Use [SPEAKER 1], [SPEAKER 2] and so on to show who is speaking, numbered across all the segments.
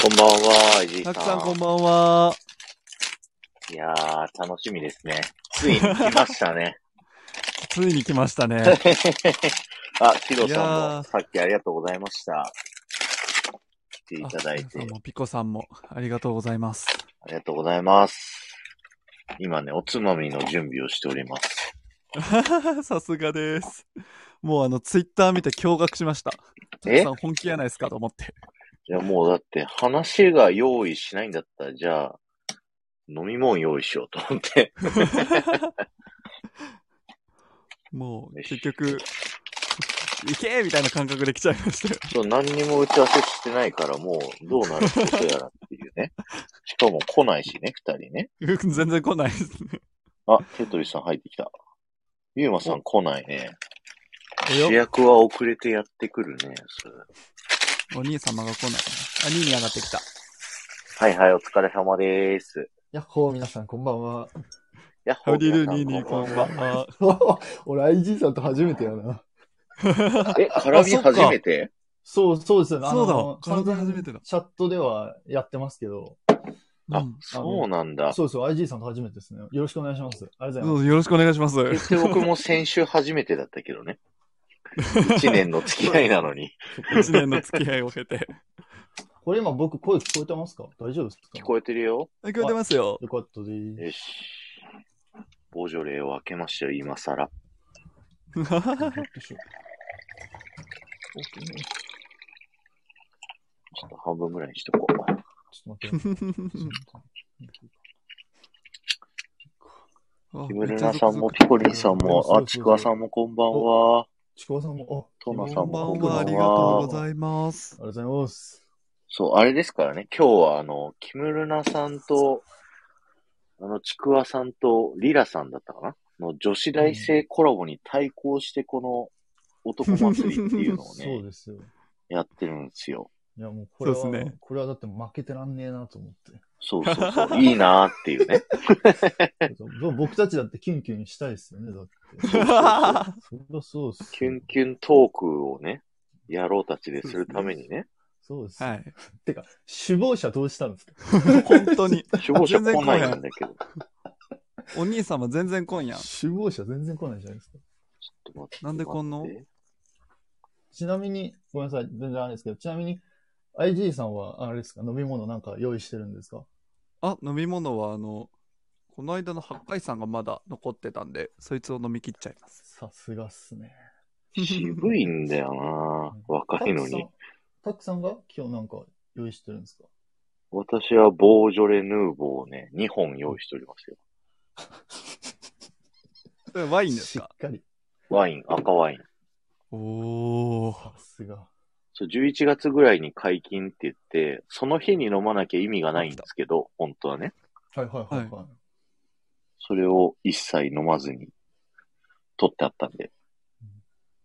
[SPEAKER 1] こんばんは、いじいさ
[SPEAKER 2] た
[SPEAKER 1] ん。
[SPEAKER 2] くさんこんばんは。
[SPEAKER 1] いやー、楽しみですね。ついに来ましたね。
[SPEAKER 2] ついに来ました ね。
[SPEAKER 1] あ、シロ
[SPEAKER 2] いや
[SPEAKER 1] さんも、
[SPEAKER 2] ー
[SPEAKER 1] さっきありがとうございました。来ていただいて
[SPEAKER 2] あ皆さん、もピコさんもありがとうございます。
[SPEAKER 1] ありがとうございます。今ね、おつまみの準備をしております。
[SPEAKER 2] さすがです。もうあのツイッター見て驚愕しました。たく
[SPEAKER 1] え
[SPEAKER 2] さん本気やないですかと思って。
[SPEAKER 1] いや、もうだって、話が用意しないんだったら、じゃあ、飲み物用意しようと思って。
[SPEAKER 2] もう結局、いけーみたいな感覚で来ちゃいましたよ。
[SPEAKER 1] そう何にも打ち合わせしてないから、もう、どうなることやらっていうね。しかも来ないしね、二人ね。
[SPEAKER 2] 全然来ないですね。
[SPEAKER 1] あ、テトリスさん入ってきた。ゆうまさん来ないね。主
[SPEAKER 2] およ
[SPEAKER 1] 役は遅れてやってくるね。それ
[SPEAKER 2] お兄様が来ない。あ、2位に上がってきた。
[SPEAKER 1] はいはい、お疲れ様です。
[SPEAKER 3] やっほー、皆さん、こんばんは。
[SPEAKER 1] やっ
[SPEAKER 2] ハ
[SPEAKER 1] ほ
[SPEAKER 2] ウディル
[SPEAKER 1] 皆さ
[SPEAKER 2] ニーニーこんばんは。
[SPEAKER 3] 俺、IG さんと初めてやな。
[SPEAKER 1] え、絡み初めて
[SPEAKER 3] そう、そうですよね。あの
[SPEAKER 2] そうだ
[SPEAKER 3] 完全に
[SPEAKER 2] 体初めてだ
[SPEAKER 3] チャットではやってますけど、
[SPEAKER 1] あ
[SPEAKER 2] うん、
[SPEAKER 1] そうなんだ。
[SPEAKER 3] そうそう、IG さんと初めてですね。よろしくお願いします。ありがとうござい
[SPEAKER 2] ど
[SPEAKER 3] ま
[SPEAKER 2] うぞよろしくお願い します。
[SPEAKER 1] 結局僕も先週初めてだったけど ね。一年の付き合いなのに。
[SPEAKER 2] 1年の付き合いを経て。
[SPEAKER 3] す。これ今、僕、声聞こえてますか大丈夫ですか
[SPEAKER 1] 聞こえてるよ。
[SPEAKER 2] 聞こえてますよ。
[SPEAKER 3] よかったでーす。
[SPEAKER 1] よし。ボジョレーを開けましたよ、今更。
[SPEAKER 3] よい
[SPEAKER 1] ち
[SPEAKER 3] しょ
[SPEAKER 1] ょっと半分ぐらいにしとこう。
[SPEAKER 3] ちょっと待って。
[SPEAKER 1] 木村さんもピコリンさんも、あ、ちくわさんもこんばんは。
[SPEAKER 3] ちくわさんも、あ、
[SPEAKER 1] トナさ
[SPEAKER 2] こ
[SPEAKER 1] んも
[SPEAKER 2] んば
[SPEAKER 1] こ
[SPEAKER 2] ん
[SPEAKER 1] んばんは
[SPEAKER 2] は、ありがとうございます。
[SPEAKER 3] ありがとうございます。
[SPEAKER 1] そう、あれですからね、今日はあの、キムルナさんと、あの、ちくわさんとリラさんだったかなの女子大生コラボに対抗して、この男祭りっていうのを
[SPEAKER 3] そう
[SPEAKER 1] ね、
[SPEAKER 3] ですよ。
[SPEAKER 1] やってるんですよ。
[SPEAKER 3] いや、もうこれは、
[SPEAKER 2] そうですね
[SPEAKER 3] これはだって負けてらんねえなと思って。
[SPEAKER 1] そうそうそう、いいなーっていう ね。
[SPEAKER 3] そう僕たちだってキュンキュンしたいですよね、だって。そりゃそうっすよ。
[SPEAKER 1] キュンキュントークをね、野郎たちでするためにね、
[SPEAKER 3] そうです。
[SPEAKER 2] はい。
[SPEAKER 3] てか、首謀者どうしたんですか
[SPEAKER 2] 本当に。
[SPEAKER 1] 守護者来ないんだけど。
[SPEAKER 2] お兄様全然来んやん。
[SPEAKER 3] 首謀者全然来ないじゃないですか。
[SPEAKER 1] ちょっと待って
[SPEAKER 2] なんでこんな
[SPEAKER 1] 待って
[SPEAKER 3] ちなみに、ごめんなさい、全然あれですけど、ちなみに、IG さんは、あれですか、飲み物なんか用意してるんですか
[SPEAKER 2] あ、飲み物はあの、この間の八海さんがまだ残ってたんで、そいつを飲み切っちゃいます。
[SPEAKER 3] さすがっすね。
[SPEAKER 1] 渋いんだよなー若いのに。
[SPEAKER 3] タクさん。タクさんが今日なんか用意してるんですか
[SPEAKER 1] 私はボージョレ・ヌーボーをね、2本用意しておりますよ。
[SPEAKER 2] それワインで
[SPEAKER 3] し
[SPEAKER 2] す
[SPEAKER 3] っ
[SPEAKER 2] か
[SPEAKER 3] かり。
[SPEAKER 1] ワイン、赤ワイン。
[SPEAKER 2] おー。
[SPEAKER 3] さすが。
[SPEAKER 1] そう、11月ぐらいに解禁って言って、その日に飲まなきゃ意味がないんですけど、本当はね。
[SPEAKER 3] はいはいはいはい。
[SPEAKER 1] それを一切飲まずに、取ってあったんで
[SPEAKER 3] うん。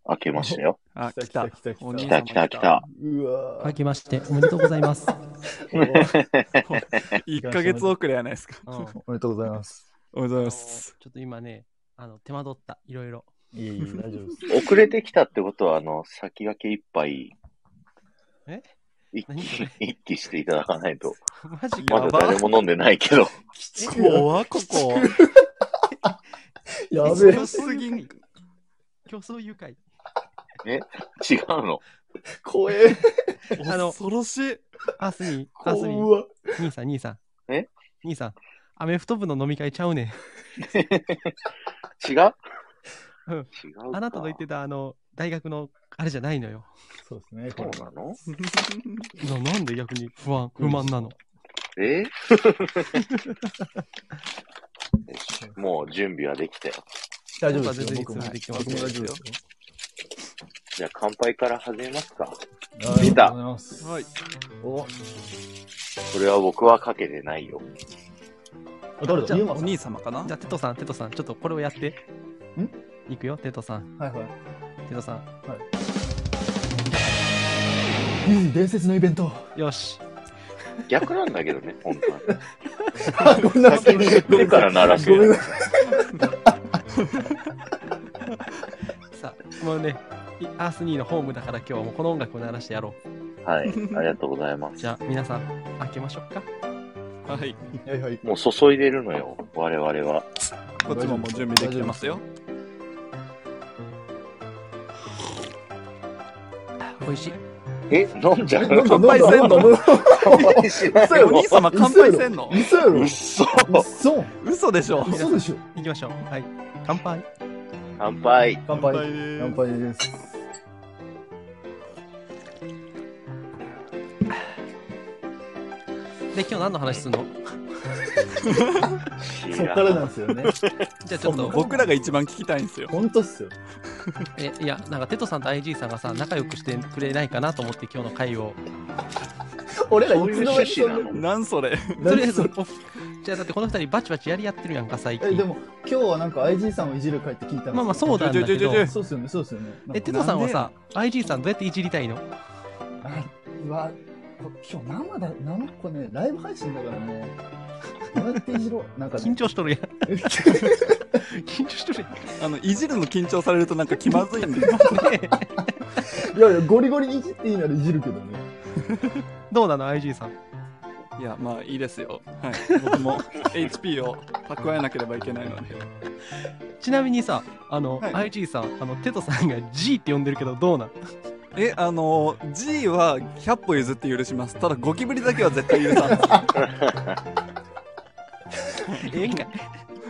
[SPEAKER 1] 開けましたよ。
[SPEAKER 2] あ、
[SPEAKER 3] 来
[SPEAKER 2] 来た。
[SPEAKER 3] た来た来た
[SPEAKER 2] お
[SPEAKER 1] 来
[SPEAKER 2] 兄
[SPEAKER 1] た
[SPEAKER 2] 様
[SPEAKER 1] 来た来。た。
[SPEAKER 3] うわ
[SPEAKER 4] 明
[SPEAKER 3] ぁ。
[SPEAKER 4] けましておめでとうございます。
[SPEAKER 2] 1ヶ月遅れやないですか。
[SPEAKER 4] うん
[SPEAKER 3] おめでとうございます。
[SPEAKER 2] おめでとうござい
[SPEAKER 4] あの
[SPEAKER 2] ま
[SPEAKER 4] ち
[SPEAKER 2] す。
[SPEAKER 4] ょっと今ね、あの手間取った、いろいろ。
[SPEAKER 3] いえいえ、大丈夫 です。
[SPEAKER 1] 遅れてきたってことは、あの、先駆け一杯、
[SPEAKER 4] え
[SPEAKER 1] 一
[SPEAKER 4] 何そ
[SPEAKER 1] 気
[SPEAKER 4] れ、
[SPEAKER 1] 一気していただかないと。
[SPEAKER 4] マジ
[SPEAKER 1] ま
[SPEAKER 4] か。
[SPEAKER 1] だ誰も飲んでないけど。
[SPEAKER 3] き
[SPEAKER 2] 怖ここ。
[SPEAKER 3] やべえ
[SPEAKER 2] 強。すぎん。
[SPEAKER 4] 競争誘拐。
[SPEAKER 1] 違うの。
[SPEAKER 3] 怖 え。
[SPEAKER 4] あの
[SPEAKER 2] 恐 ろしい。
[SPEAKER 4] アスミ、アスミ、
[SPEAKER 3] 怖っ。
[SPEAKER 4] 兄さん、兄さん。
[SPEAKER 1] え
[SPEAKER 4] 兄さん、アメフト部の飲み会ちゃうねん。
[SPEAKER 1] 違う
[SPEAKER 4] うん
[SPEAKER 1] 違うか
[SPEAKER 4] あなたの言ってた、あの、大学の、あれじゃないのよ。
[SPEAKER 3] そうですね、こ
[SPEAKER 1] そ
[SPEAKER 3] れ。
[SPEAKER 1] うなの
[SPEAKER 4] ななんで逆に不安、不満なの。
[SPEAKER 1] えよしもう準備はできたよ。
[SPEAKER 3] 大丈夫ですよ。僕
[SPEAKER 4] 僕は
[SPEAKER 3] も
[SPEAKER 4] 全然いつもできてます
[SPEAKER 3] 僕も大丈夫ですよ。
[SPEAKER 1] じゃあ乾杯から始めますか。
[SPEAKER 3] 出
[SPEAKER 1] た
[SPEAKER 3] ありがとうございます。
[SPEAKER 2] はい。
[SPEAKER 3] お、
[SPEAKER 1] これは僕はかけてないよ。
[SPEAKER 3] あ誰だ
[SPEAKER 4] じゃあ
[SPEAKER 3] ユーマ
[SPEAKER 2] お
[SPEAKER 3] さん。
[SPEAKER 2] 兄様かな
[SPEAKER 4] じゃあ、テトさん、テトさん、ちょっとこれをやって。
[SPEAKER 3] ん
[SPEAKER 4] いくよ、テトさん、
[SPEAKER 3] はいはい。
[SPEAKER 4] テトさん。
[SPEAKER 3] ディズニー伝説のイベント。
[SPEAKER 4] よし。
[SPEAKER 1] 逆なんだけど ね、本当は。
[SPEAKER 3] ごめんなさい。ごめ
[SPEAKER 1] だ
[SPEAKER 3] んな
[SPEAKER 1] か
[SPEAKER 3] さ
[SPEAKER 1] ら鳴らし
[SPEAKER 3] い。ごめんなさい。
[SPEAKER 4] さあ、もうね、いアースニーのホームだから今日はもうこの音楽を鳴らしてやろう。
[SPEAKER 1] はい。ありがとうございます。
[SPEAKER 4] じゃあ、皆さん、開けましょうか。
[SPEAKER 2] はい。
[SPEAKER 3] はいはい。
[SPEAKER 1] もう注いでるのよ、我々は。
[SPEAKER 2] こっちももう準備できてますよ。
[SPEAKER 4] 美味しい。
[SPEAKER 1] え、飲んじゃう
[SPEAKER 3] 飲んだ飲んだ
[SPEAKER 2] 乾杯せんの
[SPEAKER 3] 飲んだ
[SPEAKER 1] 乾杯し ない
[SPEAKER 2] お
[SPEAKER 1] の
[SPEAKER 2] 兄様乾杯せんの
[SPEAKER 3] 嘘やろ
[SPEAKER 1] 嘘
[SPEAKER 3] 嘘
[SPEAKER 2] 嘘でしょ
[SPEAKER 3] 嘘でしょ
[SPEAKER 4] 行きましょう。はい。乾杯。
[SPEAKER 1] 乾杯。
[SPEAKER 3] 乾杯。
[SPEAKER 2] で
[SPEAKER 3] 乾杯です。
[SPEAKER 4] で、今日何の話するの
[SPEAKER 1] 知
[SPEAKER 3] そっ
[SPEAKER 1] ら
[SPEAKER 3] からなん
[SPEAKER 1] ん
[SPEAKER 3] ですよね。
[SPEAKER 4] じゃあちょっ
[SPEAKER 3] そう
[SPEAKER 4] と、
[SPEAKER 2] 僕らが一番聞きたいんですよ。
[SPEAKER 3] ほんとっすよ。
[SPEAKER 4] えいや、なんか、テトさんと IG さんがさ、仲良くしてくれないかなと思って今日の会 を。
[SPEAKER 3] 俺ら
[SPEAKER 1] そう
[SPEAKER 3] い
[SPEAKER 1] い
[SPEAKER 3] つ
[SPEAKER 1] う
[SPEAKER 3] の間に
[SPEAKER 1] 趣
[SPEAKER 3] そん
[SPEAKER 1] 旨なの
[SPEAKER 2] なんそれ。
[SPEAKER 3] な
[SPEAKER 4] とりあえず、おじゃあだってこの二人バチバチやり合ってるやんか、最近。
[SPEAKER 3] え、でも、今日はなんか IG さんをいじる会って聞いたんですよ
[SPEAKER 4] まあまあ、そうなんだ
[SPEAKER 2] ち
[SPEAKER 4] け
[SPEAKER 2] ょちょ
[SPEAKER 4] ど
[SPEAKER 2] ちょちょ。
[SPEAKER 3] そうっすよね、そうっすよね。なんか
[SPEAKER 4] え、テトさんはさ、IG さんどうやっていじりたいの
[SPEAKER 3] あうわ、こ今日生だ、生これね、ライブ配信だからね。どうやっていじろう。なんか
[SPEAKER 4] 緊
[SPEAKER 3] ね、
[SPEAKER 4] 張しとるやん。緊張しとるやん。
[SPEAKER 2] あの、いじるの緊張されるとなんか気まずいんで。
[SPEAKER 3] いやいや、ゴリゴリにいじっていいならいじるけどね。
[SPEAKER 4] どうなの、IG さん。
[SPEAKER 2] いや、まあいいですよ。はい。僕も HP を蓄えなければいけないので。
[SPEAKER 4] ちなみにさ、あの、
[SPEAKER 2] はい
[SPEAKER 4] IG さん、あの、テトさんが G って呼んでるけど、どうなん
[SPEAKER 2] え、あの、G は100歩譲って許します。ただ、ゴキブリだけは絶対許 さん。
[SPEAKER 4] ええんかい。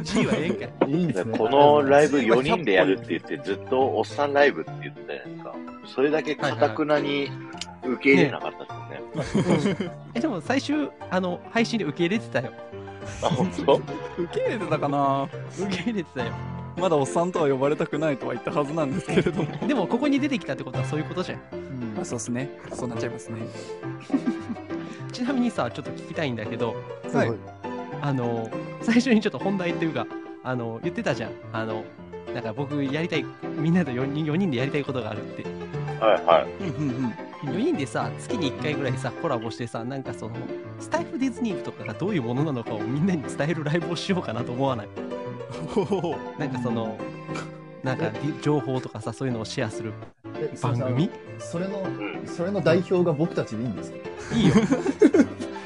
[SPEAKER 4] G はええんかい。
[SPEAKER 3] いいんですね。
[SPEAKER 1] このライブ4人でやるって言って、ずっとおっさんライブって言ってたやんか。それだけかたくなに受け入れなかったですよね。
[SPEAKER 4] え、でも最終、あの、配信で受け入れてたよ。
[SPEAKER 1] あ、本当
[SPEAKER 2] 受け入れてたかな
[SPEAKER 4] 受け入れてたよ。
[SPEAKER 2] まだおっさんとは呼ばれたくないとは言ったはずなんですけれども。
[SPEAKER 4] でも、ここに出てきたってことはそういうことじゃん。
[SPEAKER 3] うん
[SPEAKER 2] まあそうですね。そうなっちゃいますね。
[SPEAKER 4] ちなみにさ、ちょっと聞きたいんだけど、
[SPEAKER 2] はい
[SPEAKER 3] はい
[SPEAKER 4] あの、最初にちょっと本題というか、あの、言ってたじゃん。あの、なんか僕やりたい、みんなで4人 ,4 人でやりたいことがあるって。
[SPEAKER 1] はいはい。
[SPEAKER 2] うんうんうん。
[SPEAKER 4] 4人でさ月に1回ぐらいさコラボしてさなんかそのスタイフディズニーとかがどういうものなのかをみんなに伝えるライブをしようかなと思わないなんかそのなんか情報とかさそういうのをシェアする
[SPEAKER 3] えすいま
[SPEAKER 4] 番
[SPEAKER 3] せん
[SPEAKER 4] 組
[SPEAKER 3] それの、
[SPEAKER 1] ん
[SPEAKER 3] それの代表が僕たちでいいんですか
[SPEAKER 4] い いよ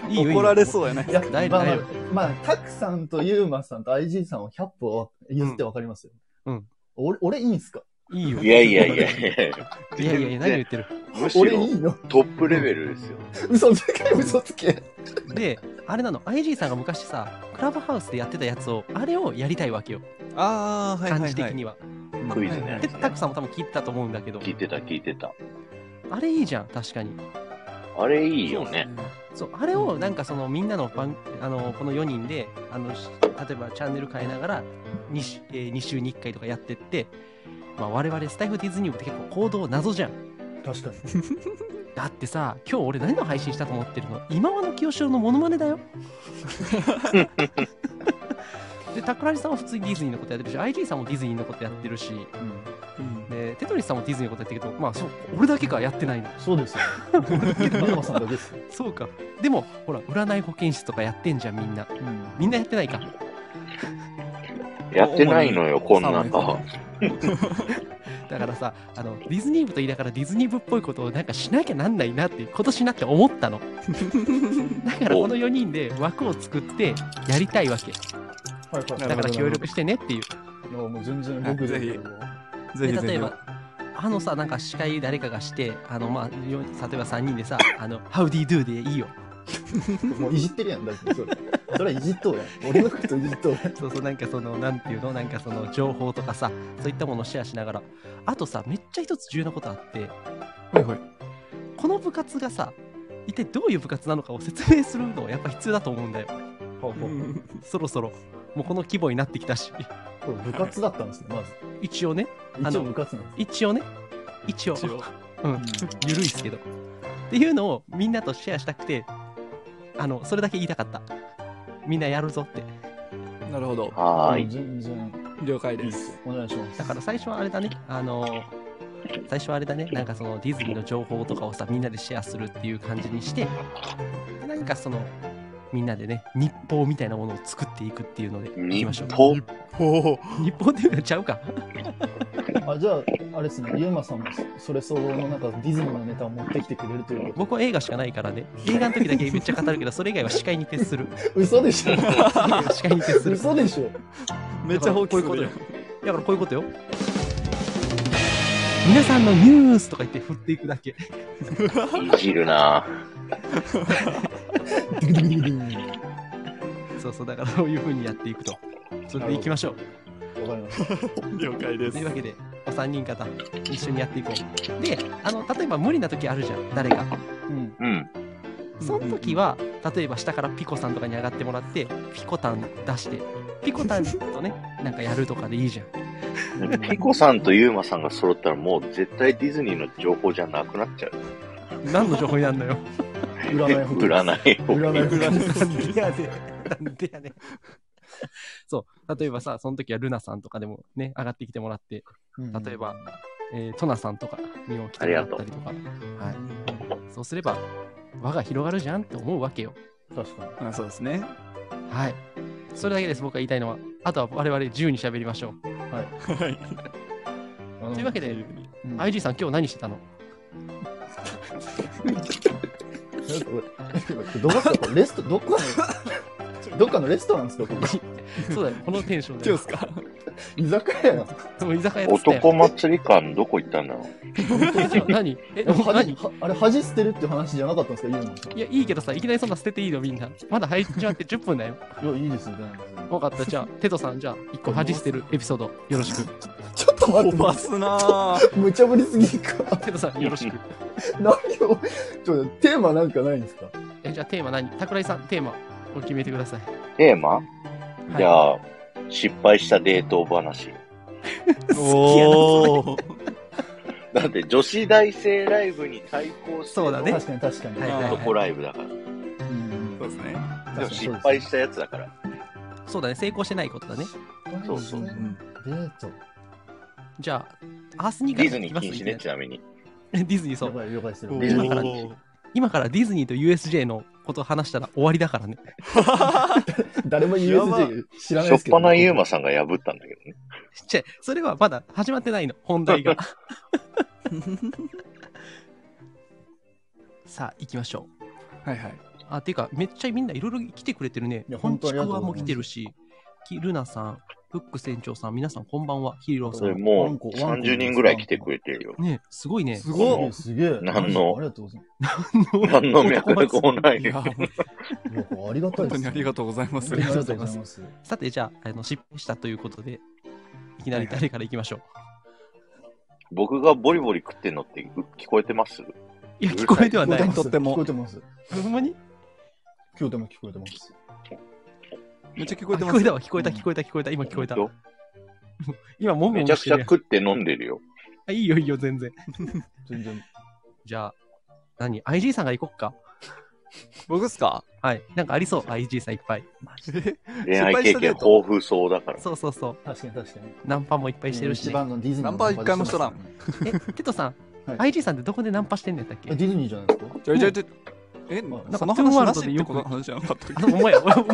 [SPEAKER 4] いいよいいよ
[SPEAKER 2] 怒られそうやね
[SPEAKER 3] い。や、
[SPEAKER 4] 大
[SPEAKER 3] まあまあ
[SPEAKER 4] 大丈、
[SPEAKER 3] まあ、タクさんとユーマさんと IG さんを100歩は譲ってわかりますよ。
[SPEAKER 4] うんうん
[SPEAKER 3] 俺、俺いいんすか
[SPEAKER 4] いいよ
[SPEAKER 1] いやいやいやいや
[SPEAKER 4] いやいやいや何言ってる
[SPEAKER 1] むし
[SPEAKER 3] 俺
[SPEAKER 1] ろ
[SPEAKER 3] いいの
[SPEAKER 1] トップレベルですよ。
[SPEAKER 3] 嘘つけ、嘘つけ。
[SPEAKER 4] であれなの IG さんが昔さクラブハウスでやってたやつをあれをやりたいわけよ
[SPEAKER 2] ああ、はいはい、はい。
[SPEAKER 4] 感じ的には、
[SPEAKER 1] クイズね
[SPEAKER 4] でタクさんも多分聞いてたと思うんだけど
[SPEAKER 1] 聞いてた聞いてた。
[SPEAKER 4] あれいいじゃん確かに
[SPEAKER 1] あれいいよね。
[SPEAKER 4] そうあれをなんかそのみんなの番あのこの4人であのし例えばチャンネル変えながら 2, し、えー、2週に1回とかやってって、まあ、我々スタイフディズニー部って結構行動謎じゃん
[SPEAKER 3] 確かに。
[SPEAKER 4] だってさ今日俺何の配信したと思ってるの今和の清志郎のモノマネだよで桜井さんは普通にディズニーのことやってるし IG さんもディズニーのことやってるし
[SPEAKER 3] うん
[SPEAKER 2] うん
[SPEAKER 4] でテトリスさんもディズニーのことやってるけどまあそう俺だけかやってないの
[SPEAKER 3] そう ですよ。ユーマさんだけですよ。
[SPEAKER 4] そうかでもほら占い保健室とかやってんじゃんみんな
[SPEAKER 3] うん
[SPEAKER 4] みんなやってないか
[SPEAKER 1] やってないのよ、こんな
[SPEAKER 2] 寒
[SPEAKER 1] の。
[SPEAKER 4] だからさあのディズニー部と言いながらディズニー部っぽいことをなんかしなきゃなんないなって今年になって思ったのだからこの4人で枠を作ってやりたいわけ
[SPEAKER 3] はいはい
[SPEAKER 4] だから協力してねっていう
[SPEAKER 3] いやもう全然僕で
[SPEAKER 2] ぜひ
[SPEAKER 3] もう
[SPEAKER 2] ぜひぜ
[SPEAKER 4] で
[SPEAKER 2] ひ。
[SPEAKER 4] 例えばあのさなんか司会誰かがしてあのまあよ例えば3人でさ「あの How do you do」でいいよ
[SPEAKER 3] もういじってるやん、だってそれ。それはいじっとうやん。俺のこといじっとうやん。
[SPEAKER 4] そうそうなんかそのなんていうのなんかその情報とかさそういったものをシェアしながらあとさめっちゃ一つ重要なことあって
[SPEAKER 2] はいはい。
[SPEAKER 4] この部活がさ一体どういう部活なのかを説明するのやっぱ必要だと思うんだよ
[SPEAKER 3] ほうほう
[SPEAKER 4] そろそろもうこの規模になってきたし
[SPEAKER 3] これ部活だったんですよ、まず。
[SPEAKER 4] 一応ねあ
[SPEAKER 3] 一応
[SPEAKER 4] の
[SPEAKER 3] 部活なんで
[SPEAKER 4] 一応ね一応
[SPEAKER 2] 一応
[SPEAKER 4] うんゆるいっすけどっていうのをみんなとシェアしたくてあのそれだけ言いたかったみんなやるぞって
[SPEAKER 2] なるほど。
[SPEAKER 3] す。
[SPEAKER 1] はーい。
[SPEAKER 3] 全然
[SPEAKER 2] 了解
[SPEAKER 3] いい
[SPEAKER 2] で
[SPEAKER 3] っ
[SPEAKER 2] す
[SPEAKER 3] す。よ。お願いします。
[SPEAKER 4] だから最初はあれだねあの最初はあれだねなんかそのディズニーの情報とかをさみんなでシェアするっていう感じにしてでなんかそのみんなでね日報みたいなものを作っていくっていうのでいき
[SPEAKER 1] 日
[SPEAKER 4] ましょう
[SPEAKER 1] 報
[SPEAKER 2] おお。
[SPEAKER 4] 日報っていうかちゃうか
[SPEAKER 3] あ、じゃあ、あれですね、ゆうまさんもそれ相応のなんかディズニーのネタを持ってきてくれるというこ
[SPEAKER 4] 僕は映画しかないからね。映画の時だけめっちゃ語るけど、それ以外は視界に徹する。
[SPEAKER 3] と。嘘でしょ
[SPEAKER 4] 視界に徹す る。
[SPEAKER 3] 嘘でしょ
[SPEAKER 2] めっちゃ放棄するやん
[SPEAKER 4] だだからこういうことよ。皆さんのニュースとか言って振っていくだけ。
[SPEAKER 1] いじるな
[SPEAKER 4] そうそう、だからそういう風にやっていくと。それでいきましょう。
[SPEAKER 3] わかりました。
[SPEAKER 2] 了解で
[SPEAKER 4] と
[SPEAKER 2] す
[SPEAKER 4] いうわけで、お三人方、一緒にやっていこう。で、あの、例えば無理な時あるじゃん、誰が。
[SPEAKER 3] うん。
[SPEAKER 1] うん。
[SPEAKER 4] その時は、例えば下からピコさんとかに上がってもらって、ピコタン出して、ピコタンと ね、なんかやるとかでいいじゃん。
[SPEAKER 1] ピコさんとユーマさんが揃ったらもう絶対ディズニーの情報じゃなくなっちゃう。
[SPEAKER 4] 何の情報になるのよ。
[SPEAKER 3] 占い保
[SPEAKER 1] 占
[SPEAKER 3] 険。
[SPEAKER 1] いを。
[SPEAKER 3] 占い保険。
[SPEAKER 4] なんでやねん。なんでやねん。そう、例えばさ、その時はルナさんとかでもね、上がってきてもらって、
[SPEAKER 3] うん
[SPEAKER 4] 例えば、えートナさんとかにも来てもらったりとか、はい。そうすれば、輪が広がるじゃんって思うわけよ。
[SPEAKER 3] 確かに。
[SPEAKER 2] あそうですね
[SPEAKER 4] はい。それだけです、僕が言いたいのは。あとは我々自由に喋りましょう。
[SPEAKER 2] はい
[SPEAKER 3] あの
[SPEAKER 4] というわけで、
[SPEAKER 3] うん
[SPEAKER 4] アイジーさん、今日何してたの
[SPEAKER 3] なんか俺どこですかこれレスト、どこの、どっかのレストランですかここ
[SPEAKER 4] そうだよ、このテンションで
[SPEAKER 2] 今日っ。すか
[SPEAKER 3] 居酒屋や ん。
[SPEAKER 4] もう居酒屋っつったよ
[SPEAKER 1] 男祭り館どこ行ったんだろう
[SPEAKER 4] 何え、
[SPEAKER 3] でも恥
[SPEAKER 4] 何
[SPEAKER 3] はあれ、恥捨てるっていう話じゃなかったんですか、ユーマさ
[SPEAKER 4] いや、いいけどさ、いきなりそんな捨てていいの、みんな。まだ始まって10分だよ。
[SPEAKER 3] ん。いや、いいですね。
[SPEAKER 4] 分かった、じゃあ、テトさん、じゃあ、1個恥捨てるエピソード、よろしく。
[SPEAKER 3] ちょっと待
[SPEAKER 2] 飛
[SPEAKER 3] って、
[SPEAKER 2] ばすなぁ
[SPEAKER 3] 無茶ぶりすぎるか。
[SPEAKER 4] テトさん、よろしく。
[SPEAKER 3] 何を、ちょ、テーマなんかないんですか
[SPEAKER 4] え、じゃあ、テーマ何桜井さん、テーマ、を決めてください。
[SPEAKER 1] テーマ
[SPEAKER 4] い
[SPEAKER 1] じゃあ、失敗したデート話。
[SPEAKER 2] おお
[SPEAKER 1] だって女子大生ライブに対抗して
[SPEAKER 4] そうだね
[SPEAKER 1] の
[SPEAKER 3] 確かに確かに。
[SPEAKER 4] はい
[SPEAKER 2] はいはい
[SPEAKER 1] 男ライブだから。
[SPEAKER 3] うん
[SPEAKER 2] そうですね
[SPEAKER 1] でも失敗したやつだから。
[SPEAKER 4] そうだね、成功してないことだね。
[SPEAKER 1] そうそう
[SPEAKER 3] デート。
[SPEAKER 4] じゃあ、アースニーカ
[SPEAKER 1] デ
[SPEAKER 4] ー
[SPEAKER 1] ィズニー禁止ね、ちなみに。
[SPEAKER 4] ディズニー、そ
[SPEAKER 3] 了
[SPEAKER 4] う。
[SPEAKER 3] 解、了解して
[SPEAKER 2] お
[SPEAKER 1] ディズニ
[SPEAKER 3] る。
[SPEAKER 1] ー
[SPEAKER 2] ー
[SPEAKER 4] 今からディズニーと USJ のことを話したら終わりだからね。
[SPEAKER 3] 誰も
[SPEAKER 2] やば
[SPEAKER 3] USJ 知らない
[SPEAKER 1] しょ
[SPEAKER 3] で
[SPEAKER 1] っ
[SPEAKER 3] すけど。
[SPEAKER 1] ぱなユーマさんが破ったんだけどね。
[SPEAKER 4] ちぇ、それはまだ始まってないの、本題が。 さあ、行きましょう。
[SPEAKER 2] はいはい
[SPEAKER 4] あ、ていうか、めっちゃみんないろいろ来てくれてるね
[SPEAKER 3] いや。
[SPEAKER 4] 本
[SPEAKER 3] 本当
[SPEAKER 4] ち
[SPEAKER 3] あり
[SPEAKER 4] く
[SPEAKER 3] がとうござい
[SPEAKER 4] わ
[SPEAKER 3] ます
[SPEAKER 4] も来てるし、きルナさん、フック船長さん、皆さんこんばんは、ヒーローさ
[SPEAKER 1] そ
[SPEAKER 4] ん
[SPEAKER 1] れ。
[SPEAKER 3] ワン
[SPEAKER 1] も
[SPEAKER 3] コ
[SPEAKER 1] う
[SPEAKER 3] ワンコ
[SPEAKER 1] 30人ぐらい来てくれてるよ。
[SPEAKER 4] ねすご いね。
[SPEAKER 2] す
[SPEAKER 3] す
[SPEAKER 2] ご
[SPEAKER 3] げえ、すげえ。
[SPEAKER 1] 何の
[SPEAKER 3] ありがとうござい
[SPEAKER 1] 何の脈絡も ないい
[SPEAKER 2] や
[SPEAKER 1] よ。
[SPEAKER 3] ます。いやありがた
[SPEAKER 2] 本当
[SPEAKER 3] いですね。
[SPEAKER 2] にありがとうございます
[SPEAKER 3] 本当にありがとうござい
[SPEAKER 2] ま
[SPEAKER 3] ます。
[SPEAKER 4] さて、じゃあ、あの失敗したということで、いきなり誰から行きましょう。
[SPEAKER 1] 僕がボリボリ食ってんのって聞こえてます
[SPEAKER 4] いや、聞こえては
[SPEAKER 3] 聞こ
[SPEAKER 4] な
[SPEAKER 3] えて
[SPEAKER 4] い
[SPEAKER 3] ま。す
[SPEAKER 2] とっても
[SPEAKER 3] 聞こえてます。
[SPEAKER 4] ほんまに
[SPEAKER 3] 今日でも聞こえてます。
[SPEAKER 2] めっちゃ聞
[SPEAKER 4] あ
[SPEAKER 2] こえて
[SPEAKER 4] 聞
[SPEAKER 2] ま
[SPEAKER 4] こえ
[SPEAKER 2] す
[SPEAKER 4] たわ、聞こえた、聞こえた、聞こえた、今聞こえた。
[SPEAKER 1] 本
[SPEAKER 4] 今、も
[SPEAKER 1] 当
[SPEAKER 4] ぐも
[SPEAKER 1] めち
[SPEAKER 4] ぐ
[SPEAKER 1] ゃ
[SPEAKER 4] し
[SPEAKER 1] く
[SPEAKER 4] て
[SPEAKER 1] ちゃ
[SPEAKER 4] るやん
[SPEAKER 1] 食って飲んでるよ。
[SPEAKER 4] あ。いいよ、いいよ、全然。
[SPEAKER 3] 全然。
[SPEAKER 4] じゃあ、何 ?IG さんが行こっか。
[SPEAKER 2] 僕っすか
[SPEAKER 4] はい。なんかありそう、IG さんいっぱい。
[SPEAKER 2] え
[SPEAKER 1] 恋愛経験豊富そうだから。
[SPEAKER 4] そうそうそう。
[SPEAKER 3] 確かに確かに。
[SPEAKER 4] ナンパもいっぱいしてるし、
[SPEAKER 3] 一
[SPEAKER 4] ね。
[SPEAKER 3] 番のディズニーの
[SPEAKER 2] ナンパ一回もしとらん
[SPEAKER 4] え、テトさん、
[SPEAKER 3] はい
[SPEAKER 4] IG さんってどこでナンパしてんのやったっけ
[SPEAKER 3] えディズニーじゃないですか
[SPEAKER 2] ちょいちょいちょいえ
[SPEAKER 3] まあ
[SPEAKER 2] その話なしってことの話じゃなかったっ
[SPEAKER 4] あ、お前や、お前や、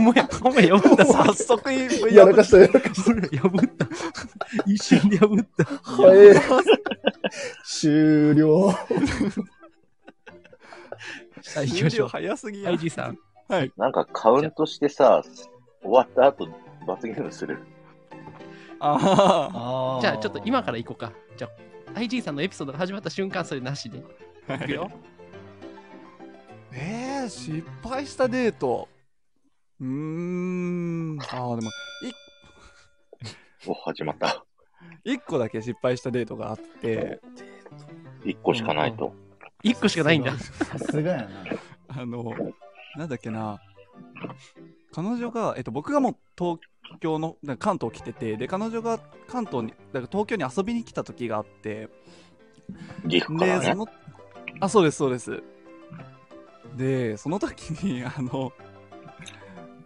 [SPEAKER 4] お前やぶった
[SPEAKER 2] け
[SPEAKER 4] さ。
[SPEAKER 2] 早速いい
[SPEAKER 3] やらかしたやらかし
[SPEAKER 4] ほら破った。一瞬で破った。
[SPEAKER 3] た。はい。終了。
[SPEAKER 4] はい、行き
[SPEAKER 2] 終
[SPEAKER 4] ましょ
[SPEAKER 2] 了
[SPEAKER 4] う。
[SPEAKER 2] 早すぎや
[SPEAKER 4] IG さん。
[SPEAKER 2] はい
[SPEAKER 1] なんかカウントしてさ、終わった後、罰ゲームする。
[SPEAKER 2] あ
[SPEAKER 3] あ
[SPEAKER 4] じゃあ、ちょっと今から行こうか。じゃあ、IG さんのエピソードが始まった瞬間、それなしで。
[SPEAKER 2] あ
[SPEAKER 4] いくよ。
[SPEAKER 2] えー、失敗したデート。うーん。ああ、でも、
[SPEAKER 1] お、始まった。
[SPEAKER 2] 一個だけ失敗したデートがあって、
[SPEAKER 1] 一個しかないと。
[SPEAKER 4] 一個しかないんだ。
[SPEAKER 3] さすがやな。
[SPEAKER 2] あの、なんだっけな。彼女が、えっと、僕がもう東京の、なんか関東来てて、で、彼女が関東に、だから東京に遊びに来た時があって、
[SPEAKER 1] 岐阜か
[SPEAKER 2] で、そ
[SPEAKER 1] らね。
[SPEAKER 2] の、あ、そうです、そうです。で、その時に、 あの、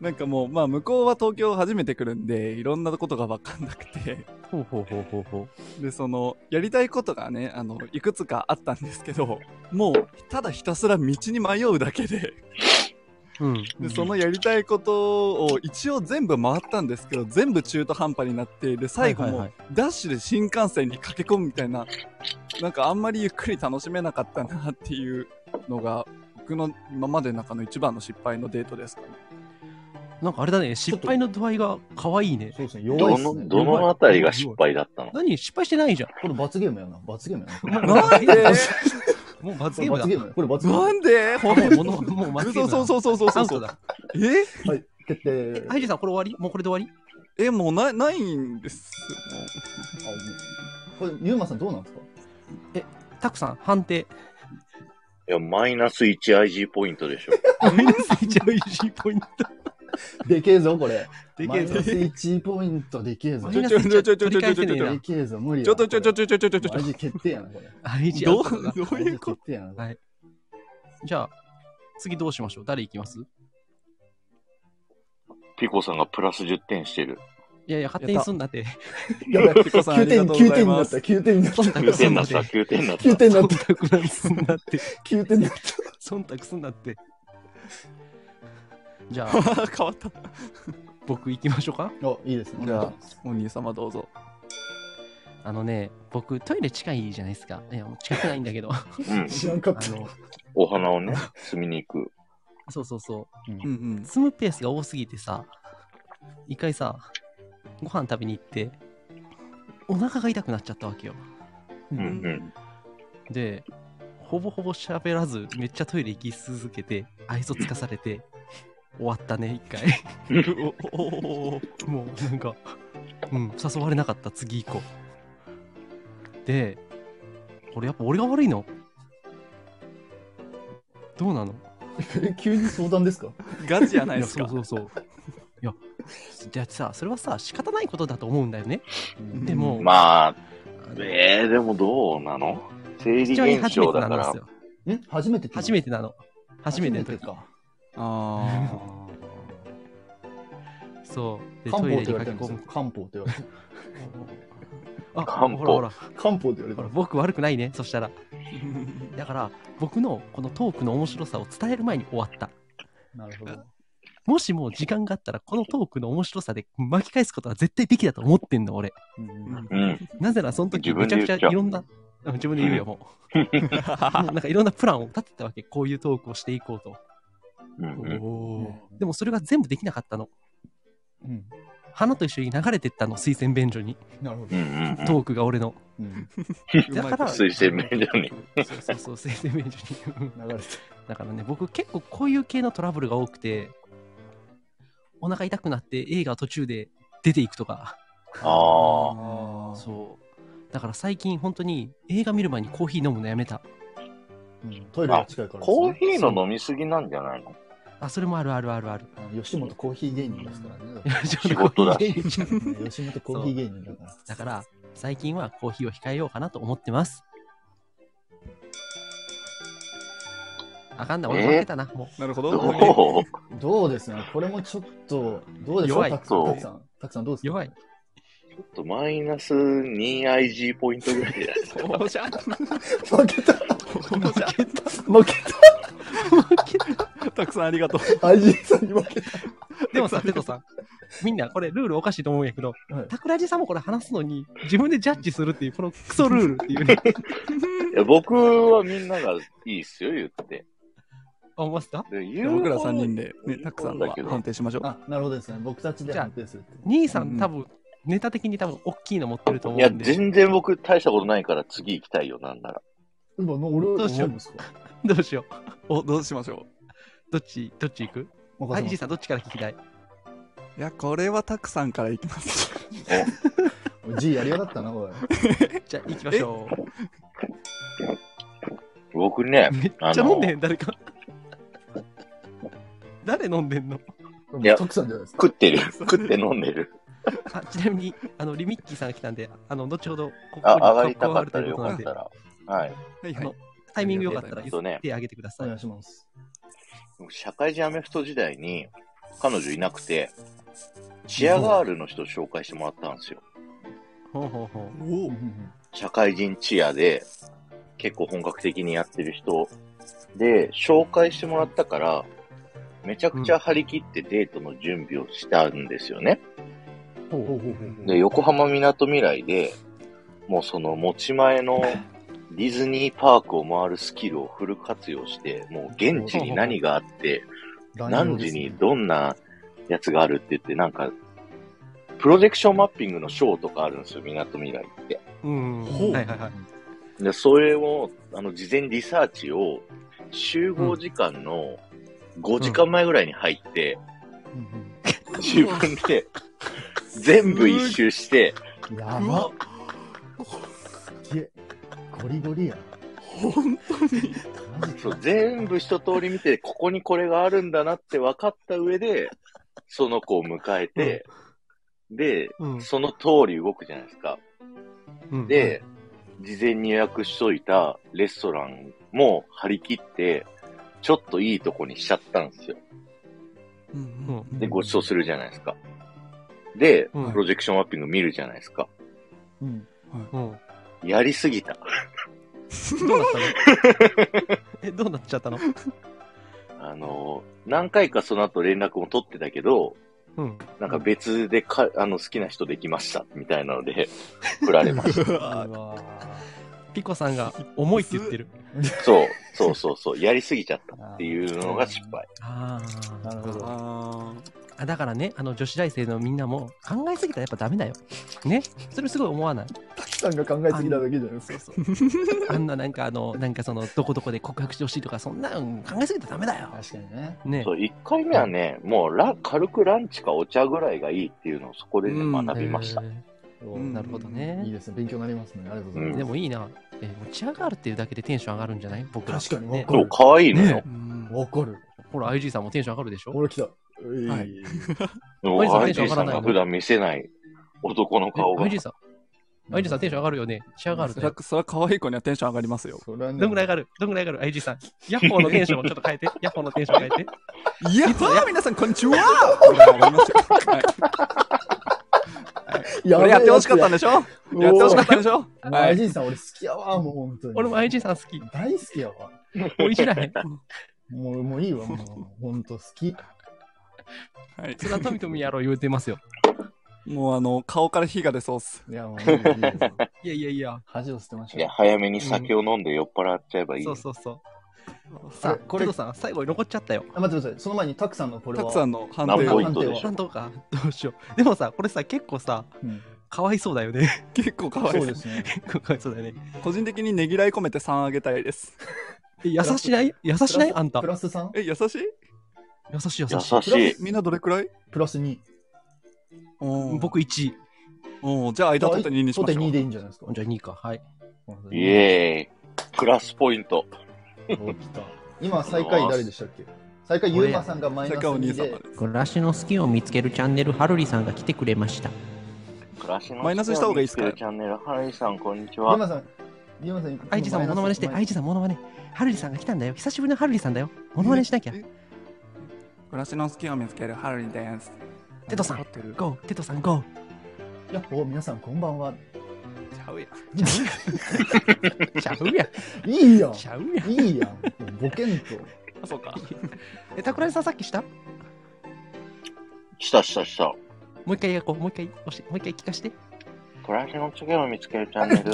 [SPEAKER 2] なんかもう、まあ、向こうは東京初めて来るんで、いろんなことが分かんなくて、
[SPEAKER 4] ほうほうほうほうほ
[SPEAKER 2] でそのやりたいことがねあのいくつかあったんですけどもうただひたすら道に迷うだけで
[SPEAKER 4] うん。
[SPEAKER 2] でそのやりたいことを一応全部回ったんですけど全部中途半端になってで最後
[SPEAKER 4] はいはいは
[SPEAKER 2] も
[SPEAKER 4] い
[SPEAKER 2] ダッシュで新幹線に駆け込むみたいななんかあんまりゆっくり楽しめなかったなっていうのが僕の今までの中の一番の失敗のデートですかね。
[SPEAKER 4] なんかあれだね、失敗の度合いが可愛いね。
[SPEAKER 3] そうですね、
[SPEAKER 1] ど
[SPEAKER 3] 弱いっすね。
[SPEAKER 1] の、どのあたりが失敗だったの
[SPEAKER 4] 何失敗してないじゃん。
[SPEAKER 3] これ罰ゲームやな。罰ゲームやな。
[SPEAKER 2] なんで
[SPEAKER 4] もう罰
[SPEAKER 3] こ
[SPEAKER 4] ゲ
[SPEAKER 3] れ
[SPEAKER 4] ームだ
[SPEAKER 3] 罰。ゲーム。これ罰ゲーム。
[SPEAKER 2] なんでほん
[SPEAKER 4] もうもの、もう罰ゲームだ。
[SPEAKER 2] そうそうそうそうそうそう
[SPEAKER 4] アウトだ。
[SPEAKER 2] え
[SPEAKER 3] はい、決定。
[SPEAKER 4] ハイジさん、これ終わりもうこれで終わ
[SPEAKER 2] え、もうなないんですよ。
[SPEAKER 3] これ、ゆうまさんどうなんですか
[SPEAKER 4] りタクさん、判定。
[SPEAKER 1] いや、マイナス 1IG ポイントでしょ。
[SPEAKER 4] マイナス1 g ポイント。
[SPEAKER 3] でけえぞ、これ。
[SPEAKER 4] で
[SPEAKER 3] マ
[SPEAKER 4] けえ
[SPEAKER 3] イ
[SPEAKER 4] ぞ
[SPEAKER 3] ナス1ポイントでけえぞ
[SPEAKER 4] マ
[SPEAKER 2] ち。
[SPEAKER 4] イ
[SPEAKER 2] ょ
[SPEAKER 4] ナ
[SPEAKER 2] ち
[SPEAKER 4] ス
[SPEAKER 2] ょちょちょ
[SPEAKER 4] 1
[SPEAKER 2] ちょ
[SPEAKER 4] 取り返せねえ
[SPEAKER 3] で
[SPEAKER 4] な。
[SPEAKER 3] けえぞ、無理や。
[SPEAKER 2] ちょっとちょちょ
[SPEAKER 3] ち
[SPEAKER 2] ちょちょちょちょちょちょ
[SPEAKER 3] マジ決定やな、これ。
[SPEAKER 4] ハイジア
[SPEAKER 2] ど
[SPEAKER 4] ウトだ
[SPEAKER 2] う、どういうこと
[SPEAKER 3] マジ決定やな、こ
[SPEAKER 4] は
[SPEAKER 3] れ。
[SPEAKER 4] い。じゃあ、次どうしましょう誰行きます
[SPEAKER 1] ピコさんがプラス10点してる。
[SPEAKER 4] いやいや、勝手にすんなって。
[SPEAKER 3] やばい、
[SPEAKER 2] ピコさんあ
[SPEAKER 3] 9
[SPEAKER 2] りが
[SPEAKER 3] 点、
[SPEAKER 2] とうござい
[SPEAKER 3] 9点にな
[SPEAKER 2] ま
[SPEAKER 3] っ
[SPEAKER 2] す
[SPEAKER 3] た、9点になった。
[SPEAKER 4] 忖度
[SPEAKER 1] 9
[SPEAKER 4] す
[SPEAKER 1] 点
[SPEAKER 4] ん
[SPEAKER 1] に
[SPEAKER 4] な
[SPEAKER 1] な
[SPEAKER 4] っ
[SPEAKER 1] ってた、。9点になっ
[SPEAKER 3] 9
[SPEAKER 1] た。
[SPEAKER 3] 点になった、
[SPEAKER 4] 忖度すんなって。
[SPEAKER 3] 9点になっ
[SPEAKER 4] 忖度すんなって。じゃあ、
[SPEAKER 2] 変わった。
[SPEAKER 4] 僕行きましょうか
[SPEAKER 3] た。お、いいですね。
[SPEAKER 2] じゃあ、お兄様どうぞ。
[SPEAKER 4] あのね、僕、トイレ近いじゃないですか。いや、もう近くないんだけど。あ
[SPEAKER 1] うん。
[SPEAKER 3] 知らんかった。
[SPEAKER 4] の、
[SPEAKER 1] お花をね、摘みに行く。
[SPEAKER 4] そうそうそう。
[SPEAKER 2] うんうん。
[SPEAKER 4] 積むペースが多すぎてさ、一回さ、ご飯食べに行って、お腹が痛くなっちゃったわけよ。
[SPEAKER 1] うん
[SPEAKER 2] うん
[SPEAKER 1] うん。
[SPEAKER 4] で、ほぼほぼ喋らず、めっちゃトイレ行き続けて、愛想つかされて、終わったね、一回。
[SPEAKER 2] おお
[SPEAKER 4] もうなんか、うん、誘われなかった、次以降。で、これやっぱ俺が悪いのどうなの
[SPEAKER 3] え急に相談ですか
[SPEAKER 2] ガチじゃないです
[SPEAKER 4] や
[SPEAKER 2] か
[SPEAKER 4] そ。うそう そう。いや、だってさ、それはさ、仕方ないことだと思うんだよね。
[SPEAKER 2] ん
[SPEAKER 4] でも、
[SPEAKER 1] まあ、
[SPEAKER 4] あの
[SPEAKER 1] えー、でもどうなの生
[SPEAKER 4] 非常
[SPEAKER 1] 理
[SPEAKER 4] に
[SPEAKER 1] 現
[SPEAKER 4] 初め
[SPEAKER 1] 象
[SPEAKER 4] て
[SPEAKER 1] だ
[SPEAKER 4] な
[SPEAKER 1] か
[SPEAKER 4] んで
[SPEAKER 1] ら
[SPEAKER 4] す。よ。
[SPEAKER 3] ん初めてって言うの
[SPEAKER 4] 初めてなの。初めての時。
[SPEAKER 3] か。
[SPEAKER 2] あ
[SPEAKER 4] そう。で、
[SPEAKER 3] 漢
[SPEAKER 4] ト
[SPEAKER 3] 方
[SPEAKER 4] イレ
[SPEAKER 3] って
[SPEAKER 4] に
[SPEAKER 3] 言われ
[SPEAKER 4] 駆
[SPEAKER 3] て
[SPEAKER 4] け
[SPEAKER 3] るんで
[SPEAKER 4] 込
[SPEAKER 3] すよ
[SPEAKER 4] む。。
[SPEAKER 3] 漢方って言われてる。
[SPEAKER 4] あ、
[SPEAKER 1] 漢方
[SPEAKER 4] ほらほら。
[SPEAKER 3] 漢方って言われて
[SPEAKER 4] ほら
[SPEAKER 3] る。
[SPEAKER 4] 僕悪くないね、そし たら。
[SPEAKER 2] あ。
[SPEAKER 4] だから、僕のこのトークの面白さを伝える前に終わった。
[SPEAKER 3] なるほど。
[SPEAKER 4] もしも時間があったら、このトークの面白さで巻き返すことは絶対できだと思ってんの、俺。
[SPEAKER 3] うん
[SPEAKER 1] うん。
[SPEAKER 4] なぜなら、その時、
[SPEAKER 1] 自
[SPEAKER 4] め
[SPEAKER 1] 分
[SPEAKER 4] ちゃ
[SPEAKER 1] で
[SPEAKER 4] く
[SPEAKER 1] 言っ
[SPEAKER 4] ち
[SPEAKER 1] ち
[SPEAKER 4] ゃ
[SPEAKER 1] ゃ
[SPEAKER 4] いうろんな、うん自分で言うよ、もう。 もうなんかいろんなプランを立てたわけ。こういうトークをしていこうと。
[SPEAKER 1] うんうん。
[SPEAKER 2] お
[SPEAKER 4] でもそれが全部できなかったの。
[SPEAKER 3] うん
[SPEAKER 4] 花と一緒に流れてったの、推薦便所に。
[SPEAKER 3] なるほ
[SPEAKER 1] う
[SPEAKER 3] ど
[SPEAKER 1] んうんうん。
[SPEAKER 4] トークが俺の。
[SPEAKER 3] うん。
[SPEAKER 4] だから、
[SPEAKER 1] 推薦便所に。
[SPEAKER 4] そうそうそう、推薦便所に。 うん
[SPEAKER 3] 流れて
[SPEAKER 4] だからね、僕結構こういう系のトラブルが多くて、お腹痛くなって映画途中で出ていくとか。
[SPEAKER 1] ああ。
[SPEAKER 2] あー
[SPEAKER 4] そう。だから最近本当に映画見る前にコーヒー飲むのやめた。
[SPEAKER 3] うんトイレが近いからですね。
[SPEAKER 1] コーヒーの飲みすぎなんじゃないの
[SPEAKER 4] あ、それもあるあるあるある。
[SPEAKER 3] あの吉本コーヒー芸人ですからね。だか
[SPEAKER 4] 仕
[SPEAKER 1] 事だ
[SPEAKER 3] らね吉本コーヒー芸人だから。
[SPEAKER 4] だから最近はコーヒーを控えようかなと思ってます。あかんな、俺
[SPEAKER 1] えー
[SPEAKER 4] 負けたな、も
[SPEAKER 2] なるほ
[SPEAKER 1] ど
[SPEAKER 2] ど。
[SPEAKER 1] う
[SPEAKER 3] どうですね、これもちょっと、どうです
[SPEAKER 4] 弱
[SPEAKER 3] か、
[SPEAKER 4] い
[SPEAKER 3] たくさん、たくさん、たくさんどうです
[SPEAKER 4] う。
[SPEAKER 3] か
[SPEAKER 4] 弱い。。
[SPEAKER 1] ちょっとマイナス 2IG ポイントぐらいじゃないですか。
[SPEAKER 2] おじゃん。
[SPEAKER 3] 負けた、
[SPEAKER 2] おじゃ
[SPEAKER 3] 負け
[SPEAKER 2] ん。たくさんありがとう。
[SPEAKER 3] た、IG さんに負けた。
[SPEAKER 4] でもさ、テトさん、みんなこれルールおかしいと思うんやけど、
[SPEAKER 3] はい
[SPEAKER 4] タクラジさんもこれ話すのに自分でジャッジするっていう、このクソルールっていうね。
[SPEAKER 1] いや僕はみんながいいっすよ、言って。
[SPEAKER 4] あ思いますか
[SPEAKER 1] で言う
[SPEAKER 2] 僕ら
[SPEAKER 1] 方
[SPEAKER 2] 3人で、ね、たくさん
[SPEAKER 1] だ
[SPEAKER 2] は
[SPEAKER 1] けど
[SPEAKER 2] 判定しましょう。
[SPEAKER 3] あ、なるほどですね、僕たちで判定するって。
[SPEAKER 4] 兄さん、
[SPEAKER 2] うん
[SPEAKER 4] 多分、ネタ的に多分、大きいの持ってると
[SPEAKER 1] い
[SPEAKER 4] 思う
[SPEAKER 1] や、
[SPEAKER 4] んで。
[SPEAKER 1] 全然僕大したことないから次行きたいよ、なんなら。
[SPEAKER 3] 今、な俺、
[SPEAKER 4] どうしよう
[SPEAKER 3] 思んですか
[SPEAKER 4] どうしよう。
[SPEAKER 2] お、どうしましょ。
[SPEAKER 4] どっち、どっち行く
[SPEAKER 3] 任せ
[SPEAKER 4] あ、じ
[SPEAKER 3] ます
[SPEAKER 4] いさん、どっちから聞きたいう
[SPEAKER 2] いや、これはたくさんからいきます。
[SPEAKER 3] G やりやがったな、おい。
[SPEAKER 4] じゃあ、行きましょう。
[SPEAKER 1] 僕ね、
[SPEAKER 4] めっちゃ飲んでへん、誰か。誰飲んでんの
[SPEAKER 1] いや
[SPEAKER 3] たくさんじゃないですか。
[SPEAKER 1] 食ってる。食って飲んでる。
[SPEAKER 4] あちなみに、あの、リミッキーさんが来たんで、あの、後ほど、ここに
[SPEAKER 1] あ、上がりたかった
[SPEAKER 4] 格好があると
[SPEAKER 1] ら
[SPEAKER 4] いう
[SPEAKER 1] よ
[SPEAKER 4] こ
[SPEAKER 1] か
[SPEAKER 4] とな
[SPEAKER 1] っ
[SPEAKER 4] んで
[SPEAKER 1] たら。はい。
[SPEAKER 2] はい
[SPEAKER 4] あ
[SPEAKER 2] はい
[SPEAKER 4] の。タイミングよかったら
[SPEAKER 1] えっと
[SPEAKER 4] 言
[SPEAKER 1] ね
[SPEAKER 4] ってあげてくだ
[SPEAKER 3] お
[SPEAKER 4] さい。
[SPEAKER 3] 願いします。
[SPEAKER 1] 社会人アメフト時代に彼女いなくて、チアガールの人を紹介してもらったんですよ。
[SPEAKER 4] ほうほうほ
[SPEAKER 2] おお
[SPEAKER 3] うんう。ん
[SPEAKER 1] 社会人チアで結構本格的にやってる人で紹介してもらったからめちゃくちゃ張り切ってデートの準備をしたんですよね。
[SPEAKER 3] ほうほうほうほう
[SPEAKER 1] で、横浜みなとみらいで、もうその持ち前のディズニーパークを回るスキルをフル活用して、もう現地に何があって、何時にどんなやつがあるって言って、なんか、プロジェクションマッピングのショーとかあるんですよ、みなとみらいって。
[SPEAKER 4] うん。
[SPEAKER 2] ほう
[SPEAKER 4] はいはいはい。
[SPEAKER 1] で、それを、あの、事前リサーチを、集合時間の5時間前ぐらいに入って、自分で全部一周して、
[SPEAKER 3] うんや
[SPEAKER 2] う
[SPEAKER 3] ば
[SPEAKER 2] わ
[SPEAKER 3] っげえゴリゴリや
[SPEAKER 2] 本当に
[SPEAKER 3] マジか
[SPEAKER 1] そう全部一通り見て、ここにこれがあるんだなって分かった上で、その子を迎えて、で、
[SPEAKER 4] うん
[SPEAKER 1] その通り動くじゃないですか。
[SPEAKER 4] うん、
[SPEAKER 1] で、事前に予約しといたレストランも張り切って、ちょっといいとこにしちゃったんですよ。
[SPEAKER 2] うんうん
[SPEAKER 1] で、ご 馳走するじゃないですか。で、
[SPEAKER 4] うん
[SPEAKER 1] プロジェクションマッピング見るじゃないですか。
[SPEAKER 3] うん
[SPEAKER 4] うん。
[SPEAKER 1] やりすぎた。
[SPEAKER 4] どうなったの え、どうなっちゃったの
[SPEAKER 1] あの、何回かその後連絡も取ってたけど、
[SPEAKER 4] うん。
[SPEAKER 1] なんか別でか、あの、好きな人できました、みたいなの で、振られまし
[SPEAKER 2] うわ
[SPEAKER 4] うわピコさんが重いって言ってる。
[SPEAKER 1] た。そう、そうそうそう、やりすぎちゃったっていうのが失敗。
[SPEAKER 4] あ
[SPEAKER 3] なるほど
[SPEAKER 2] あー
[SPEAKER 4] あ。だからね、あの女子大生のみんなも考えすぎたらやっぱダメだよ。ね。それすごい思わない。
[SPEAKER 3] 滝さんが考えすぎただけじゃないですか
[SPEAKER 4] あんななんかあの、なんかその、どこどこで告白してほしいとか、そんなん考えすぎたらダメだよ。
[SPEAKER 3] 確かにね
[SPEAKER 4] ね
[SPEAKER 1] そ。う、一回目はね、もうラ、軽くランチかお茶ぐらいがいいっていうのをそこでね、
[SPEAKER 2] うん
[SPEAKER 1] 学びました。
[SPEAKER 4] へー
[SPEAKER 3] お
[SPEAKER 2] うん
[SPEAKER 4] なるほど
[SPEAKER 3] いい
[SPEAKER 4] ね。
[SPEAKER 3] ですね勉強になりますねありがとうございます
[SPEAKER 4] でもいいな。え、持ち上がるっていうだけでテンション上がるんじゃない僕ら。
[SPEAKER 3] 確かに
[SPEAKER 4] ね
[SPEAKER 3] わ。
[SPEAKER 1] そう、可愛いのよ
[SPEAKER 3] ね。
[SPEAKER 2] うん
[SPEAKER 3] わかる
[SPEAKER 4] ほら、IG さんもテンション上がるでしょ
[SPEAKER 3] 俺来たうい
[SPEAKER 2] はい
[SPEAKER 1] もう、
[SPEAKER 4] マ
[SPEAKER 1] アイ
[SPEAKER 4] ジ
[SPEAKER 1] ジーさ
[SPEAKER 4] で
[SPEAKER 1] ん
[SPEAKER 4] わからない
[SPEAKER 1] が
[SPEAKER 4] の
[SPEAKER 1] 普段見せない男の顔
[SPEAKER 4] え
[SPEAKER 1] が
[SPEAKER 4] IG。さん、IG さんテンション上がるよね。仕上がる
[SPEAKER 2] そ
[SPEAKER 4] ね
[SPEAKER 2] れは。それは可愛い子にはテンション上がりますよ。
[SPEAKER 3] それはね
[SPEAKER 4] どんぐらい上がるどんぐらい上がる ?IG さん。ヤッホーのテンションをちょっと変えて。ヤッホーのテンション変えて。
[SPEAKER 2] いやー皆さん、こんにちはこれ上がりましたよはい
[SPEAKER 3] や
[SPEAKER 2] こ
[SPEAKER 3] べえ
[SPEAKER 2] れやってほしかったん
[SPEAKER 3] ね
[SPEAKER 2] でしょやってほしかったんでしょは
[SPEAKER 3] アイ
[SPEAKER 2] い。
[SPEAKER 3] ジンさん俺好きやわもう本当に
[SPEAKER 4] 俺も IG さん好き。
[SPEAKER 3] 大好きやわ
[SPEAKER 4] もういじらへん。
[SPEAKER 3] もうもういいわもう本当好き
[SPEAKER 2] はい
[SPEAKER 4] そらとみとみやろう言うてますよ。
[SPEAKER 2] もうあの、顔から火が出そうっす。
[SPEAKER 3] いやもういいです
[SPEAKER 4] いやいやいや。
[SPEAKER 3] 恥を捨てましょ
[SPEAKER 1] いうや、早めに酒を飲んで酔っ払っちゃえばいい。
[SPEAKER 4] そうそうそう。さあ、
[SPEAKER 3] あこ
[SPEAKER 4] こ
[SPEAKER 3] れ
[SPEAKER 4] れさん、最後に残っちゃったよ。
[SPEAKER 3] あ待ってくださいその前にタクさんのこれ
[SPEAKER 2] た
[SPEAKER 3] は
[SPEAKER 2] くさんの判
[SPEAKER 1] 何
[SPEAKER 2] 定
[SPEAKER 1] ポ
[SPEAKER 2] を
[SPEAKER 1] イントでしょ
[SPEAKER 4] なんとか。どうしよう。でもさ、これさ、結構さ、
[SPEAKER 3] うん
[SPEAKER 4] かわいそうだよね。
[SPEAKER 2] 結構可愛
[SPEAKER 3] そ
[SPEAKER 2] いうで。
[SPEAKER 3] ですすね
[SPEAKER 4] 結構かわいそうだよね。
[SPEAKER 2] 個人的にねぎらい込めて3あげたいです。
[SPEAKER 4] え優しない優しないあんた
[SPEAKER 3] プ。ラス3
[SPEAKER 2] え、優しい
[SPEAKER 4] 優しい優しい
[SPEAKER 1] 優。しい。
[SPEAKER 2] みんなどれくらい
[SPEAKER 3] プラス2
[SPEAKER 2] うん
[SPEAKER 4] 僕1位。
[SPEAKER 2] うんじゃあ間取って2にしましょ
[SPEAKER 3] 2
[SPEAKER 2] う。
[SPEAKER 3] でいいんじゃないですか
[SPEAKER 4] じゃあ2位か。はい。
[SPEAKER 1] イエーイ。プラスポイント。
[SPEAKER 3] お来た今最下位誰でしたっけ最下位ゆうまさんがマイナス
[SPEAKER 2] 坂尾兄
[SPEAKER 3] 2
[SPEAKER 2] さん
[SPEAKER 3] で
[SPEAKER 2] まで
[SPEAKER 4] 暮らしの好きを見つけるチャンネル、はるりさんが来てくれました。
[SPEAKER 1] 暮らしの
[SPEAKER 2] マイナスした方がいいっすか
[SPEAKER 1] スキルチャンネル、ハリーさん、こんにち
[SPEAKER 3] ゆう
[SPEAKER 1] は。
[SPEAKER 3] まさんゆうまさん
[SPEAKER 4] 愛知さんもモノマネして、愛知さんモノマネ。はるりさんが来たんだよ。久しぶりのはるりさんだよ。モノマネしなきゃ
[SPEAKER 2] え。え暮らしの好きを見つけるハルリです。
[SPEAKER 4] テトさん
[SPEAKER 2] 合ってる
[SPEAKER 4] ゴー、テトさんゴー。
[SPEAKER 3] やっほー皆さんこんばんは
[SPEAKER 2] ちゃうやん
[SPEAKER 4] ちゃ うや
[SPEAKER 3] いいや
[SPEAKER 4] ん。ちゃうやん。
[SPEAKER 3] んいいやんボケんと
[SPEAKER 2] あ、そうか。
[SPEAKER 4] え、たくらさんさっきしたも
[SPEAKER 1] したしたした。
[SPEAKER 4] う一回やこう。もう一回押して、もう一回聞かして。
[SPEAKER 1] 暮らしの次を見つけるチャンネル。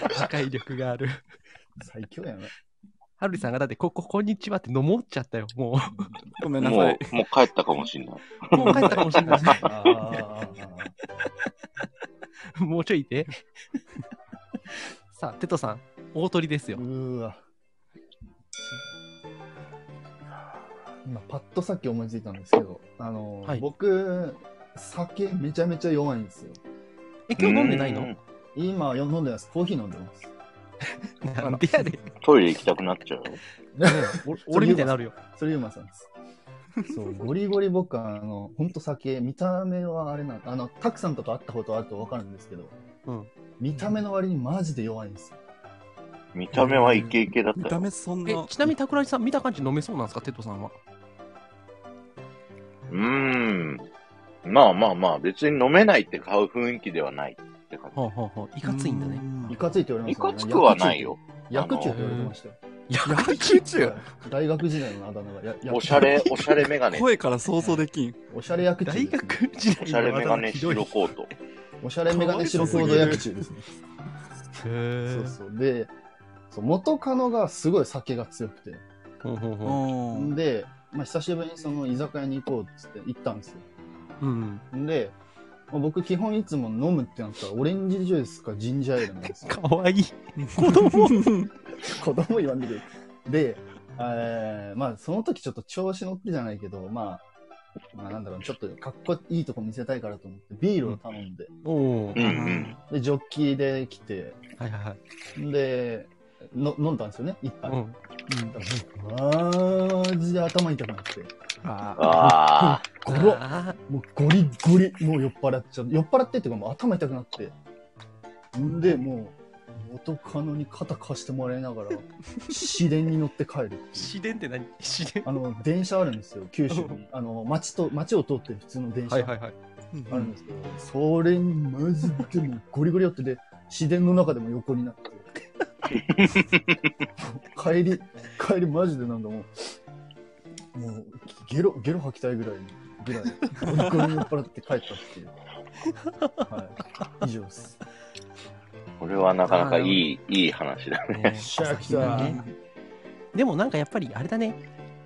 [SPEAKER 4] 破壊力がある。
[SPEAKER 3] 最強やな
[SPEAKER 4] はるりさんがだって、ここ、こんにちはって飲もっちゃったよ。も
[SPEAKER 2] ごめんなさ
[SPEAKER 1] も
[SPEAKER 2] い。
[SPEAKER 1] う、もう帰ったかもしんない。
[SPEAKER 4] う、もう帰ったかもしれない。
[SPEAKER 3] あー
[SPEAKER 4] もうちょいいて。さあ、テトさん、大鳥です
[SPEAKER 3] う
[SPEAKER 4] よ。
[SPEAKER 3] ーわ今パッとさっき思いついたんですけどあのー、
[SPEAKER 4] はい
[SPEAKER 3] 僕酒めちゃめちゃ弱いんですよ
[SPEAKER 4] え、今日飲んでないの
[SPEAKER 1] うん
[SPEAKER 3] 今よ飲んでないですコーヒー飲んでます
[SPEAKER 4] なんでやで。
[SPEAKER 1] トイレ行きたくなっちゃうよ。
[SPEAKER 4] お俺みたいになるよ。
[SPEAKER 3] それゆうまさんです。そう、ゴリゴリ僕は、あの、ほんと酒、見た目はあれなんあの、たくさんとか会ったことあるとわかるんですけど、
[SPEAKER 4] うん
[SPEAKER 3] 見た目の割にマジで弱いんですよ。
[SPEAKER 1] 見た目はイケイケだっ
[SPEAKER 2] 見
[SPEAKER 1] た
[SPEAKER 2] た
[SPEAKER 1] よ。
[SPEAKER 2] 目そん
[SPEAKER 4] え
[SPEAKER 2] な。
[SPEAKER 4] ちなみに桜井さん見た感じ飲めそうなんですかテトさんは
[SPEAKER 1] うーん。まあまあまあ、別に飲めないって買う雰囲気ではないって感
[SPEAKER 4] ほうほうほういかついんだね
[SPEAKER 2] う
[SPEAKER 3] いかついって言
[SPEAKER 1] じ。
[SPEAKER 3] われ
[SPEAKER 1] い
[SPEAKER 3] ま
[SPEAKER 1] か
[SPEAKER 3] し
[SPEAKER 1] つ
[SPEAKER 3] た
[SPEAKER 1] くはないよ。
[SPEAKER 3] 薬中って言われてましたよ。
[SPEAKER 2] 野球中
[SPEAKER 3] 大学時代のあだ名がや、や
[SPEAKER 1] おしゃ。れ、おしゃれメガネ。
[SPEAKER 2] 声から想像できん。
[SPEAKER 3] おしゃれ薬
[SPEAKER 4] 大
[SPEAKER 3] 中。
[SPEAKER 4] 学時代
[SPEAKER 1] おしゃれメガネ
[SPEAKER 4] ひどい
[SPEAKER 1] 白コート。
[SPEAKER 3] おしゃれメガネ白コード薬中ですね。
[SPEAKER 4] へー
[SPEAKER 3] そうそう。で、そう元カノがすごい酒が強くて。
[SPEAKER 4] ほうほう
[SPEAKER 2] う
[SPEAKER 4] ほ
[SPEAKER 2] ん。
[SPEAKER 3] で、まあ、久しぶりにその居酒屋に行こうっつって行ったんですよ。
[SPEAKER 4] ううん
[SPEAKER 3] で、まあ僕基本いつも飲むってなったらオレンジジュースかジンジャーエールなんですよ。
[SPEAKER 4] かわいい子供
[SPEAKER 3] 子供言わんでくれ。で、えーまあその時ちょっと調子乗ってじゃないけど、まあ、まあなんだろう、ちょっとかっこいいとこ見せたいからと思ってビールを頼んで、
[SPEAKER 4] おお
[SPEAKER 1] うんう。
[SPEAKER 2] うんん。
[SPEAKER 3] で、ジョッキーで来て、
[SPEAKER 4] はいはいはい
[SPEAKER 3] で、の飲んだんですよね、一杯。
[SPEAKER 4] うん
[SPEAKER 3] マジで頭痛くなって。
[SPEAKER 2] あ
[SPEAKER 1] ああ。
[SPEAKER 3] ゴロ
[SPEAKER 4] あ
[SPEAKER 3] もうゴリゴリ、もう酔っ払っちゃう。酔っ払ってっていうかもう頭痛くなって。んで、もう、元カノに肩貸してもらいながら、市電に乗って帰るっていう
[SPEAKER 4] ー市電って何市電
[SPEAKER 3] あの、電車あるんですよ、九州に。あの、町と、町を通ってる普通の電車
[SPEAKER 4] はいは
[SPEAKER 3] あ
[SPEAKER 4] いはい
[SPEAKER 3] るんですけど、それにマジでもうゴリゴリ酔ってで、市電の中でも横にな って。帰り、帰りマジでなんかもう、もう、ゲロ、ゲロ吐きたいぐらい、ぐらい、ゴリゴリに酔っ払って帰ったっていう。はい。以上です。
[SPEAKER 1] これはなかなかいい、いい話だ。
[SPEAKER 4] ね
[SPEAKER 3] シャーク
[SPEAKER 4] 朝日だ
[SPEAKER 3] さ
[SPEAKER 4] ね
[SPEAKER 3] ん。
[SPEAKER 4] でもなんかやっぱりあれだね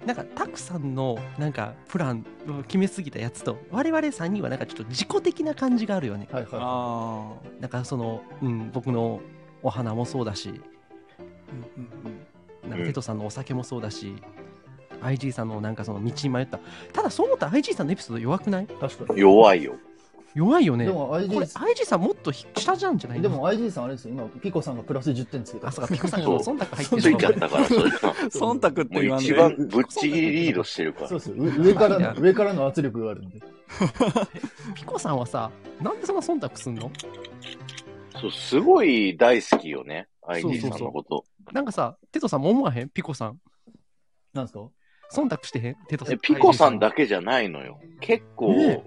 [SPEAKER 4] なんかたくさんのなんかプランを決めすぎたやつと我々3人はなんかちょっと自己的な感じがあるよね
[SPEAKER 3] はいは
[SPEAKER 2] あー。
[SPEAKER 4] なんかその、うん、僕のお花もそうだし
[SPEAKER 2] うんうん
[SPEAKER 4] なん
[SPEAKER 1] う
[SPEAKER 4] か
[SPEAKER 1] ん
[SPEAKER 4] テトさんのお酒もそうだし、IG さんのなんかその道に迷ったただそう思ったら IG さんのエピソード弱くない
[SPEAKER 3] い。確かに。
[SPEAKER 1] 弱いよ。
[SPEAKER 4] 弱いよね
[SPEAKER 3] で
[SPEAKER 4] こ
[SPEAKER 3] も
[SPEAKER 4] れ
[SPEAKER 3] IG さ
[SPEAKER 4] IG さんもっとひ下じゃんじゃない
[SPEAKER 3] ん、でも IG さんあれですよ、今、ピコさんがプラス10点つけた。
[SPEAKER 4] あそうかピコさんが
[SPEAKER 1] そう
[SPEAKER 4] 忖度入って
[SPEAKER 1] つい
[SPEAKER 4] る
[SPEAKER 1] ちゃった から、それは。
[SPEAKER 2] 忖度って
[SPEAKER 1] も
[SPEAKER 2] 言わ
[SPEAKER 1] う一
[SPEAKER 2] ん
[SPEAKER 1] 番
[SPEAKER 2] で。
[SPEAKER 1] ぶっちぎりリードしてるか
[SPEAKER 3] そ
[SPEAKER 1] ら。
[SPEAKER 3] うですよ。う上からの、上からの圧力があるんで。
[SPEAKER 4] ピコさんはさなんでそんな忖度すんの
[SPEAKER 1] そう、すごい大好きよね。アイ
[SPEAKER 4] そう
[SPEAKER 1] リー
[SPEAKER 4] そうそう
[SPEAKER 1] さんのこと。
[SPEAKER 4] なんかさテトさんも思わへんピコさん
[SPEAKER 3] なんですか
[SPEAKER 4] 忖度してへんテトさん
[SPEAKER 1] えピコさん
[SPEAKER 4] IG
[SPEAKER 1] だけじゃないのよ。結構、
[SPEAKER 4] ね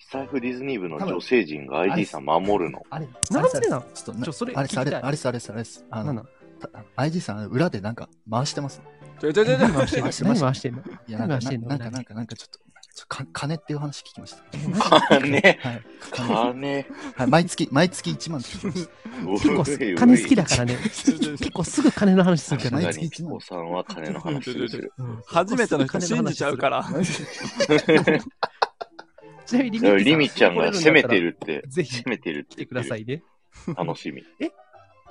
[SPEAKER 1] スタイフディズニー部の女性陣が ID さん守るの。
[SPEAKER 3] あれ
[SPEAKER 4] なんでなん
[SPEAKER 3] ちょっと
[SPEAKER 4] ちょそれ
[SPEAKER 3] あれっすあれ
[SPEAKER 4] 聞きたい
[SPEAKER 3] あれっすあれっすあれっすあ
[SPEAKER 4] な
[SPEAKER 3] の
[SPEAKER 4] んなん
[SPEAKER 3] たあの IG さん裏でなんか回してます
[SPEAKER 2] ちょいちょいちょいちょい
[SPEAKER 4] 何回してんの何回してんの
[SPEAKER 3] いやなん
[SPEAKER 4] 何回し
[SPEAKER 3] か
[SPEAKER 4] て
[SPEAKER 3] なんなんか
[SPEAKER 4] の
[SPEAKER 3] なんかなんかちょっとちょか金っていう話聞きました
[SPEAKER 1] 金、
[SPEAKER 3] はい金
[SPEAKER 1] 金。
[SPEAKER 3] はい毎月毎月1万って聞きまし
[SPEAKER 4] ピコす金好きだ からね
[SPEAKER 2] ちょいちょいちょ
[SPEAKER 4] ピ
[SPEAKER 2] い
[SPEAKER 4] コすぐ金の話するか
[SPEAKER 1] さす
[SPEAKER 4] ら
[SPEAKER 1] が
[SPEAKER 4] ね
[SPEAKER 1] にピコさんは金の話する。
[SPEAKER 2] 初めての人信じちゃうから。
[SPEAKER 4] ちなみに
[SPEAKER 1] だからリミちゃんが攻めて
[SPEAKER 4] る
[SPEAKER 1] るって、
[SPEAKER 4] ぜひ
[SPEAKER 1] 攻めてるって
[SPEAKER 4] 来てくださ
[SPEAKER 1] い。
[SPEAKER 4] いね
[SPEAKER 1] 楽しみ。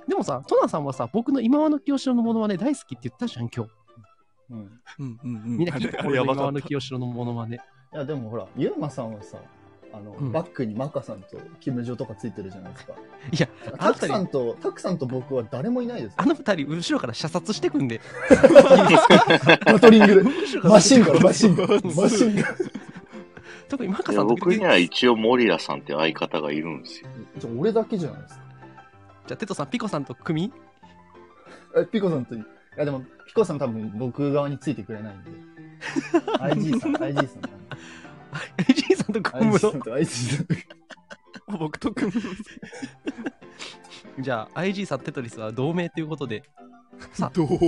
[SPEAKER 4] でもさトナさんはさ僕の今和の清志郎のモノマネ大好きって言ったじゃん今日
[SPEAKER 3] た、うん、
[SPEAKER 2] うんうんうん
[SPEAKER 4] みんな聞いて
[SPEAKER 2] あれ
[SPEAKER 4] 俺の
[SPEAKER 2] やば
[SPEAKER 4] 今
[SPEAKER 2] か
[SPEAKER 4] 和
[SPEAKER 2] っ
[SPEAKER 4] の
[SPEAKER 2] た。
[SPEAKER 4] 清志郎のモノマネ
[SPEAKER 3] いやでもほらユーマさんはさあの、
[SPEAKER 4] うん
[SPEAKER 3] バックにマカさんとキムジョとかついてるじゃないですか
[SPEAKER 4] いや
[SPEAKER 3] タ
[SPEAKER 4] あの
[SPEAKER 3] クさんとタクさんと僕は誰もいないですよ
[SPEAKER 4] あの二人後ろから射殺してくんで
[SPEAKER 3] バトリングで
[SPEAKER 4] 後ろか ら
[SPEAKER 3] マシンガンマシンガンマシンガン
[SPEAKER 4] 特にマカ
[SPEAKER 1] い
[SPEAKER 4] さ
[SPEAKER 1] や
[SPEAKER 4] ん
[SPEAKER 1] 僕
[SPEAKER 4] じ
[SPEAKER 1] に
[SPEAKER 4] ゃ
[SPEAKER 1] は一応モリラさんって相方がいるんですよ。
[SPEAKER 3] ちょ俺だけじゃないですか
[SPEAKER 4] あテトさんピコさんと 組
[SPEAKER 3] えピコさんといやでもピコさん多分僕側についてくれない んで IG さん IG さん
[SPEAKER 4] IG さんと組む
[SPEAKER 3] IG さん
[SPEAKER 4] の
[SPEAKER 3] と IG さん
[SPEAKER 2] 僕と組む。
[SPEAKER 4] じゃあ IG さんテトリスは同盟ということでさあ
[SPEAKER 2] 同盟。
[SPEAKER 4] と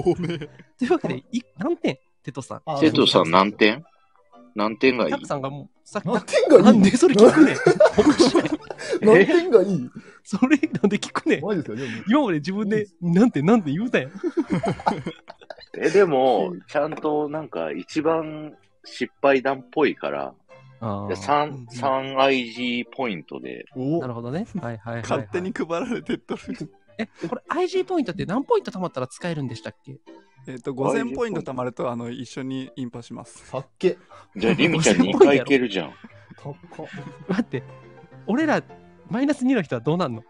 [SPEAKER 4] いうわけでい何点テトさん
[SPEAKER 3] あ
[SPEAKER 1] テトさん何点何点がいい
[SPEAKER 4] タクさんがもうさっき
[SPEAKER 3] 何点
[SPEAKER 4] な
[SPEAKER 3] がい
[SPEAKER 4] ん
[SPEAKER 3] い
[SPEAKER 4] でそれ聞くねん おかしい
[SPEAKER 3] 何点がいい
[SPEAKER 4] それなんで聞くねん
[SPEAKER 3] マジですかでも
[SPEAKER 4] 今まで自分でなんてなんて言うたやん
[SPEAKER 1] え、でも、ちゃんとなんか一番失敗談っぽいから、
[SPEAKER 4] あー
[SPEAKER 2] うんうん
[SPEAKER 1] 3、3IG ポイント で、
[SPEAKER 3] お
[SPEAKER 4] なるほどねはいはいはい、はい、
[SPEAKER 2] 勝手に配られてっとる。
[SPEAKER 4] えこれ IG ポイントって何ポイント貯まったら使えるんでしたっけ
[SPEAKER 2] えっと、5000ポイント貯まると、あの、一緒にインパします。
[SPEAKER 3] さっけ
[SPEAKER 1] じゃあリミちゃん2回いけるじゃん。
[SPEAKER 3] 高っ
[SPEAKER 4] 待って俺らマイナス2の人はどうなんの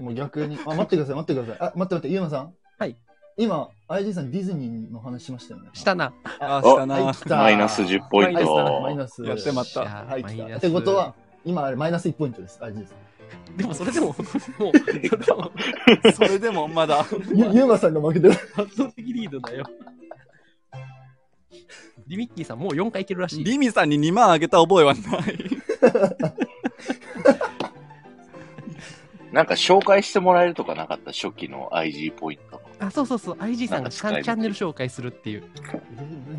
[SPEAKER 3] もう逆にあ待ってください待ってくださいあ待って待ってゆうまさん
[SPEAKER 4] はい
[SPEAKER 3] 今 IG さんディズニーの話しましたよね
[SPEAKER 4] したな
[SPEAKER 2] あ、したな
[SPEAKER 3] はい。来た
[SPEAKER 1] マイナス10ポイン
[SPEAKER 4] マイナスだ
[SPEAKER 1] ト。
[SPEAKER 3] マイナス
[SPEAKER 2] やってまった。
[SPEAKER 4] あー
[SPEAKER 3] はい
[SPEAKER 4] マ
[SPEAKER 3] 来
[SPEAKER 4] イナス
[SPEAKER 3] たってことは今あれマイナス1ポイントです IG さ
[SPEAKER 4] でもそ れでももうそれでも
[SPEAKER 2] それでもまだ。
[SPEAKER 3] んゆゆうまさんが負けてる
[SPEAKER 4] 圧倒的リードだよリミッキーさんもう4回いけるらしい
[SPEAKER 2] リミさんに2万あげた覚えはない。
[SPEAKER 1] なんか紹介してもらえるとかなかった初期の IG ポイントの。
[SPEAKER 4] あ、そうそうそう、IG さんがチ
[SPEAKER 1] なん
[SPEAKER 4] ャ
[SPEAKER 1] か
[SPEAKER 4] ンチャンネル紹介するっていう。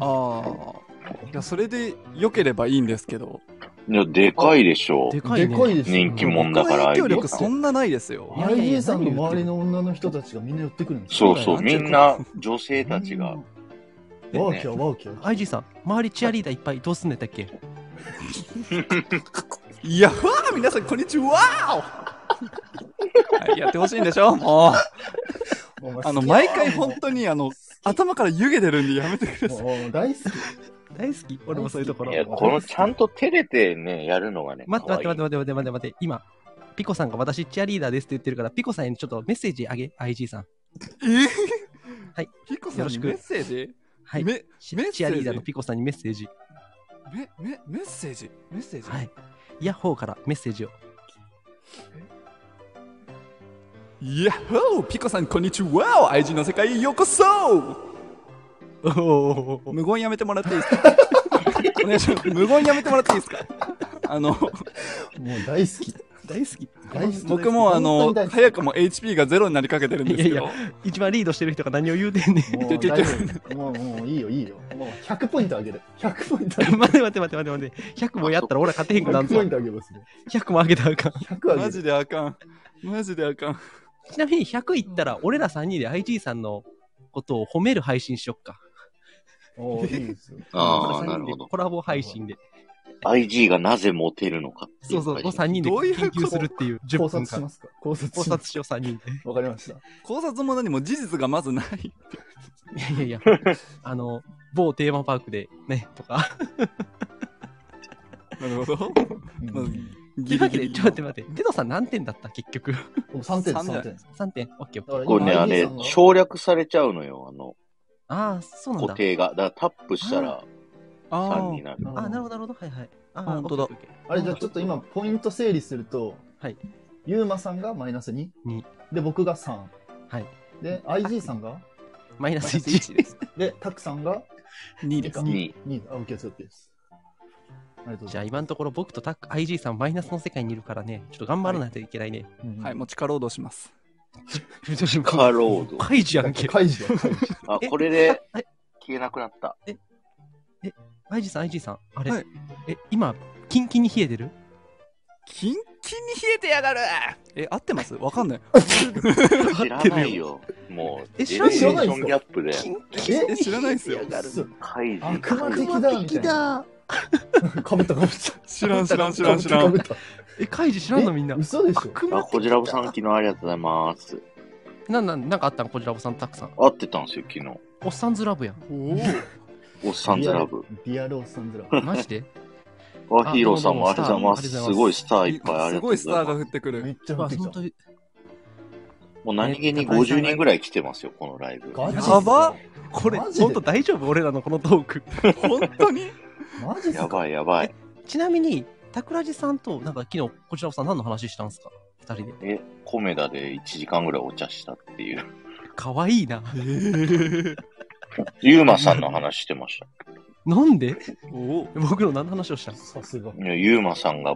[SPEAKER 2] ああ。いや、それで良ければいいんですけど、
[SPEAKER 1] いや、でかいでしょ
[SPEAKER 4] で
[SPEAKER 1] う。
[SPEAKER 4] かいね。
[SPEAKER 3] でかいですよ
[SPEAKER 1] 人気者だ
[SPEAKER 2] 僕
[SPEAKER 1] か
[SPEAKER 2] の
[SPEAKER 1] ら、
[SPEAKER 2] 影響
[SPEAKER 1] IG
[SPEAKER 2] 力
[SPEAKER 1] さ
[SPEAKER 2] そ
[SPEAKER 1] ん。
[SPEAKER 2] んなないですよ。
[SPEAKER 4] いやいやいや
[SPEAKER 3] IG さんの周りの女の人たちがみんな寄ってくるんです
[SPEAKER 1] そ
[SPEAKER 3] よ
[SPEAKER 1] うそう、みんな女性たち が。
[SPEAKER 3] うんワーキャーワーキャー
[SPEAKER 4] IG さん、周りチアリーダーいっぱいどうすんねんだっけ
[SPEAKER 2] いや、わあ、皆さん、こんにちははいやってほしいんでしょ もう。
[SPEAKER 3] お前
[SPEAKER 2] あの、
[SPEAKER 3] 好きだ
[SPEAKER 2] 毎回本当に、あの、頭から湯気出るんでやめてください。
[SPEAKER 3] もう大好き
[SPEAKER 4] 大好き。俺もそういうところ
[SPEAKER 1] い。や、このちゃんと照れてね、やるのがね。
[SPEAKER 4] 待って待って
[SPEAKER 1] 可愛い
[SPEAKER 4] 待って待って待って待って。今、ピコさんが私チアリーダーですって言ってるから、ピコさんにちょっとメッセージあげ、IG さん。
[SPEAKER 2] え
[SPEAKER 4] はい。
[SPEAKER 2] ピコさ
[SPEAKER 4] よ
[SPEAKER 2] ん
[SPEAKER 4] ろ
[SPEAKER 2] に
[SPEAKER 4] しく
[SPEAKER 2] メッセージ
[SPEAKER 4] はい。
[SPEAKER 2] メ
[SPEAKER 4] チ
[SPEAKER 2] メッセージ
[SPEAKER 4] チアリーダーのピコさんにメッセージ。
[SPEAKER 2] メメメッセージメッセージ、
[SPEAKER 4] はい。ヤッホーからメッセージを。
[SPEAKER 2] い、やっほーピコさんこんにちは愛人の世界へようこそ無言やめてもらっていいです かお願いします無言やめてもらっていいですかあの
[SPEAKER 3] もう大好き
[SPEAKER 4] 大好き。
[SPEAKER 3] 大好き
[SPEAKER 2] 僕もあの
[SPEAKER 3] 本当に大好き
[SPEAKER 2] 早くも HP がゼロになりかけてるんですけど
[SPEAKER 4] いやい一番リードしてる人が何を言うてんねん。
[SPEAKER 3] もう 大丈夫もうもういいよいいよもう100ポイントあげる100ポイントあげる
[SPEAKER 4] 待って待って待って待って待って。100もやったら俺は勝てへんくなる
[SPEAKER 3] 100
[SPEAKER 4] ぞ
[SPEAKER 3] ポイ。ントあげますね
[SPEAKER 4] 100も上げたらあかん。
[SPEAKER 3] 100あげ
[SPEAKER 2] マ
[SPEAKER 3] る
[SPEAKER 2] ジであかんマジであかん
[SPEAKER 4] ちなみに100いったら、俺ら3人で IG さんのことを褒める配信しよっか。
[SPEAKER 3] おーいいですよ
[SPEAKER 1] ああ、
[SPEAKER 4] 俺ら
[SPEAKER 1] なる
[SPEAKER 4] 三人で
[SPEAKER 1] ほど。
[SPEAKER 4] コラボ配信で。
[SPEAKER 1] IG がなぜモテるのかってい
[SPEAKER 4] そうそう、
[SPEAKER 1] 配信
[SPEAKER 4] 3人で
[SPEAKER 2] どういうこ
[SPEAKER 4] 研
[SPEAKER 2] と
[SPEAKER 4] 究するっていう
[SPEAKER 3] 考
[SPEAKER 4] 10分
[SPEAKER 3] 察し
[SPEAKER 4] 間。
[SPEAKER 3] ますか考察し
[SPEAKER 4] 考
[SPEAKER 3] ます
[SPEAKER 4] 察しよう3人で。
[SPEAKER 3] わかりました
[SPEAKER 2] 考察も何も事実がまず ない
[SPEAKER 4] いやい やいや、あの、某テーマパークでね、とか。
[SPEAKER 2] なるほど
[SPEAKER 3] うん
[SPEAKER 2] まあ
[SPEAKER 4] と
[SPEAKER 2] ギ
[SPEAKER 4] いうわ
[SPEAKER 2] リギ
[SPEAKER 4] けで、
[SPEAKER 2] リ
[SPEAKER 4] ちょっと待って待って、テトさん何点だった結局。
[SPEAKER 3] もう3点です
[SPEAKER 2] 三
[SPEAKER 3] 3
[SPEAKER 2] 点
[SPEAKER 3] 点です
[SPEAKER 4] 3点、オッケー。
[SPEAKER 3] だから
[SPEAKER 1] これね、
[SPEAKER 3] 今
[SPEAKER 1] あれ
[SPEAKER 3] IG さん、が
[SPEAKER 1] 省略されちゃうのよ、あの、
[SPEAKER 4] ああ、そうなん
[SPEAKER 1] 固
[SPEAKER 4] だ。
[SPEAKER 1] 定が。だからタップしたら
[SPEAKER 2] あ
[SPEAKER 1] 3になる。
[SPEAKER 4] ああ、なるほど、なるほど。はいはい。あ
[SPEAKER 2] あ本当だ。
[SPEAKER 3] あれじゃあちょっと今ポイント整理すると、
[SPEAKER 4] はい、
[SPEAKER 3] ゆうまさんがマイナス 2,
[SPEAKER 4] 二
[SPEAKER 3] で僕が3、
[SPEAKER 4] はい、
[SPEAKER 3] で IG さんが
[SPEAKER 4] マイ
[SPEAKER 2] マイ
[SPEAKER 4] ナ
[SPEAKER 2] ナ
[SPEAKER 4] ス
[SPEAKER 2] ス
[SPEAKER 4] 1。
[SPEAKER 2] 1です
[SPEAKER 3] でタクさんが
[SPEAKER 2] 2です
[SPEAKER 1] 二
[SPEAKER 3] 2あ OK です OK ですありがとうご
[SPEAKER 4] じゃ
[SPEAKER 3] ざ
[SPEAKER 4] あ
[SPEAKER 3] い
[SPEAKER 4] 今のところ僕とタック IG さんマイナスの世界にいるからね、ちょっと頑張らないといけないね。
[SPEAKER 3] ます、うん
[SPEAKER 2] はいもう力労働します
[SPEAKER 1] カロード。
[SPEAKER 4] カイジやんけ。
[SPEAKER 3] 開示だよ開示
[SPEAKER 1] あ
[SPEAKER 4] え、
[SPEAKER 1] これで
[SPEAKER 4] あえ
[SPEAKER 1] 消えなくな った。
[SPEAKER 4] アイジさん、アイジさん、あれ、
[SPEAKER 2] はい
[SPEAKER 4] え、今、キンキンに冷えてる
[SPEAKER 2] キンキンに冷えてやがるえ、合ってますわかんない。
[SPEAKER 1] 知らないよ。もう、
[SPEAKER 4] え
[SPEAKER 1] ジ
[SPEAKER 4] 知
[SPEAKER 1] ェネ
[SPEAKER 4] らない
[SPEAKER 1] レーションギャップで、
[SPEAKER 4] キンキン
[SPEAKER 3] え
[SPEAKER 2] え、知らないですよ。
[SPEAKER 3] そう
[SPEAKER 1] 怪獣。
[SPEAKER 3] 悪魔的
[SPEAKER 4] 悪
[SPEAKER 3] だ
[SPEAKER 4] 魔
[SPEAKER 3] み
[SPEAKER 4] 的
[SPEAKER 3] たいな
[SPEAKER 4] だ。
[SPEAKER 3] かぶったかぶった
[SPEAKER 2] 知らん知らん知らん知ら
[SPEAKER 3] か
[SPEAKER 2] ん
[SPEAKER 3] ぶ。った
[SPEAKER 4] え、カイジ知らんのみんな。
[SPEAKER 3] 嘘でしょ
[SPEAKER 4] 悪魔
[SPEAKER 1] あ、こじらぼさん、昨日ありがとうございます。
[SPEAKER 4] なんなんなんかあったんこちらぼさん、たくさん。
[SPEAKER 1] 会ってたんですよ、昨日。
[SPEAKER 4] おっさんずラブ やん。
[SPEAKER 2] お
[SPEAKER 1] おっさんずラブ。
[SPEAKER 3] リアルおっさんずラ
[SPEAKER 4] マジで
[SPEAKER 1] あ、ヒーローさんもあ
[SPEAKER 4] あ
[SPEAKER 1] りが
[SPEAKER 4] どう
[SPEAKER 1] と
[SPEAKER 4] も
[SPEAKER 1] うございま
[SPEAKER 4] どうも
[SPEAKER 1] す。
[SPEAKER 4] スター
[SPEAKER 1] すごいスターいっぱいあ
[SPEAKER 2] お。
[SPEAKER 1] りが
[SPEAKER 2] す
[SPEAKER 1] とう
[SPEAKER 2] ご
[SPEAKER 1] ご
[SPEAKER 2] いスタ
[SPEAKER 1] ざい
[SPEAKER 2] ーが
[SPEAKER 1] ま
[SPEAKER 2] 降ってく
[SPEAKER 3] ブめ
[SPEAKER 2] る。
[SPEAKER 3] っちゃ
[SPEAKER 4] う
[SPEAKER 3] 降っ
[SPEAKER 4] わ
[SPEAKER 3] てき
[SPEAKER 4] 本
[SPEAKER 3] た
[SPEAKER 4] 当に
[SPEAKER 1] す。もう何気に50人ぐらい来てますよ、このライブ。
[SPEAKER 3] ガチっす
[SPEAKER 2] やば
[SPEAKER 4] これ、
[SPEAKER 3] マジで
[SPEAKER 4] ほんと大丈夫俺らのこのトーク。
[SPEAKER 2] 本当に
[SPEAKER 3] マジっす
[SPEAKER 1] や
[SPEAKER 3] か
[SPEAKER 1] ばいやばい。
[SPEAKER 4] ちなみに、タクラジさんと、なんか昨日、こちらぼさん何の話したんすか二人で。
[SPEAKER 1] え、コメダで1時間ぐらいお茶したっていう。
[SPEAKER 4] かわいいな。
[SPEAKER 1] ユーマさんの話してました。
[SPEAKER 4] なんで
[SPEAKER 2] お
[SPEAKER 4] 僕の何の話をしたん
[SPEAKER 3] さすが
[SPEAKER 1] いやユーマさんが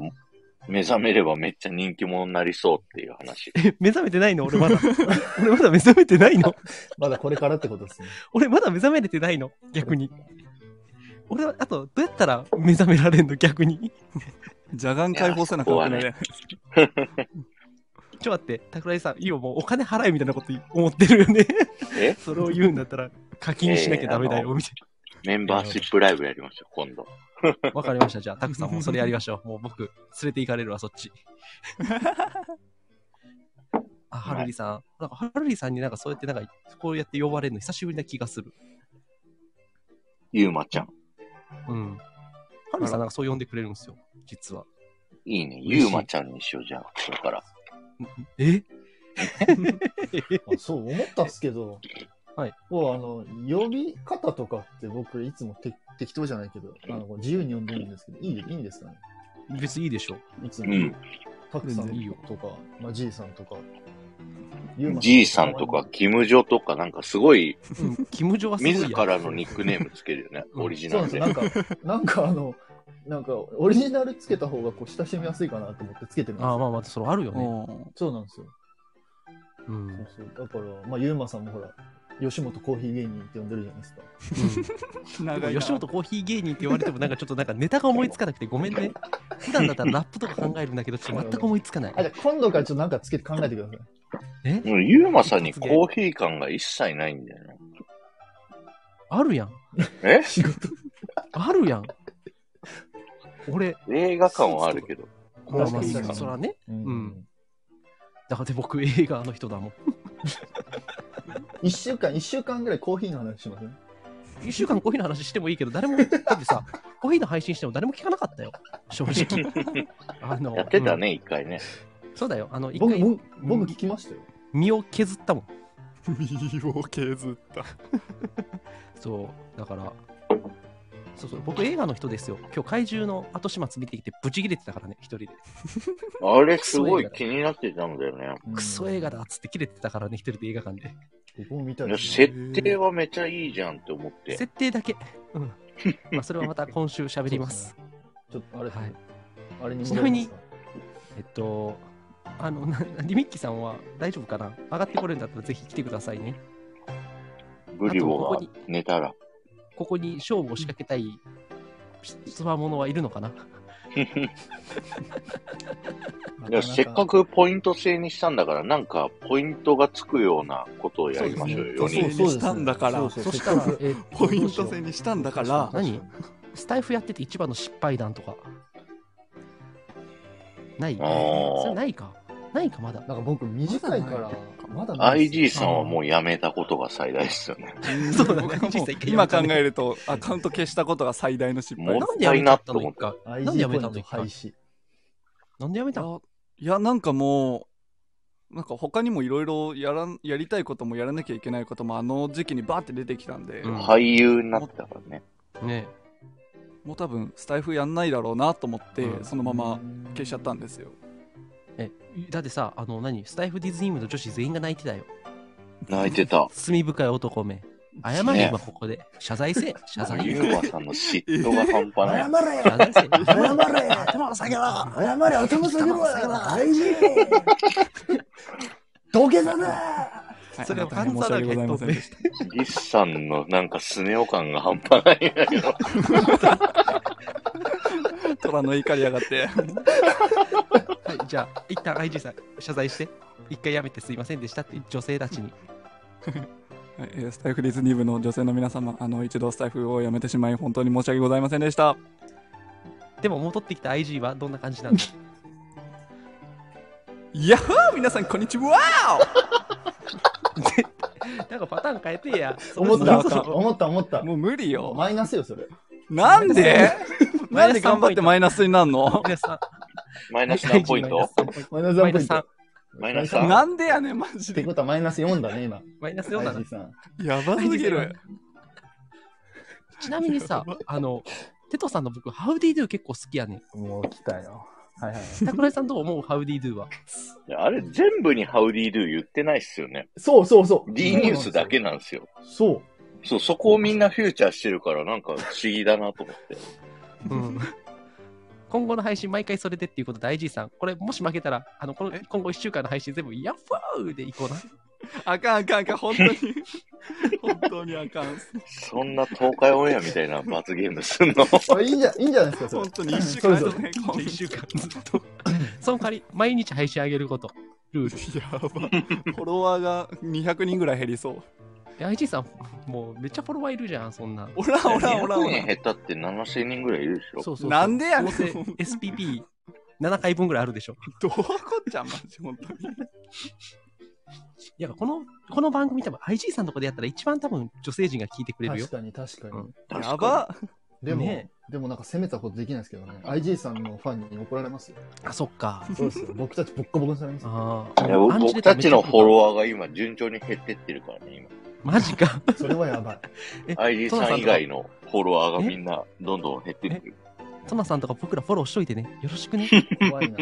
[SPEAKER 1] 目覚めればめっちゃ人気者になりそうっていう話。
[SPEAKER 4] え、目覚めてないの俺 まだ。俺まだ目覚めてないの
[SPEAKER 3] まだこれからってことですね
[SPEAKER 4] 俺まだ目覚めれてないの逆に。俺は、あと、どうやったら目覚められんの逆に。
[SPEAKER 2] じゃがん解放せなかった
[SPEAKER 1] い
[SPEAKER 2] ね。
[SPEAKER 4] ちょっと待って、桜井さん、いいよ、もうお金払えみたいなこと思ってるよね。
[SPEAKER 1] え
[SPEAKER 4] それを言うんだったら、課金しなきゃダメだ
[SPEAKER 1] えーあ
[SPEAKER 4] よ、みたい
[SPEAKER 1] メンバーシップライブやりましょう、今度。
[SPEAKER 4] な。わかりました、じゃあ、たくさんもうそれやりましょう。 もう僕、連れて行かれるわ、そっ ち。あ、はるりさん。なんか、はるりさんになんかそうやって、なんか、こうやって呼ばれるの久しぶりな気がする。
[SPEAKER 1] ユーマちゃん。
[SPEAKER 4] うん。はるりさん、なんかそう呼んでくれるんですよ、実は。
[SPEAKER 1] いいね。
[SPEAKER 4] 嬉しい
[SPEAKER 1] ユーマちゃんにしよう、じゃあ。だから。
[SPEAKER 4] え
[SPEAKER 3] あそう思ったっすけど、
[SPEAKER 4] はい、
[SPEAKER 3] もうあの呼び方とかって僕いつもて適当じゃないけどあの自由に呼んでるんですけどいいいいんですかね
[SPEAKER 4] 別にいいでしょ。
[SPEAKER 3] いつ
[SPEAKER 1] う
[SPEAKER 3] も、
[SPEAKER 1] ん
[SPEAKER 3] たくさん
[SPEAKER 4] 全然いいよ
[SPEAKER 3] とか、まあ、じいさんとかゆうま
[SPEAKER 1] じいさんとか、キムジョとか、なんかすごい、
[SPEAKER 4] うん、キム・ジョはすごいや
[SPEAKER 1] 自らのニックネームつけるよね。
[SPEAKER 4] うん
[SPEAKER 1] オリジ
[SPEAKER 3] そ
[SPEAKER 1] ナ
[SPEAKER 3] うなん
[SPEAKER 1] ル
[SPEAKER 3] です
[SPEAKER 1] で
[SPEAKER 3] よ。なんかなんか あのなんかオリジナルつけた方がこう親しみやすいかなと思ってつけてるんです
[SPEAKER 4] ああ、
[SPEAKER 3] よ
[SPEAKER 4] まあまあ、それあるよね。
[SPEAKER 2] お
[SPEAKER 3] そうなんですよ
[SPEAKER 4] うん
[SPEAKER 3] そうそうだから、まあ、ゆうまさんもほら、吉本コーヒー芸人って呼んでるじゃないですか。
[SPEAKER 2] 長い
[SPEAKER 4] で
[SPEAKER 2] な
[SPEAKER 4] も吉本コーヒー芸人って言われてもなんかちょっとなんかネタが思いつかなくてごめんね普段だったらラップとか考えるんだけどちょっと全く思いつかない
[SPEAKER 3] あ、じゃあ今度からちょっとなんかつけて考えてくだ さい。
[SPEAKER 4] え
[SPEAKER 1] もうユーマさんにコーヒー感が一切ないんだよね。
[SPEAKER 4] あるやん
[SPEAKER 1] え
[SPEAKER 3] 仕事。
[SPEAKER 4] あるやん俺
[SPEAKER 1] 映画感はあるけど。
[SPEAKER 4] まあまあ
[SPEAKER 3] 確かに
[SPEAKER 4] そらね
[SPEAKER 3] う
[SPEAKER 4] うん。だから僕映画の人だもん
[SPEAKER 3] 一週間、一週間ぐらいコーヒーの話しません
[SPEAKER 4] 1週間コーヒーの話してもいいけど誰もだってさ コーヒーの配信しても誰も聞かなかったよ正直あの
[SPEAKER 1] やってた、ね、一回ね。
[SPEAKER 4] うんそうだよあの一
[SPEAKER 3] 僕、
[SPEAKER 4] 回
[SPEAKER 3] 僕、
[SPEAKER 4] ん
[SPEAKER 3] 僕聞きましたよ。
[SPEAKER 4] 身を削ったもん
[SPEAKER 2] 身を削った
[SPEAKER 4] そう、だから、そうそう、僕映画の人ですよ。今日怪獣の後始末見てきて、ブチ切れてたからね、一人で。
[SPEAKER 1] あれすごい気になってたんだよね。
[SPEAKER 3] うん
[SPEAKER 4] クソ映画だっつって切れてたからね、一人で映画館で。
[SPEAKER 3] 僕も見たい
[SPEAKER 1] いや
[SPEAKER 3] です
[SPEAKER 1] 設定はめちゃいいじゃんって思って。
[SPEAKER 4] 設定だけ。うん。まあ、それはまた今週喋り ます。
[SPEAKER 3] ちょっとあれ、
[SPEAKER 4] はい
[SPEAKER 3] あれに
[SPEAKER 4] ちなみにえっと、あの、なリミッキーさんは大丈夫かな上がってこれるんだったらぜひ来てくださいね。
[SPEAKER 1] ブリ
[SPEAKER 4] あと
[SPEAKER 1] ボ
[SPEAKER 4] こ
[SPEAKER 1] が
[SPEAKER 4] こに
[SPEAKER 1] 寝たら。
[SPEAKER 4] ここに勝負を仕掛けたい、つわものはいるのかない
[SPEAKER 1] や、せっか。くポイント制にしたんだから、なんかポイントがつくようなことをやりましょうよ、
[SPEAKER 2] そうです
[SPEAKER 1] 4
[SPEAKER 2] ねにしたんだから
[SPEAKER 3] そうそう
[SPEAKER 4] そしたら、えっと
[SPEAKER 2] ポイント制にしたんだから
[SPEAKER 4] 何スタイフやってて一番の失敗談とか。ない
[SPEAKER 1] あー
[SPEAKER 4] それないか。ないか、まだ。
[SPEAKER 3] なんか僕、短いから、まだ
[SPEAKER 1] 人。
[SPEAKER 3] ないで
[SPEAKER 1] IG
[SPEAKER 3] す
[SPEAKER 1] さんはもうやめたことが最大ですよね。
[SPEAKER 4] そ うだね
[SPEAKER 2] 僕はも
[SPEAKER 4] 実際一回
[SPEAKER 2] 今考
[SPEAKER 4] やめたね
[SPEAKER 2] えるとアカウント消したことが最大の失敗
[SPEAKER 1] も
[SPEAKER 2] で
[SPEAKER 4] な
[SPEAKER 2] す
[SPEAKER 4] んでやめちゃったの
[SPEAKER 1] も
[SPEAKER 4] 一
[SPEAKER 1] った
[SPEAKER 4] 回。
[SPEAKER 3] IG
[SPEAKER 4] なんでやめ
[SPEAKER 3] ポイ
[SPEAKER 4] た
[SPEAKER 3] ン
[SPEAKER 4] の
[SPEAKER 3] ト
[SPEAKER 4] 一
[SPEAKER 3] 廃
[SPEAKER 4] 回。
[SPEAKER 3] 止。
[SPEAKER 4] なんでやめたの
[SPEAKER 2] いやなんかもうなんか他にもいろいろやらんやりたいこともやらなきゃいけないこともあの時期にバーって出てきたんで、
[SPEAKER 4] うん
[SPEAKER 1] 俳優になったからね。
[SPEAKER 4] ね
[SPEAKER 2] もう多分スタイフやんないだろうなと思って、
[SPEAKER 4] うん
[SPEAKER 2] そのまま消しちゃったんですよ
[SPEAKER 4] え。え、だってさ、あの、何スタイフディズニー部の女子全員が泣いてたよ。
[SPEAKER 1] 泣いてた。
[SPEAKER 4] 罪深い男め。謝れ、
[SPEAKER 1] ね
[SPEAKER 4] 今ここで。謝罪せ。謝罪。
[SPEAKER 1] ユーマさんの嫉妬が半端 ない。
[SPEAKER 3] れ
[SPEAKER 4] 謝罪せ。
[SPEAKER 3] れ
[SPEAKER 4] 頭を下げろ
[SPEAKER 3] 謝れ頭下げろ
[SPEAKER 4] 頭下げろ
[SPEAKER 3] !IG! 土下座だ
[SPEAKER 2] はい
[SPEAKER 4] それは
[SPEAKER 2] あなたに
[SPEAKER 4] パンツだらけ
[SPEAKER 2] 申し訳ございませんでした
[SPEAKER 1] ギスさんのなんかスネ夫感が半端ないんだけど。
[SPEAKER 2] 虎の怒りやが って
[SPEAKER 4] はい、じゃあ、一旦 IG さん、謝罪して。一回やめてすいませんでしたって、女性たちに。
[SPEAKER 2] はいえースタイフディズニー部の女性の皆様、あの一度スタイフを辞めてしまい、本当に申し訳ございませんでした。
[SPEAKER 4] でも、戻ってきた IG はどんな感じなの
[SPEAKER 2] やっほー皆さん、こんにちは
[SPEAKER 4] なんかパターン変えてや。
[SPEAKER 3] 思った、
[SPEAKER 4] そうそうそう
[SPEAKER 3] 思った、思った。
[SPEAKER 2] もう無理よ。
[SPEAKER 3] マイナスよ、それ。
[SPEAKER 2] なんでなん
[SPEAKER 4] マイナ
[SPEAKER 2] で
[SPEAKER 4] ス3
[SPEAKER 2] 頑張ってマイナスになるの
[SPEAKER 4] 皆さん
[SPEAKER 1] マイナス何ポイント
[SPEAKER 3] マイナス3
[SPEAKER 4] マイ
[SPEAKER 3] ポ
[SPEAKER 4] ナ
[SPEAKER 3] イ
[SPEAKER 4] ス
[SPEAKER 3] ント
[SPEAKER 4] 3。、
[SPEAKER 1] マイナス
[SPEAKER 3] マイナス三
[SPEAKER 1] 3。
[SPEAKER 2] なんでやねん、マジ
[SPEAKER 3] って
[SPEAKER 2] で。
[SPEAKER 3] ことはマイナス4だね、今。
[SPEAKER 4] マイナス4だな
[SPEAKER 3] IG。さん
[SPEAKER 2] やばすぎる。
[SPEAKER 4] ちなみにさ、あの、テトさんの僕、ハウディドゥ結構好きやねん。
[SPEAKER 3] もう来たよ。はいはい。
[SPEAKER 4] 桜井さんどう思うハウディドゥは。
[SPEAKER 1] いやあれ全部にハウディードゥ言ってないっすよね。
[SPEAKER 3] そうそうそう。
[SPEAKER 1] D ニュースだけなんですよ。
[SPEAKER 3] そう。
[SPEAKER 1] そう、そこをみんなフューチャーしてるからなんか不思議だなと思って。
[SPEAKER 4] うん。今後の配信、毎回それでっていうことで、IG さん、これ、もし負けたら、あの、この
[SPEAKER 2] え
[SPEAKER 4] 今後1週間の配信全部、ヤッファーでいこうな。
[SPEAKER 2] あかん、あかん、あかん、本当 に。本当にあかん。
[SPEAKER 1] そんな東海オンエアみたいな罰ゲームすんの
[SPEAKER 3] あいいんじゃ、いいんじゃないですか、それ。
[SPEAKER 2] 本当に一週間
[SPEAKER 3] それ
[SPEAKER 2] の
[SPEAKER 3] ぞれ
[SPEAKER 2] 変更。
[SPEAKER 4] 1週間ずっと。その代わり、毎日配信あげること。ルール。
[SPEAKER 2] やば。フォロワーが200人ぐらい減りそう。
[SPEAKER 4] え IG さん、もうめっちゃフォロワーいるじゃん、そんな。
[SPEAKER 2] おらおらおらお
[SPEAKER 1] 200
[SPEAKER 2] ら
[SPEAKER 1] 人。減ったって7000人ぐらいいるでしょ。
[SPEAKER 4] そうそうそう
[SPEAKER 2] なんでやねん
[SPEAKER 4] どうせ SPP7 回分ぐらいあるでしょ。
[SPEAKER 2] どうこっちゃん、マジ、本当に。
[SPEAKER 4] いや、この、この番組多分 IG さんのとこでやったら一番多分女性陣が聞いてくれるよ
[SPEAKER 3] 確。かに、確かに。
[SPEAKER 4] うん
[SPEAKER 1] 確かに
[SPEAKER 2] やば。
[SPEAKER 3] でも、
[SPEAKER 4] ね
[SPEAKER 3] でもなんか責めたことできないですけどね。IG さんのファンに怒られますよ。
[SPEAKER 4] あ、そっか。
[SPEAKER 3] そうですよ。僕たちボッコボコにされますよ。
[SPEAKER 4] あ
[SPEAKER 1] いや僕僕たちのフォロワーが今順調に減ってってるからね、
[SPEAKER 4] ー。マジか。
[SPEAKER 3] それはやばい。
[SPEAKER 4] え
[SPEAKER 1] 今。IG
[SPEAKER 4] トナ
[SPEAKER 1] さ
[SPEAKER 4] さ
[SPEAKER 1] ん以
[SPEAKER 4] んとか
[SPEAKER 1] 外のフォロワーがみんなどんどん減ってってる。
[SPEAKER 4] トナさんとか僕らフォローしといてね。よろしくね。
[SPEAKER 3] 怖いな。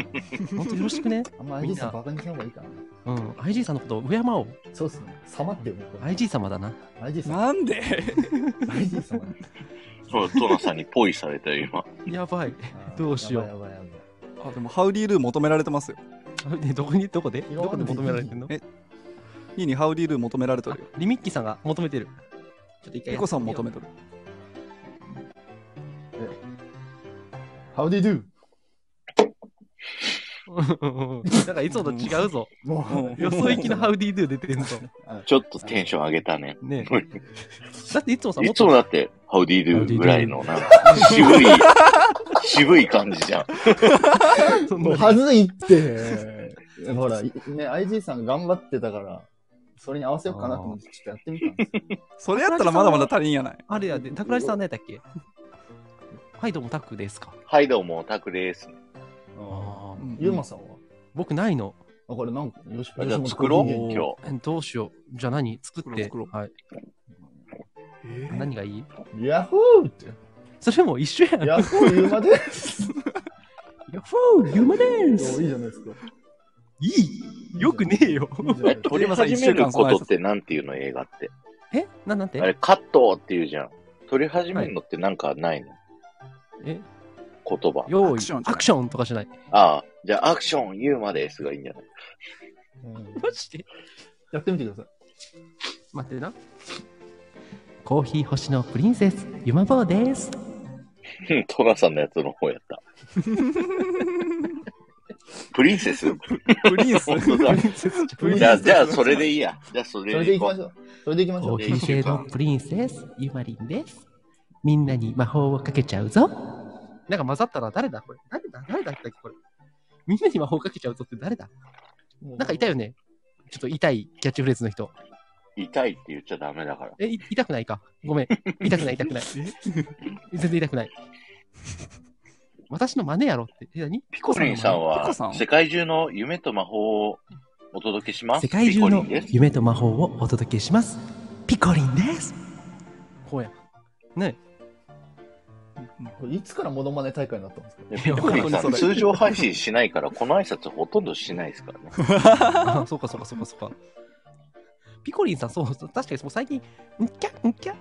[SPEAKER 4] ほんとよろしくね。
[SPEAKER 3] あんま IG さんバカにした方がいいからな。
[SPEAKER 4] うん。IG さんのことを敬おう。
[SPEAKER 3] そうっすね。さまってよね。これ
[SPEAKER 4] IG 様だな。
[SPEAKER 3] IG さん。
[SPEAKER 2] なん で
[SPEAKER 3] IG さんはね。
[SPEAKER 1] そうトナさんにポイされたよ、今。
[SPEAKER 4] やばい。
[SPEAKER 3] あー
[SPEAKER 4] どうしよう
[SPEAKER 3] やばいやばいやばい。
[SPEAKER 2] あでもハウディールー求められてますよ
[SPEAKER 4] ね、どこに、どこで
[SPEAKER 3] い
[SPEAKER 4] ど
[SPEAKER 3] ろんな
[SPEAKER 4] こで求められてんの
[SPEAKER 2] えニーニーハウリールー求められて
[SPEAKER 4] あ
[SPEAKER 2] るよ。
[SPEAKER 4] リミッキーさんが求めてる。ちょっと一回
[SPEAKER 2] ピ
[SPEAKER 4] やってみよう。
[SPEAKER 2] コさん求めてる。
[SPEAKER 3] How do you do?
[SPEAKER 4] なんかいつもと違うぞ。
[SPEAKER 3] も
[SPEAKER 2] うん
[SPEAKER 3] う、
[SPEAKER 4] よそ行きのハウディドゥ出てんぞ。
[SPEAKER 3] はい
[SPEAKER 1] ちょっとテンション上げたね。
[SPEAKER 4] ねえだっていつもさ、
[SPEAKER 1] い
[SPEAKER 4] もっ
[SPEAKER 1] つ
[SPEAKER 4] と
[SPEAKER 1] もだって、ハウディ
[SPEAKER 4] How
[SPEAKER 1] ー
[SPEAKER 4] do
[SPEAKER 1] ド
[SPEAKER 4] you
[SPEAKER 1] ゥ
[SPEAKER 4] do？
[SPEAKER 1] ぐらいの、なんか、渋い、渋い感じじゃん。
[SPEAKER 4] そ
[SPEAKER 3] もう
[SPEAKER 4] の
[SPEAKER 3] はずいって。ほら、いね、IG さんが頑張ってたから、それに合わせようかなと思って、ちょっとやってみたんですよ。
[SPEAKER 2] それやったらまだまだ足りんやない。
[SPEAKER 4] あれやで、タクラジさん何やったっけはい、どうもタクですか。
[SPEAKER 1] はい、どうも、オタクです。
[SPEAKER 3] あ
[SPEAKER 2] うん
[SPEAKER 3] ーゆうまさんは
[SPEAKER 4] 僕ないの。
[SPEAKER 3] あ、これなんか、よし、
[SPEAKER 1] あじゃあ作ろう、
[SPEAKER 3] よしも
[SPEAKER 1] 今日。
[SPEAKER 4] えどうしよう。じゃあ何作って
[SPEAKER 2] 作ろう。作
[SPEAKER 4] はい。何がいい
[SPEAKER 3] ヤッホーって。
[SPEAKER 4] それもう一緒やん。ヤ
[SPEAKER 3] ヤッホーゆうまです。
[SPEAKER 4] ッホー、ユマで
[SPEAKER 3] お
[SPEAKER 4] す。
[SPEAKER 3] いいじゃないですか。
[SPEAKER 4] いいよくねえよ。
[SPEAKER 3] いいじゃな
[SPEAKER 1] え、
[SPEAKER 3] いですか
[SPEAKER 1] 撮り始めることってなんていうの映画って。
[SPEAKER 4] えなんなんて
[SPEAKER 1] あれ、カットっていうじゃん。撮り始めるのってなんかないの、
[SPEAKER 4] え
[SPEAKER 1] 言葉。
[SPEAKER 4] 用
[SPEAKER 2] アク
[SPEAKER 4] 意
[SPEAKER 2] ションじゃない
[SPEAKER 4] アクションとかしない。
[SPEAKER 1] ああ、じゃあアクション言うまですがいいんじゃない
[SPEAKER 3] うん
[SPEAKER 4] マジで
[SPEAKER 3] やってみてください。
[SPEAKER 4] 待ってな。コーヒー星のプリンセス、ゆまぼうです。
[SPEAKER 1] うんトラさんのやつの方やった。プリンセス
[SPEAKER 2] プリンス。
[SPEAKER 1] 本当だ
[SPEAKER 2] プリンセスプリン
[SPEAKER 1] じゃあ、
[SPEAKER 2] セス
[SPEAKER 1] じゃあそれでいいや。じゃあそ
[SPEAKER 3] そ
[SPEAKER 1] れ
[SPEAKER 3] れ
[SPEAKER 1] で
[SPEAKER 3] で
[SPEAKER 1] い
[SPEAKER 3] い
[SPEAKER 1] こ
[SPEAKER 3] き
[SPEAKER 1] う
[SPEAKER 3] ましょう。それでいきましょ
[SPEAKER 4] コ
[SPEAKER 3] う
[SPEAKER 4] ー。ヒー製のプリンセス、ゆまりんです。みんなに魔法をかけちゃうぞ。なんか混ざったら誰だこれ誰だ誰だったっけこれみんなに魔法をかけちゃうぞって誰だなんかいたよねちょっと痛いキャッチフレーズの人。
[SPEAKER 1] 痛いって言っちゃダメだから。
[SPEAKER 4] え、い痛くないかごめん。痛くない痛く ない。全然痛くない。私の真似やろって。え、何
[SPEAKER 1] ピコリンさん
[SPEAKER 2] ピ
[SPEAKER 1] は
[SPEAKER 2] コさん
[SPEAKER 1] 世界中の夢と魔法をお届けします。
[SPEAKER 4] 世界中の
[SPEAKER 1] ピコリンです。
[SPEAKER 4] 夢と魔法をお届けします。ピコリンです。こうや。ね
[SPEAKER 3] これいつからモノマネ大会になったんですか
[SPEAKER 1] でピコリンさ
[SPEAKER 2] 本当
[SPEAKER 1] ん
[SPEAKER 2] にそ
[SPEAKER 1] 通常配信しないから、この挨拶ほとんどしないですからね。
[SPEAKER 4] あ、そうかそうかそうかそうか。ピコリンさん、そう、そう確かにもう最近、んきゃんきゃん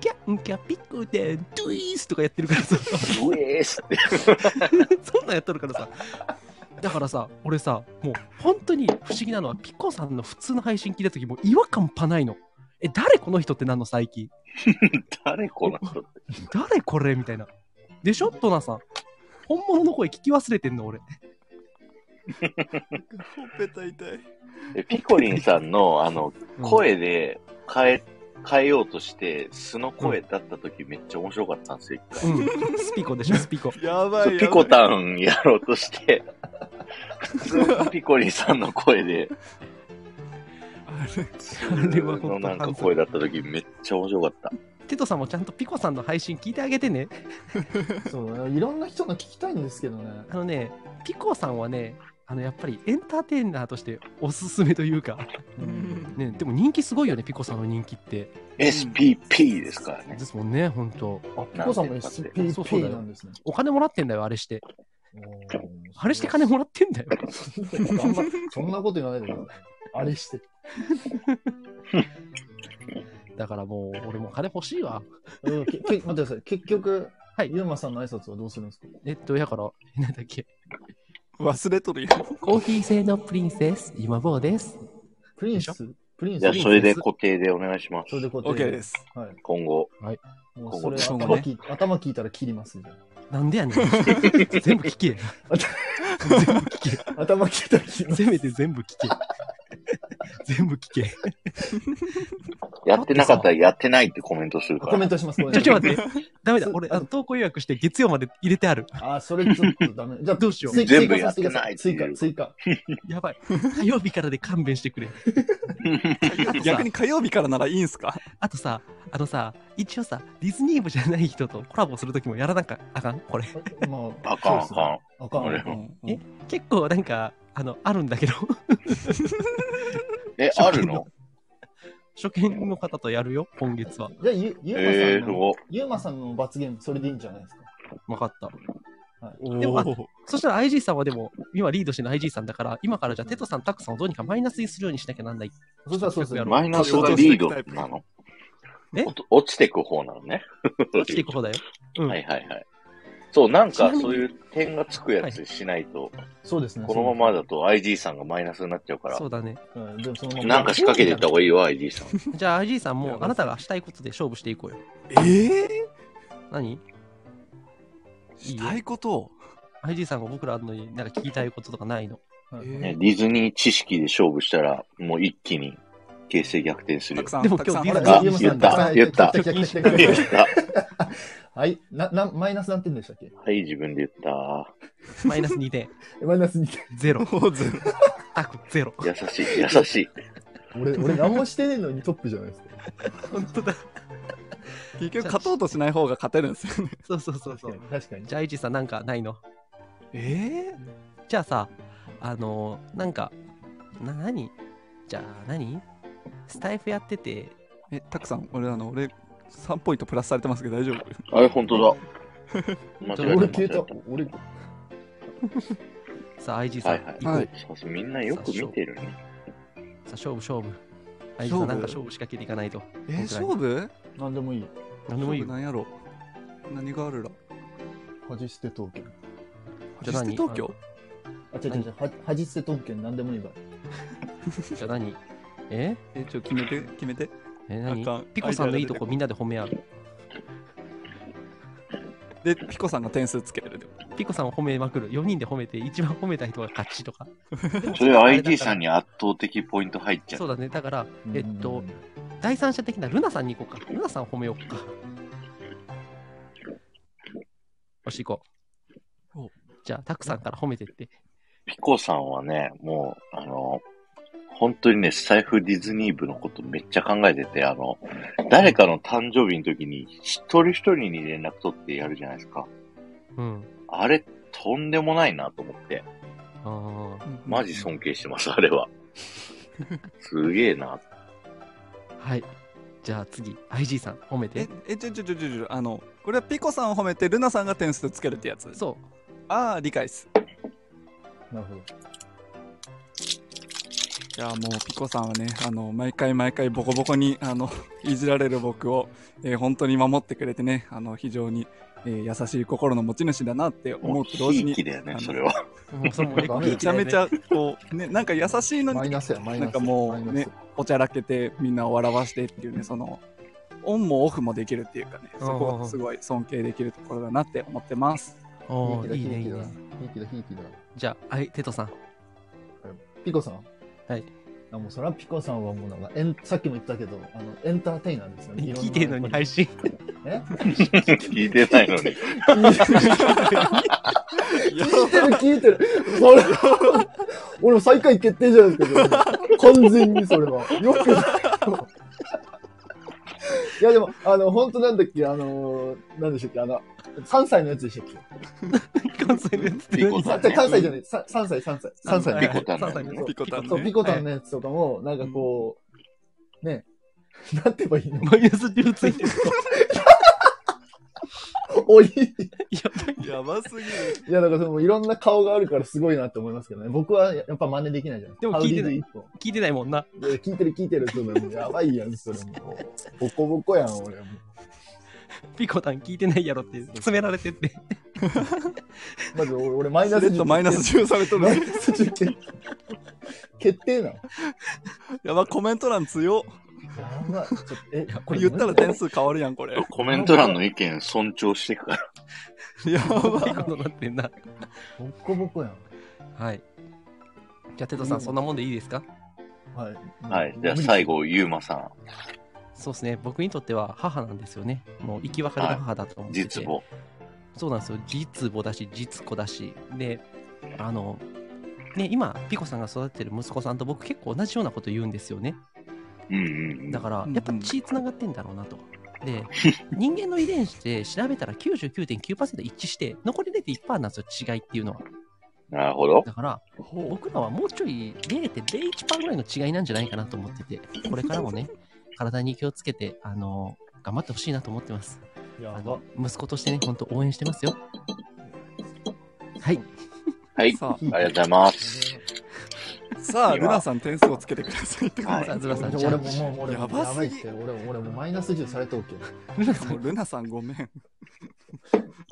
[SPEAKER 4] きゃんきゃピコでドゥイースとかやってるからさ、
[SPEAKER 1] ウェースって。
[SPEAKER 4] そんなんやっとるからさ。だからさ、俺さ、もう本当に不思議なのは、ピコさんの普通の配信聞いた時もう違和感ぱないの。え、誰この人ってなんの最近
[SPEAKER 1] 誰この人って。
[SPEAKER 4] 誰これみたいな。でしょトナさん。本物の声聞き忘れてんの俺。
[SPEAKER 2] ほっぺた痛い。
[SPEAKER 1] えピコリンさんの、あの、声で変え、変えようとして、素の声だった時めっちゃ面白かったんですよ。
[SPEAKER 4] うん。スピコで しょ、スピコ。
[SPEAKER 2] やばいやばい。
[SPEAKER 1] ピコタンやろうとして、普通のピコリンさんの声で、
[SPEAKER 2] あれ
[SPEAKER 1] 普通のなんか声だった時めっちゃ面白かった。
[SPEAKER 4] テトさんもちゃんとピコさんの配信聞いてあげてね。
[SPEAKER 3] そう、いろんな人の聞きたいんですけどね。
[SPEAKER 4] あのね、ピコさんはね、あのやっぱりエンターテイナーとしておすすめというか、
[SPEAKER 2] うん
[SPEAKER 4] ね、でも人気すごいよね、ピコさんの人気って。
[SPEAKER 1] SPP ですからね
[SPEAKER 4] で。すもんね、ほんと。
[SPEAKER 3] あ、ピコさんも SPP
[SPEAKER 4] そうそうだよ
[SPEAKER 3] なんですね。
[SPEAKER 4] お金もらってんだよ、あれして。
[SPEAKER 3] おー
[SPEAKER 4] あれして金もらってん だよ。
[SPEAKER 3] 頑張ってそんなこと言わないでくださいあれして。
[SPEAKER 4] だからもう、俺も金欲しいわ。
[SPEAKER 3] うんけけ待ってください。結局、
[SPEAKER 4] はい
[SPEAKER 3] ユーマさんの挨拶はどうするんですか
[SPEAKER 4] えっと、やから、なんだっけ。
[SPEAKER 2] 忘れとるよ。
[SPEAKER 4] コーヒー製のプリンセス、今坊です。
[SPEAKER 3] プリン
[SPEAKER 4] で
[SPEAKER 3] スプリンス
[SPEAKER 1] じゃあ、それで固定でお願いします
[SPEAKER 3] そ。れで答
[SPEAKER 2] OK
[SPEAKER 3] え
[SPEAKER 2] です。
[SPEAKER 3] はい。
[SPEAKER 1] 今後。
[SPEAKER 3] もうそれ
[SPEAKER 2] 今後
[SPEAKER 3] 頭聞い頭聞いたら切りますんで。
[SPEAKER 4] なん でやねん。全部聞け。
[SPEAKER 3] 頭聞いたら切ります。
[SPEAKER 4] せめて全部聞け。全部聞け。
[SPEAKER 1] やってなかったらやってないってコメントするか
[SPEAKER 3] コメ
[SPEAKER 1] ら
[SPEAKER 3] ン。トします。コメン
[SPEAKER 4] ち
[SPEAKER 3] ト
[SPEAKER 4] ょ、ちょ待って。ダメだ。
[SPEAKER 3] そう
[SPEAKER 4] 俺、あの投稿予約して月曜まで入れてある。
[SPEAKER 3] あー、それちょっとダメ。じゃあ、
[SPEAKER 4] どうしよう
[SPEAKER 3] 追
[SPEAKER 1] 全部
[SPEAKER 3] 追加させくださ追
[SPEAKER 1] やってないってい
[SPEAKER 3] 加、
[SPEAKER 1] う
[SPEAKER 3] 追加。
[SPEAKER 4] やばい。火曜日からで勘弁してくれ。
[SPEAKER 2] 逆に火曜日からならいいんすか
[SPEAKER 4] あとさ、あのさ、一応さ、ディズニー部じゃない人とコラボするときもやらなきゃあかんこれ。
[SPEAKER 3] まあ、
[SPEAKER 1] あかんあ
[SPEAKER 3] そうですね
[SPEAKER 1] か
[SPEAKER 3] あかん。
[SPEAKER 1] あれ
[SPEAKER 2] うん
[SPEAKER 4] え結構なんか、あの、あるんだけど、
[SPEAKER 1] ん。え、あるの
[SPEAKER 4] 初見の方とやるよ、今月は。
[SPEAKER 3] じゃあ、ゆゆうまさんの、
[SPEAKER 1] えー、すご。
[SPEAKER 3] ゆうまさんの罰ゲーム、それでいいんじゃないですか。
[SPEAKER 4] わかった。
[SPEAKER 2] お
[SPEAKER 4] でもあ
[SPEAKER 2] お。
[SPEAKER 4] そしたら IG さんはでも、今リードしてる IG さんだから、今からじゃあテトさん、タックさんをどうにかマイナスにするようにしなきゃなんない。
[SPEAKER 3] そしたらそうですね。
[SPEAKER 1] マイナスがリードなの
[SPEAKER 4] え
[SPEAKER 1] おと落ちてく方なのね。
[SPEAKER 4] 落ちていく方だよ。う ん
[SPEAKER 1] はいはいはい。そう、なんか
[SPEAKER 4] ちなみに
[SPEAKER 1] そういう点がつくやつしないと、
[SPEAKER 3] そうですね。
[SPEAKER 1] このままだと IG さんがマイナスになっちゃうから
[SPEAKER 4] そ、うだね。
[SPEAKER 3] ま。はいでもそのまま
[SPEAKER 1] なんか仕掛けていった方がいいよ、IG さん。
[SPEAKER 4] じゃあ IG さんもうあなたがしたいことで勝負していこうよ。
[SPEAKER 2] ええ
[SPEAKER 4] 何
[SPEAKER 2] したいこと、
[SPEAKER 4] ?IG さんが僕らのになんか聞きたいこととかないの
[SPEAKER 3] はい
[SPEAKER 2] え
[SPEAKER 1] ね、ディズニー知識で勝負したら、もう一気に形勢逆転する
[SPEAKER 2] た
[SPEAKER 1] よ
[SPEAKER 2] く。さん、
[SPEAKER 4] でも
[SPEAKER 2] たくさん
[SPEAKER 4] 今日
[SPEAKER 1] あ
[SPEAKER 2] たくさん
[SPEAKER 1] 言った言った
[SPEAKER 3] はい来た来た来た
[SPEAKER 1] 言っ
[SPEAKER 3] 来
[SPEAKER 1] た。
[SPEAKER 3] たはい。な、な、マイナス何点でしたっけ
[SPEAKER 1] はい、自分で言っ
[SPEAKER 4] マイナス2点。
[SPEAKER 3] マイナス2点。
[SPEAKER 4] ゼロ。
[SPEAKER 2] もうず
[SPEAKER 4] タクゼロ。
[SPEAKER 1] た。優しい、優しい。
[SPEAKER 3] 俺、俺何もしてねえのにトップじゃないですか。
[SPEAKER 4] 本当だ。
[SPEAKER 2] 結局勝とうとしない方が勝てるんですよね。
[SPEAKER 4] そうそうそう
[SPEAKER 3] 確
[SPEAKER 4] そ
[SPEAKER 3] かに
[SPEAKER 4] う。。
[SPEAKER 3] 確かに。
[SPEAKER 4] じゃあ IG さんなんかないの
[SPEAKER 2] え
[SPEAKER 4] じゃあさ、あのー、なんか、な、何じゃあ何スタイフやってて、
[SPEAKER 2] え、たくさん、俺、あの、俺、3ポイントプラスされてますけど大丈夫
[SPEAKER 1] あれ、本当だ。間
[SPEAKER 4] じゃあ
[SPEAKER 1] 違えた。間
[SPEAKER 3] 俺消え
[SPEAKER 1] 違
[SPEAKER 3] た。俺、
[SPEAKER 4] さあ IG
[SPEAKER 1] えたは
[SPEAKER 4] さん、
[SPEAKER 1] いはい
[SPEAKER 4] 行こう。
[SPEAKER 2] はい
[SPEAKER 1] そうそうみんなよく見てるね。
[SPEAKER 4] さあ勝負勝負。
[SPEAKER 2] 勝負
[SPEAKER 4] IG さんなんか勝負仕掛けていかないと。
[SPEAKER 2] えー、勝負
[SPEAKER 3] 何でもいい。
[SPEAKER 4] 何でもいいよ。
[SPEAKER 2] 何やろ何があるら
[SPEAKER 3] 恥捨て刀剣。
[SPEAKER 4] じゃあ
[SPEAKER 2] 実
[SPEAKER 4] 何
[SPEAKER 2] 質東京
[SPEAKER 3] あ、違う違う違う。は恥捨て刀剣何でもいいから。
[SPEAKER 4] じゃあ何え
[SPEAKER 2] え、ちょ、決めて、決めて。
[SPEAKER 4] え
[SPEAKER 2] あかん
[SPEAKER 4] 何ピコさんのいいとこみんなで褒め合う。
[SPEAKER 2] で、ピコさんが点数つける。
[SPEAKER 4] ピコさんを褒めまくる。4人で褒めて、一番褒めた人が勝ちとか。
[SPEAKER 1] それ IG さんに圧倒的ポイント入っちゃ
[SPEAKER 4] そう
[SPEAKER 1] う。
[SPEAKER 4] だね。だから、えっ
[SPEAKER 3] う
[SPEAKER 4] と
[SPEAKER 3] ん、
[SPEAKER 4] 第三者的なルナさんに行こうか。ルナさんを褒めようか。よし、行こ
[SPEAKER 2] お
[SPEAKER 4] う。じゃあ、タクさんから褒めてって。
[SPEAKER 1] ピコさんはね、もう、あの、本当にね、スタイフディズニー部のことめっちゃ考えてて、あの、誰かの誕生日の時に一人一人に連絡取ってやるじゃないですか。
[SPEAKER 4] うん。
[SPEAKER 1] あれ、とんでもないなと思って。
[SPEAKER 4] あ
[SPEAKER 1] マジ尊敬してます、あれは。すげえな。
[SPEAKER 4] あ。はい。じゃあ次、IG さん、褒め
[SPEAKER 2] え
[SPEAKER 4] て。、
[SPEAKER 2] え、ちょ、ちょ、ちょ、ちょ、ちょあの、これはピコさんを褒めて、ルナさんが点数つけるってやつ。
[SPEAKER 4] そ
[SPEAKER 2] ああ、理解っす。
[SPEAKER 3] なるほど。
[SPEAKER 2] じゃあもう、ピコさんはね、あの、毎回毎回ボコボコに、あの、 いじられる僕を、えー本当に守ってくれてね、あの、非常に、えー優しい心の持ち主だなって思
[SPEAKER 1] もう、
[SPEAKER 2] うと同時
[SPEAKER 1] ひい
[SPEAKER 2] に
[SPEAKER 1] き、だよね、それは。
[SPEAKER 4] う。もうそれも俺
[SPEAKER 3] ダメだ
[SPEAKER 2] めちゃめちゃ、こう、ね、なんか優しいの
[SPEAKER 3] マイ
[SPEAKER 2] に、
[SPEAKER 3] ナスや、マイナス。
[SPEAKER 2] なんかもう
[SPEAKER 3] マイナス
[SPEAKER 2] ねおちゃらけて、みんなを笑わしてっていうね、その、オンもオフもできるっていうかね、そこはすごい尊敬できるところだなって思ってます。
[SPEAKER 4] おーい
[SPEAKER 3] ひ
[SPEAKER 4] い
[SPEAKER 3] い
[SPEAKER 4] ね、い
[SPEAKER 3] き
[SPEAKER 4] い
[SPEAKER 3] だ、
[SPEAKER 4] ね。
[SPEAKER 3] ひいきだ、ひいきだ。
[SPEAKER 4] じゃあ、はい、テトさん。
[SPEAKER 3] ピコさん
[SPEAKER 4] はい。
[SPEAKER 3] あもうそらピコさんはもうなんかエン、さっきも言ったけど、あのエンターテイナーですよね。いろんな
[SPEAKER 4] 聞いてるのに配信。
[SPEAKER 3] え
[SPEAKER 1] 聞いてないのに。
[SPEAKER 3] 聞いてる聞いてる。それは、俺も最下位決定じゃないですか、それ完全にそれは。よくないよ。いやでも、あの、本当なんだっけ、あのー、なんでしたっけ、あの、3歳のやつでしたっけ
[SPEAKER 4] 関西のやつって
[SPEAKER 1] ピコ
[SPEAKER 4] 何
[SPEAKER 1] さん
[SPEAKER 3] さじゃあ関西じゃない、3歳、3歳、3歳の
[SPEAKER 1] ピ
[SPEAKER 3] や
[SPEAKER 1] コタン
[SPEAKER 4] はいはい
[SPEAKER 2] ピコタン
[SPEAKER 3] つ。
[SPEAKER 2] ね
[SPEAKER 3] そう、ピコタンのやつとかも、なんかこう、ね、なんて言えばいいの
[SPEAKER 4] マイナス10ついてる。
[SPEAKER 3] おい。
[SPEAKER 4] やばい。
[SPEAKER 2] やばすぎる。
[SPEAKER 3] いや、だからそのいろんな顔があるからすごいなって思いますけどね。僕はやっぱ真似できないじゃない
[SPEAKER 4] でも聞いてない
[SPEAKER 3] い。How did it
[SPEAKER 4] 聞いてないもんな。
[SPEAKER 3] いや聞いてる聞いてる。それもうやばいやん、それもう。ボコボコやん、俺もう。
[SPEAKER 4] ピコタン聞いてないやろって、詰められてって。
[SPEAKER 3] まず俺、俺マイナ
[SPEAKER 2] ス
[SPEAKER 3] ス
[SPEAKER 2] レッドマイナス10されと
[SPEAKER 3] マ イ
[SPEAKER 2] る。
[SPEAKER 3] ナス10決定。決定なの
[SPEAKER 2] やば、コメント欄強っ。
[SPEAKER 3] やばい。ちょっと、え、
[SPEAKER 2] これ言ったら点数変わるやん、これ。
[SPEAKER 1] コメント欄の意見尊重していくから。
[SPEAKER 2] や ば。
[SPEAKER 4] いいことになってんな。
[SPEAKER 3] ボコボコやん。
[SPEAKER 4] はい。じゃあ、テトさん、そんなもんでいいですか
[SPEAKER 3] はい。
[SPEAKER 1] はい。じゃあ最。後、ゆうまさん、
[SPEAKER 4] そうですね。僕にとっては母なんですよね。もう生き別れの母だと思ってて。
[SPEAKER 1] 実母。
[SPEAKER 4] そうなんですよ。実母だし、実子だし。で、あの、ね、今、ピコさんが育ててる息子さんと僕結構同じようなこと言うんですよね。
[SPEAKER 1] うんうんうん。
[SPEAKER 4] だから
[SPEAKER 2] うん、
[SPEAKER 4] やっぱ血つながってんだろうなと。 で、人間の遺伝子で調べたら99.9%一致して、残り0.1%なんですよ、違いっていうのは。
[SPEAKER 1] なるほど。
[SPEAKER 4] だから、
[SPEAKER 2] ほ
[SPEAKER 4] 僕らはもうちょい0.01%ぐらいの違いなんじゃないかなと思ってて、これから もね、体に気をつけて、あの頑張ってほしいなと思ってます。
[SPEAKER 3] や
[SPEAKER 4] あ
[SPEAKER 3] ば
[SPEAKER 4] の。息子としてね、本当応援してますよ。はい、
[SPEAKER 1] はい。
[SPEAKER 2] さ
[SPEAKER 1] ありがとうございます。
[SPEAKER 2] さあ、
[SPEAKER 1] 今
[SPEAKER 2] ルナさん点数をつけてくださいってこと
[SPEAKER 1] はい
[SPEAKER 2] で
[SPEAKER 4] さあ、ズラさん、じゃ
[SPEAKER 3] 俺
[SPEAKER 4] あ
[SPEAKER 3] も、もう、俺も、
[SPEAKER 2] やばすぎ
[SPEAKER 3] いって、俺も、俺もマイナス10されとうけど。
[SPEAKER 4] ルナ
[SPEAKER 2] す
[SPEAKER 4] さ
[SPEAKER 2] か。も
[SPEAKER 4] ん、
[SPEAKER 2] うルナさんごめん。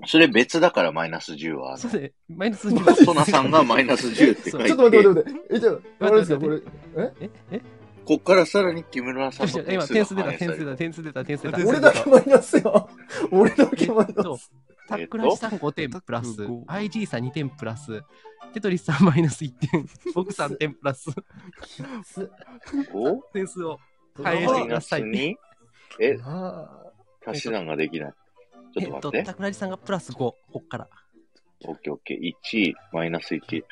[SPEAKER 1] それ別だからマイナス10は。
[SPEAKER 4] そうで、マイナス10
[SPEAKER 1] トナさんがマイナス10って書い
[SPEAKER 4] は
[SPEAKER 1] て、
[SPEAKER 3] ちょっと待って待って待って。え、じゃあ、あれですか、こ
[SPEAKER 4] 待
[SPEAKER 3] れ
[SPEAKER 4] っ。ええ
[SPEAKER 1] こっからさらに木村さん
[SPEAKER 4] ちょ
[SPEAKER 1] の
[SPEAKER 4] っと今、
[SPEAKER 1] 点
[SPEAKER 4] 点
[SPEAKER 1] 数
[SPEAKER 4] 数
[SPEAKER 1] が
[SPEAKER 4] 出
[SPEAKER 1] 反
[SPEAKER 4] た、
[SPEAKER 1] 映され
[SPEAKER 4] 点数出
[SPEAKER 1] る。
[SPEAKER 4] た、点数出た、点数出た。
[SPEAKER 2] 点数
[SPEAKER 3] 俺だけマイナスよ。俺だけマイナ
[SPEAKER 4] そう
[SPEAKER 3] ス。
[SPEAKER 4] タックラジさん5点プラス、
[SPEAKER 2] タック5
[SPEAKER 4] IG さん2点プラス、テトリスさんマイナス1点、 僕さん点プラス、
[SPEAKER 1] お
[SPEAKER 4] 点数を。
[SPEAKER 3] マ
[SPEAKER 4] 反映して
[SPEAKER 1] マ
[SPEAKER 4] く
[SPEAKER 1] イ
[SPEAKER 4] だ
[SPEAKER 1] ナス
[SPEAKER 4] さいって。
[SPEAKER 1] 2? え、
[SPEAKER 3] あ
[SPEAKER 1] 足し算ができない。ち
[SPEAKER 4] え
[SPEAKER 1] ょっと
[SPEAKER 4] っと、
[SPEAKER 1] 待って。
[SPEAKER 4] タクラジさんがプラス5、こっから。
[SPEAKER 1] オッケーオッケー。1、マイナス1。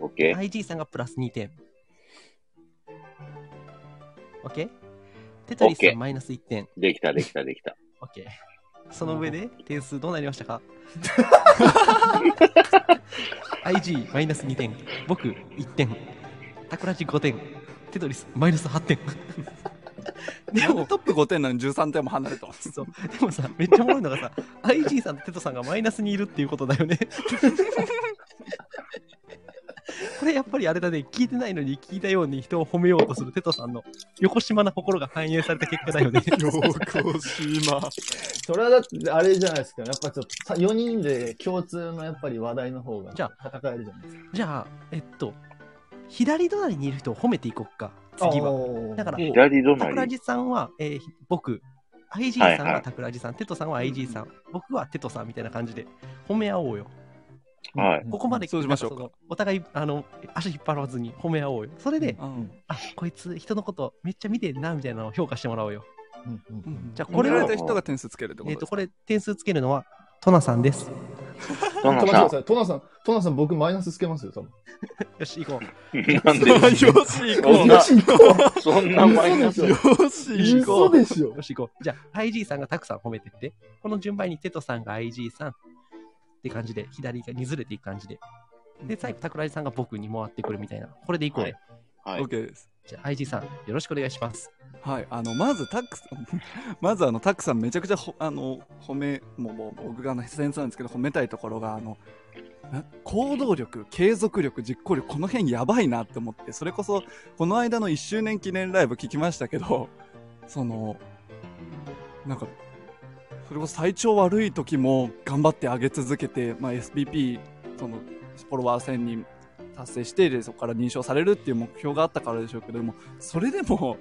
[SPEAKER 1] オッケー。
[SPEAKER 4] IG さんがプラス2点。OK? テトリスさ
[SPEAKER 1] OK
[SPEAKER 4] んマイナス1点。
[SPEAKER 1] できた、できた、できた。
[SPEAKER 4] OK。その上で点数どうなりました か ?IG マイナス2点。僕1点。タクラジ5点。テトリスマイナス8点。 でも、
[SPEAKER 2] トップ5点なのに13点も離れてます。
[SPEAKER 4] そうでもさ、めっちゃおもろいのがさ、IG さんとテトさんがマイナスにいるっていうことだ よね。これやっぱりあれだね、聞いてないのに聞いたように人を褒めようとするテトさんの横島な心が反映された結果だ よね。
[SPEAKER 2] 横島。
[SPEAKER 3] ーそれはだって、あれじゃないですか。やっぱちょっと、4人で共通のやっぱり話題の方が
[SPEAKER 4] じゃ
[SPEAKER 3] 戦えるじゃないですか。
[SPEAKER 4] じゃあ、えっと、左隣にいる人を褒めていこっか、次は。
[SPEAKER 3] は
[SPEAKER 4] だから、
[SPEAKER 1] 左
[SPEAKER 4] タクラ
[SPEAKER 1] 隣。
[SPEAKER 4] ジさんは、えー僕、IG
[SPEAKER 1] はい
[SPEAKER 4] さんはタクラジさん、テトさんは IG さん、僕はテトさんみたいな感じで褒め合おうよ。
[SPEAKER 1] はい。
[SPEAKER 4] ここまで
[SPEAKER 2] そうしましょうか
[SPEAKER 4] なんそのお互いあの足引っ張らずに褒め合おうよ。それで、
[SPEAKER 2] うん
[SPEAKER 4] あこいつ人のことめっちゃ見てんなみたいなのを評価してもらおうよ。
[SPEAKER 3] うんうんう
[SPEAKER 2] うんん
[SPEAKER 4] じゃあ
[SPEAKER 2] こ
[SPEAKER 4] こ
[SPEAKER 2] れ
[SPEAKER 4] れ
[SPEAKER 2] を
[SPEAKER 4] を
[SPEAKER 2] られた人が点数つけるってこ
[SPEAKER 4] えっ、
[SPEAKER 2] とで
[SPEAKER 4] と
[SPEAKER 2] す
[SPEAKER 4] これ点数つけるのはトナさんです。
[SPEAKER 1] ト
[SPEAKER 3] ちょ
[SPEAKER 1] ナ
[SPEAKER 3] っ
[SPEAKER 1] さ
[SPEAKER 3] と待ってください。トナさん、トナさん、僕マイナスつけますよ、多分。
[SPEAKER 4] よし行こ
[SPEAKER 1] ん。なんで
[SPEAKER 2] か。よし、行
[SPEAKER 1] そ
[SPEAKER 2] こ
[SPEAKER 1] んな
[SPEAKER 3] よし、行こう。
[SPEAKER 1] そんなマイナス
[SPEAKER 3] 嘘でしょ
[SPEAKER 2] う。よし、行こ
[SPEAKER 3] 嘘
[SPEAKER 2] う。
[SPEAKER 3] でしょ
[SPEAKER 4] う。よ。し行こう。じゃあ IG さんがタクさん褒めてって。この順番にテトさんが IG さんって感じで左がにずれていく感じで。で最後タクラジさんが僕に回ってくるみたいな。これで行こうよ。
[SPEAKER 1] は
[SPEAKER 2] オ
[SPEAKER 1] い
[SPEAKER 2] ッ。ケーです。
[SPEAKER 4] じゃあ IG さんよろしくお願いします。
[SPEAKER 2] はい、あの、まずタック、 まずあの、タックさんめちゃくちゃほ、あの、褒め、もう、もう、僕があの、センスなんですけど、褒めたいところが、あの、な行動力、継続力、実行力、この辺やばいなって思って、それこそ、この間の1周年記念ライブ聞きましたけど、その、なんか、それこそ体調悪い時も頑張って上げ続けて、まあ、SBP、その、フォロワー1000人達成して、でそこから認証されるっていう目標があったからでしょうけども、それでも、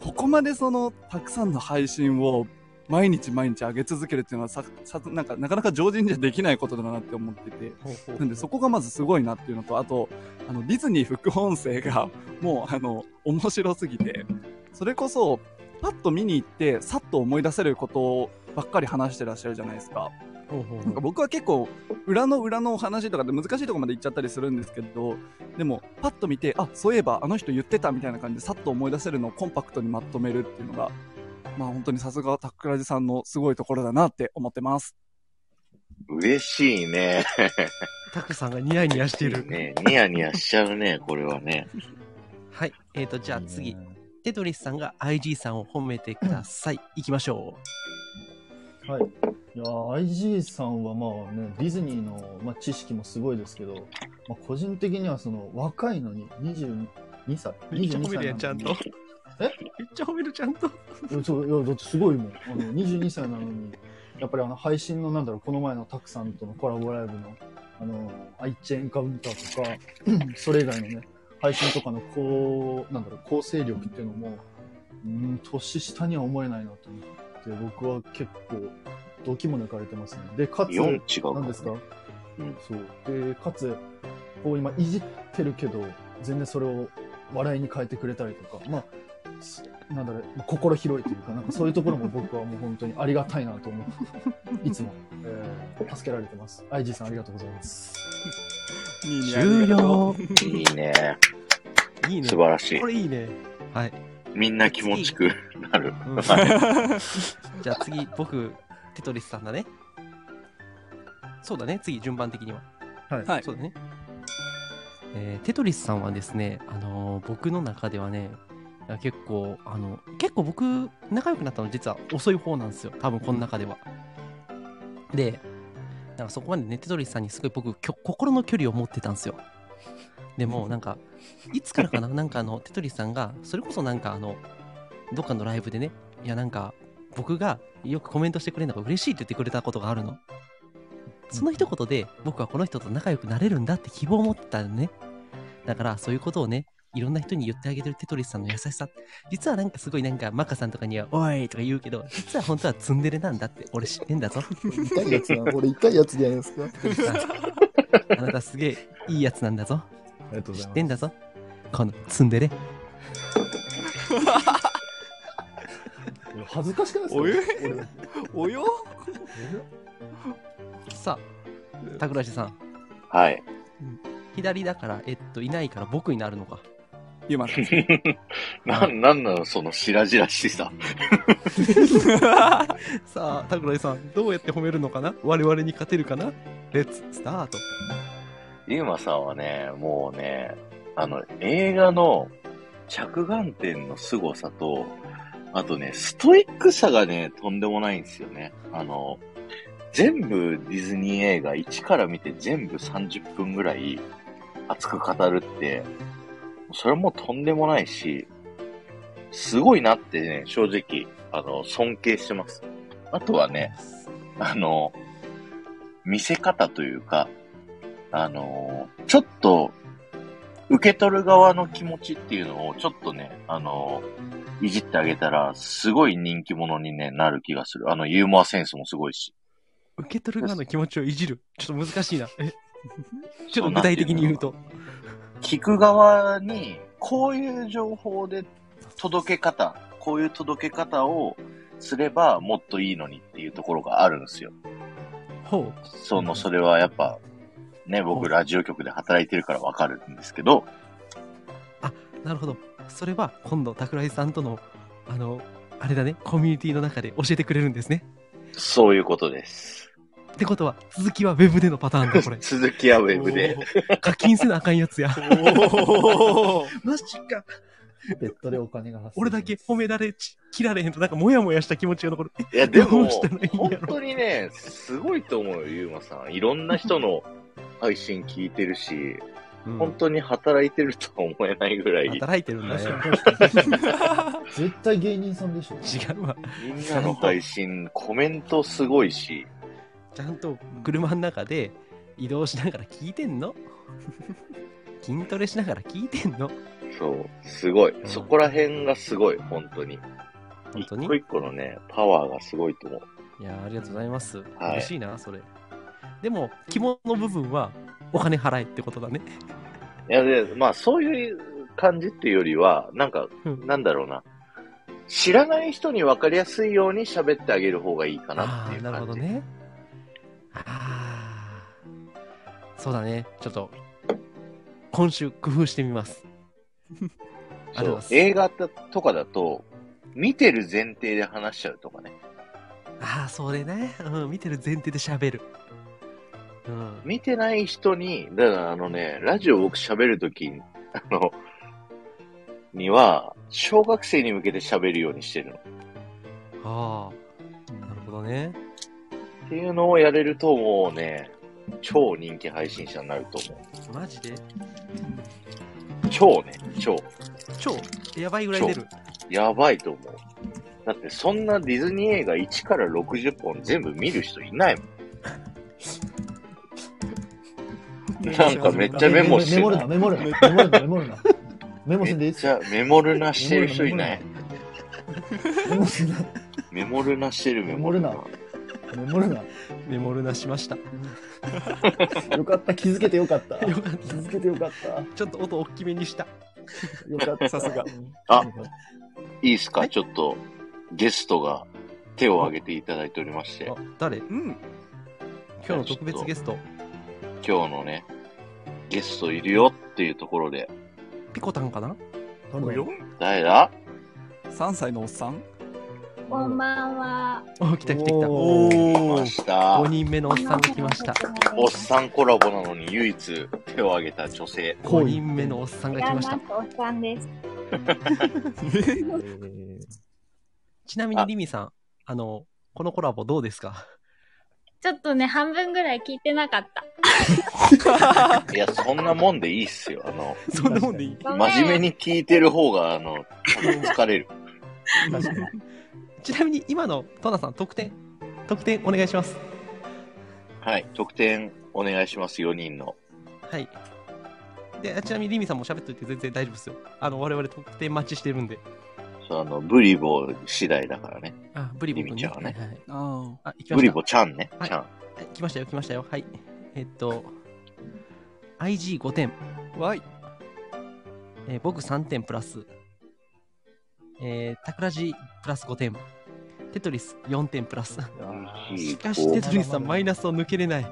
[SPEAKER 2] ここまでそのたくさんの配信を毎日毎日上げ続けるっていうのはささなんかなかなか常人じゃできないことだなって思っててなんでそこがまずすごいなっていうのとあとあのディズニー副音声がもうあの 面白すぎてそれこそパッと見に行ってさっと思い出せることばっかり話してらっしゃるじゃないですか。なんか僕は結構裏の裏のお話とかで難しいところまで行っちゃったりするんですけどでもパッと見てあそういえばあの人言ってたみたいな感じでさっと思い出せるのをコンパクトにまとめるっていうのがまあ本当にさすがタックラジさんのすごいところだなって思ってます
[SPEAKER 1] 嬉しいね。
[SPEAKER 4] タクさんがニヤニヤしている。
[SPEAKER 1] ねニヤニヤしちゃうね、これはね。
[SPEAKER 4] はい。えっ、とじゃあ次
[SPEAKER 3] いいね。
[SPEAKER 4] テトリスさんが IG さんを褒めてください。行きましょ
[SPEAKER 3] はい。いやー IG さんはまあね、ディズニーの、まあ、知識もすごいですけど、まあ、個人的にはその若いのに22歳。
[SPEAKER 4] う。めっちゃ
[SPEAKER 3] 22
[SPEAKER 4] 褒めるやん、ちゃ
[SPEAKER 3] 歳
[SPEAKER 4] ん
[SPEAKER 3] な
[SPEAKER 4] と。
[SPEAKER 3] え
[SPEAKER 4] めっちゃ褒める、ちゃんと。
[SPEAKER 3] のに。そういやだってすごいもん。あの22歳なのに、やっぱりあの配信のなんだろう、この前のタクさんとのコラボライブの、あの、愛知エンカウンターとか、 それ以外のね、配信とかのこう、なんだろう、構成力っていうのも、うん、年下には思えないなと思って、僕は結構、動機も抜かれてますね。で、かつ、
[SPEAKER 1] 4違うか。
[SPEAKER 3] なんですか、
[SPEAKER 1] うん
[SPEAKER 3] そうでかつこう今いじってるけど全然それを笑いに変えてくれたりとかまあすなんだろうまあ心広いというかなんかそういうところも僕はもう本当にありがたいなと思 っていつも、えー助けられてます IG さんありがとうございます
[SPEAKER 2] いいね
[SPEAKER 4] 終了。
[SPEAKER 1] いいね。
[SPEAKER 4] いいね
[SPEAKER 1] 素。晴らしい
[SPEAKER 4] こ。れいいね。はい。
[SPEAKER 1] みんな気持ちくなる。
[SPEAKER 4] うん
[SPEAKER 2] ありがとう
[SPEAKER 4] じゃあ次、僕、テトリスさんだね。そうだね、次、順番的には。
[SPEAKER 2] はい
[SPEAKER 4] そうだね。えーテトリスさんはですね、あのー僕の中ではね、結構、あの、結構僕、仲良くなったの実は遅い方なんですよ。多分、この中では。で、なんかそこまでね、テトリスさんにすごい僕、きょ心の距離を持ってたんですよ。でもなんかいつからかな なんかあのテトリスさんがそれこそなんかあのどっかのライブでねいやなんか僕がよくコメントしてくれるのが嬉しいって言ってくれたことがあるのその一言で僕はこの人と仲良くなれるんだって希望を持ってたのねだからそういうことをねいろんな人に言ってあげてるテトリスさんの優しさ実はなんかすごいなんかマカさんとかには「おい!」とか言うけど実は本当はツンデレなんだって俺知ってんだぞ
[SPEAKER 3] 痛いやつなのこれ痛いやつじゃないですか。あ
[SPEAKER 4] テトリスさんあなたすげえいいやつなんだぞ
[SPEAKER 3] りがとう
[SPEAKER 4] 知ってんだぞこのツンデレ
[SPEAKER 3] 俺恥ずかしくないですか
[SPEAKER 2] おえ
[SPEAKER 3] 俺俺
[SPEAKER 2] およ
[SPEAKER 4] さあタクラシさん
[SPEAKER 1] はい。
[SPEAKER 4] 左だからえっといないから僕になるの か
[SPEAKER 2] ゆまさん。
[SPEAKER 1] なん、なんなの、その白々しさ。
[SPEAKER 4] さあタクラシさんどうやって褒めるのかな我々に勝てるかなレッツスタート
[SPEAKER 1] ゆうまさんはね、もうね、あの、映画の着眼点の凄さと、あとね、ストイックさがね、とんでもないんですよね。あの、全部ディズニー映画、1から見て全部30分ぐらい熱く語るって、それもとんでもないし、すごいなってね、正直、あの、尊敬してます。あとはね、あの、見せ方というか、あのーちょっと、受け取る側の気持ちっていうのをちょっとね、あのーいじってあげたら、すごい人気者に、ね、なる気がする。あの、ユーモアセンスもすごいし。
[SPEAKER 4] 受け取る側の気持ちをいじるちょっと難しいな えちょっと具体的に言うと
[SPEAKER 1] 聞く側に、こういう情報で届け方、こういう届け方をすればもっといいのにっていうところがあるんですよ。
[SPEAKER 4] ほ
[SPEAKER 1] その、それはやっぱ、ね、僕ラジオ局で働いてるからわかるんですけど、
[SPEAKER 4] うなるほどそれは今度タクラシさんとのあのあれだねコミュニティの中で教えてくれるんですね
[SPEAKER 1] そういうことです。
[SPEAKER 4] ってことは続きはウェブでのパターンだこれ
[SPEAKER 1] 続き はウェブで。
[SPEAKER 4] 課金せなあかんやつや
[SPEAKER 2] おー
[SPEAKER 4] マジか
[SPEAKER 3] ベッドでお金が発生
[SPEAKER 4] 俺だけ褒められち切られへんとなんかモヤモヤした気持ちが残る。
[SPEAKER 1] いや、で
[SPEAKER 4] ど
[SPEAKER 1] も
[SPEAKER 4] うしたらい、いんや
[SPEAKER 1] 本
[SPEAKER 4] ろ
[SPEAKER 1] 当にね、すごいと思うよ、ゆうまさん。いろんな人の配信聞いてるし、本当に働いてるとは思えないぐらい、
[SPEAKER 4] 働いてるんだよ。
[SPEAKER 3] 絶対芸人さんでしょ。
[SPEAKER 4] 違うわ。
[SPEAKER 1] みんなの配信、コメントすごいし、
[SPEAKER 4] ちゃんと車の中で移動しながら聞いてんの筋トレしながら聞いてんの
[SPEAKER 1] そう、すごい。そこら辺がすごい、本当に。
[SPEAKER 4] 本当に
[SPEAKER 1] 一個一個のね、パワーがすごいと思う。
[SPEAKER 4] いやーありがとうございます。
[SPEAKER 1] い
[SPEAKER 4] 嬉しいな、それ。でも、肝の部分はお金払えってことだね。
[SPEAKER 1] いや、で、まあ、そういう感じっていうよりは、なんか、
[SPEAKER 4] うん
[SPEAKER 1] なんだろうな。知らない人に分かりやすいように喋ってあげる方がいいかなっ
[SPEAKER 4] あ
[SPEAKER 1] て
[SPEAKER 4] あ
[SPEAKER 1] い
[SPEAKER 4] ー
[SPEAKER 1] う感じ。
[SPEAKER 4] なるほどねああそうだねちょっと今週工夫してみますあり
[SPEAKER 1] そ
[SPEAKER 4] がとうご
[SPEAKER 1] う
[SPEAKER 4] ざい
[SPEAKER 1] 映
[SPEAKER 4] ます
[SPEAKER 1] 画だとかだと、見てる前提で話しちゃうとかね。
[SPEAKER 4] ああそれね、うん、見てる前提で喋るうん
[SPEAKER 1] 見てない人に、だからあのね、ラジオ僕喋るとき、あの、には、小学生に向けて喋るようにしてるの。
[SPEAKER 4] ああなるほどね
[SPEAKER 1] っていうのをやれるともうね、超人気配信者になると思
[SPEAKER 4] マジで
[SPEAKER 1] う。超ね、超。
[SPEAKER 4] 超やばいぐらい出る
[SPEAKER 1] やばいと思う。だってそんなディズニー映画1から60本全部見る人いないもん。 なんかめっちゃメモして
[SPEAKER 3] メモ
[SPEAKER 1] る
[SPEAKER 3] る
[SPEAKER 1] な
[SPEAKER 3] な、。メモるな、メモるな、メモるな。メモ
[SPEAKER 1] め
[SPEAKER 3] せんでいい
[SPEAKER 1] っ
[SPEAKER 3] っす
[SPEAKER 1] ちゃメモルなしてる人いない
[SPEAKER 3] メモすんな。
[SPEAKER 1] メモルなしてるメ
[SPEAKER 3] メ
[SPEAKER 1] モ
[SPEAKER 3] モ
[SPEAKER 1] ル
[SPEAKER 3] る
[SPEAKER 1] な
[SPEAKER 3] な。メモるな。
[SPEAKER 4] メモルなしました
[SPEAKER 3] よかった、気づけてよかった。
[SPEAKER 4] よかっ
[SPEAKER 3] 気づけてよかった。
[SPEAKER 4] たちょっと音大きめにした
[SPEAKER 3] よかった。
[SPEAKER 2] さすが。
[SPEAKER 1] あいいっすかちょっとゲストが手を挙げていただいておりまして
[SPEAKER 4] あ誰
[SPEAKER 2] うん。
[SPEAKER 4] 今日の特別ゲスト
[SPEAKER 1] 今日のねゲストいるよっていうところで
[SPEAKER 4] ピコタンかな
[SPEAKER 2] およ
[SPEAKER 1] 誰だ
[SPEAKER 2] ?3 歳のおっさん
[SPEAKER 5] こんばんは。
[SPEAKER 4] お来た来た来た
[SPEAKER 3] おー
[SPEAKER 1] 来ました
[SPEAKER 4] 5人目のおっさんが来ました
[SPEAKER 1] おっさんコラボなのに唯一手を挙げた女性
[SPEAKER 4] 5人目のおっさんが来まし
[SPEAKER 5] いやな
[SPEAKER 4] た
[SPEAKER 5] ん。かおっさんです。
[SPEAKER 4] ちなみにリミさん、あの、このコラボどうですか
[SPEAKER 5] ちょっとね、半分ぐらい聞いてなかった。
[SPEAKER 1] いや、そんなもんでいいっすよ。あの、
[SPEAKER 4] そんなもん でいい。
[SPEAKER 5] ごめん
[SPEAKER 1] 真面目に聞いてる方が、あの、多分疲れる。
[SPEAKER 4] 確かにちなみに今のトナさん得点得点お願いします
[SPEAKER 1] はい。得点お願いします、4人の。
[SPEAKER 4] はいであちなみにリミさんも喋っといて全然大丈夫ですよあの我々得点待ちしてるんで
[SPEAKER 1] そう、あの、ブリボ次第だからね。
[SPEAKER 4] あブリボ君、
[SPEAKER 1] リミちゃんはね
[SPEAKER 4] はいはい
[SPEAKER 2] あ
[SPEAKER 4] あ行きました
[SPEAKER 1] ブリボちゃんね。
[SPEAKER 4] はい
[SPEAKER 1] ちゃん。
[SPEAKER 4] はい来ましたよ来ましたよはいえっと IG5 点、
[SPEAKER 2] あ。わい。
[SPEAKER 4] えー僕3点プラスえー、タクラジプラス5点テトリス4点プラ スしかしテトリスさんマイナスを抜けれ ない
[SPEAKER 3] も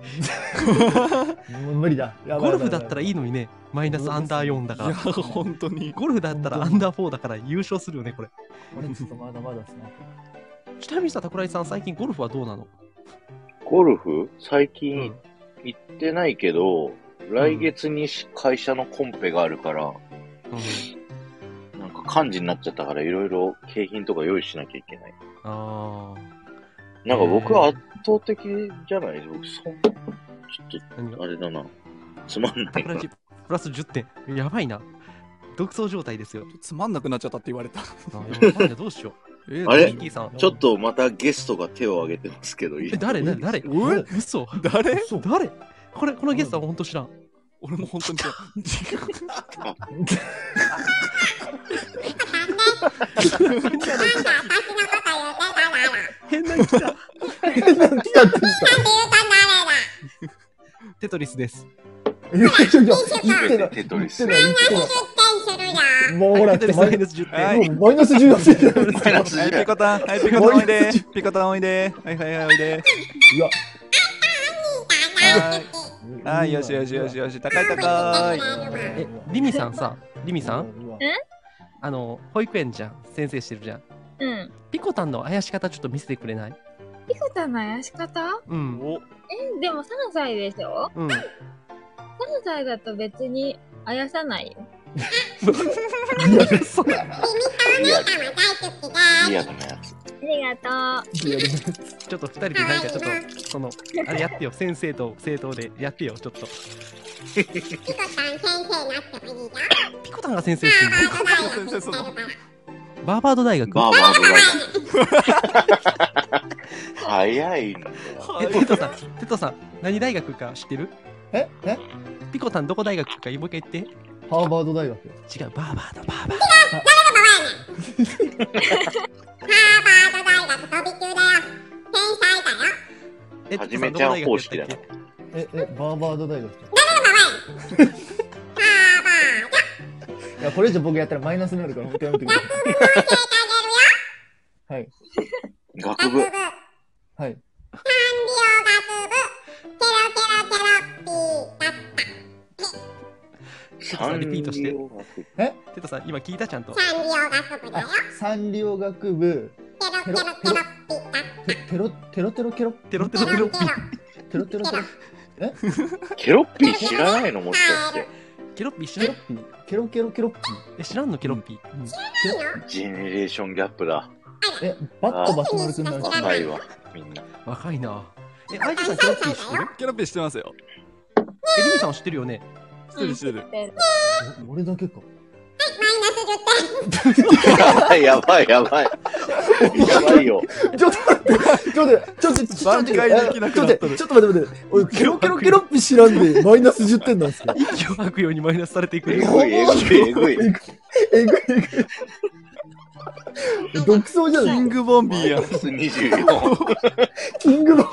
[SPEAKER 3] う無理だ。やば
[SPEAKER 4] ゴ
[SPEAKER 3] い
[SPEAKER 4] ルフだったらいいのにね、マイナスアンダー4だか
[SPEAKER 2] いや、
[SPEAKER 4] ら。
[SPEAKER 2] 本当に。
[SPEAKER 4] ゴルフだったらアンダー4だから優勝するよね、これ。
[SPEAKER 3] これちょっとまだまだですね。
[SPEAKER 4] ちなみにさ、桜井さん、最近ゴルフはどうなの
[SPEAKER 1] ゴルフ最
[SPEAKER 4] う
[SPEAKER 1] 近
[SPEAKER 4] ん
[SPEAKER 1] 行ってないけど、来月にし会社のコンペがあるから、なんか幹事になっちゃったから、いろいろ景品とか用意しなきゃいけない。
[SPEAKER 4] あ
[SPEAKER 1] なんか僕は
[SPEAKER 4] へー
[SPEAKER 1] 圧倒的じゃない僕、そん、ちょ
[SPEAKER 4] あ。何
[SPEAKER 1] っ
[SPEAKER 4] が
[SPEAKER 1] と、あれだな。つまんないな
[SPEAKER 4] 桜井プラス10点。やばいな。独走状態ですよ。
[SPEAKER 2] つまんなくなっちゃったって言われた。
[SPEAKER 4] あやばいなどうしよ
[SPEAKER 2] え
[SPEAKER 1] あ
[SPEAKER 4] う。
[SPEAKER 1] れ
[SPEAKER 4] ミッキーさん。
[SPEAKER 1] ちょっとまたゲストが手を挙げてますけど、いい
[SPEAKER 4] え、誰誰誰
[SPEAKER 3] え
[SPEAKER 4] 嘘
[SPEAKER 2] 誰
[SPEAKER 3] そう。
[SPEAKER 4] 誰これ、このゲストは本当知らん。
[SPEAKER 2] 俺も本当にそう。
[SPEAKER 4] 変な人だ。
[SPEAKER 3] なん来たって
[SPEAKER 4] テトリスです。
[SPEAKER 3] 言った。いやいやいや、言ってな い。
[SPEAKER 1] テトリス
[SPEAKER 3] 言ってない、言ってない。もうほ
[SPEAKER 4] は
[SPEAKER 3] ら、
[SPEAKER 4] いテトリス
[SPEAKER 3] マ
[SPEAKER 4] マイ
[SPEAKER 3] イ
[SPEAKER 4] ナス10
[SPEAKER 2] は
[SPEAKER 4] 点。
[SPEAKER 2] い
[SPEAKER 3] もうマイナス10点じゃ ないですか。
[SPEAKER 2] はい、ピコタン。はい、ピコタンおいで。ピコタンおいで。はいはいはい、おいで。
[SPEAKER 3] いや。
[SPEAKER 2] はい。はい、よしよしよしよし。高い高い。
[SPEAKER 4] え、リミさんさ、リミさん
[SPEAKER 3] うわ
[SPEAKER 4] あの、保育園じゃん。先生してるじゃん。
[SPEAKER 5] うん。
[SPEAKER 4] ピコタンの怪し方ちょっと見せてくれない
[SPEAKER 5] ピコタの怪し方
[SPEAKER 4] うん。
[SPEAKER 5] え、でも3歳でしょ
[SPEAKER 4] うん。
[SPEAKER 5] ?3 歳だと別にあやさないよ。
[SPEAKER 4] そう
[SPEAKER 1] リアル。リアルなやつ。
[SPEAKER 5] ありがとう。
[SPEAKER 3] いやでも
[SPEAKER 4] ちょっと二人でなんかちょっと、その、あれやってよ。先生と生徒でやってよ、ちょっと。ピコタンが先生してる
[SPEAKER 2] 先生、その。
[SPEAKER 4] のバーバード大学。
[SPEAKER 1] バーバードライブ。早いんだよ。
[SPEAKER 4] え、テトさん、テトさん、何大学か知ってる
[SPEAKER 3] ええ
[SPEAKER 4] ピコタンどこ大学か、もう一回言って。
[SPEAKER 3] ハーバード大学。
[SPEAKER 4] 違う、バーバード、バーバード。 え
[SPEAKER 1] はじめちゃん方式だな。
[SPEAKER 3] え、え、バーバード大学。いや、これ以上僕やったらマイナスになるから、本当やめてください。はい。
[SPEAKER 1] 学部。
[SPEAKER 3] はい。
[SPEAKER 4] さんリピートして
[SPEAKER 1] 産業学部
[SPEAKER 4] テトさん、今聞いたちゃんと。
[SPEAKER 3] サンリオ学部、テテロ、テロテロケロ、
[SPEAKER 4] テロテロテロ、
[SPEAKER 3] テロテロケロ、
[SPEAKER 1] ケロッピー知らないのもしかして。
[SPEAKER 4] ケロッピー知
[SPEAKER 3] ケ
[SPEAKER 4] ら
[SPEAKER 3] ロ
[SPEAKER 4] ん
[SPEAKER 3] ッピー、ケロケロケロッピ
[SPEAKER 4] え、知らんのケロッピー。
[SPEAKER 1] ジェネレーションギャップだ。
[SPEAKER 3] ー。え、バットバスマルくんなんですけど
[SPEAKER 1] 若いわ、みんな。
[SPEAKER 4] 若いな。え、マイケさん、ケロッピー知ってる
[SPEAKER 2] キャラピーしてますよ。
[SPEAKER 4] え、リミさんは知ってるよね。
[SPEAKER 2] してるしてる。
[SPEAKER 3] お俺だけか。
[SPEAKER 1] やばいやばい。やばいよ。
[SPEAKER 3] ちょっと待って、ちょっと待って、ちょっと待って、ちょっと待って、
[SPEAKER 2] 挽
[SPEAKER 3] ちょっと
[SPEAKER 2] 回できなくな
[SPEAKER 3] 待
[SPEAKER 2] っ
[SPEAKER 3] っ
[SPEAKER 2] とる
[SPEAKER 3] て、ちょっと待って、待って、俺、ケロケロケロッピー知らんで、マイナス10点なんですけど。
[SPEAKER 4] 息を吐くようにマイナスされていく。
[SPEAKER 1] えぐいえぐいえぐい。
[SPEAKER 3] えぐいえぐい。独走じゃな
[SPEAKER 2] キン
[SPEAKER 3] い
[SPEAKER 2] グボンビ
[SPEAKER 1] マ
[SPEAKER 2] ー
[SPEAKER 1] イ
[SPEAKER 2] や
[SPEAKER 1] ナ。ス24。
[SPEAKER 3] キングボン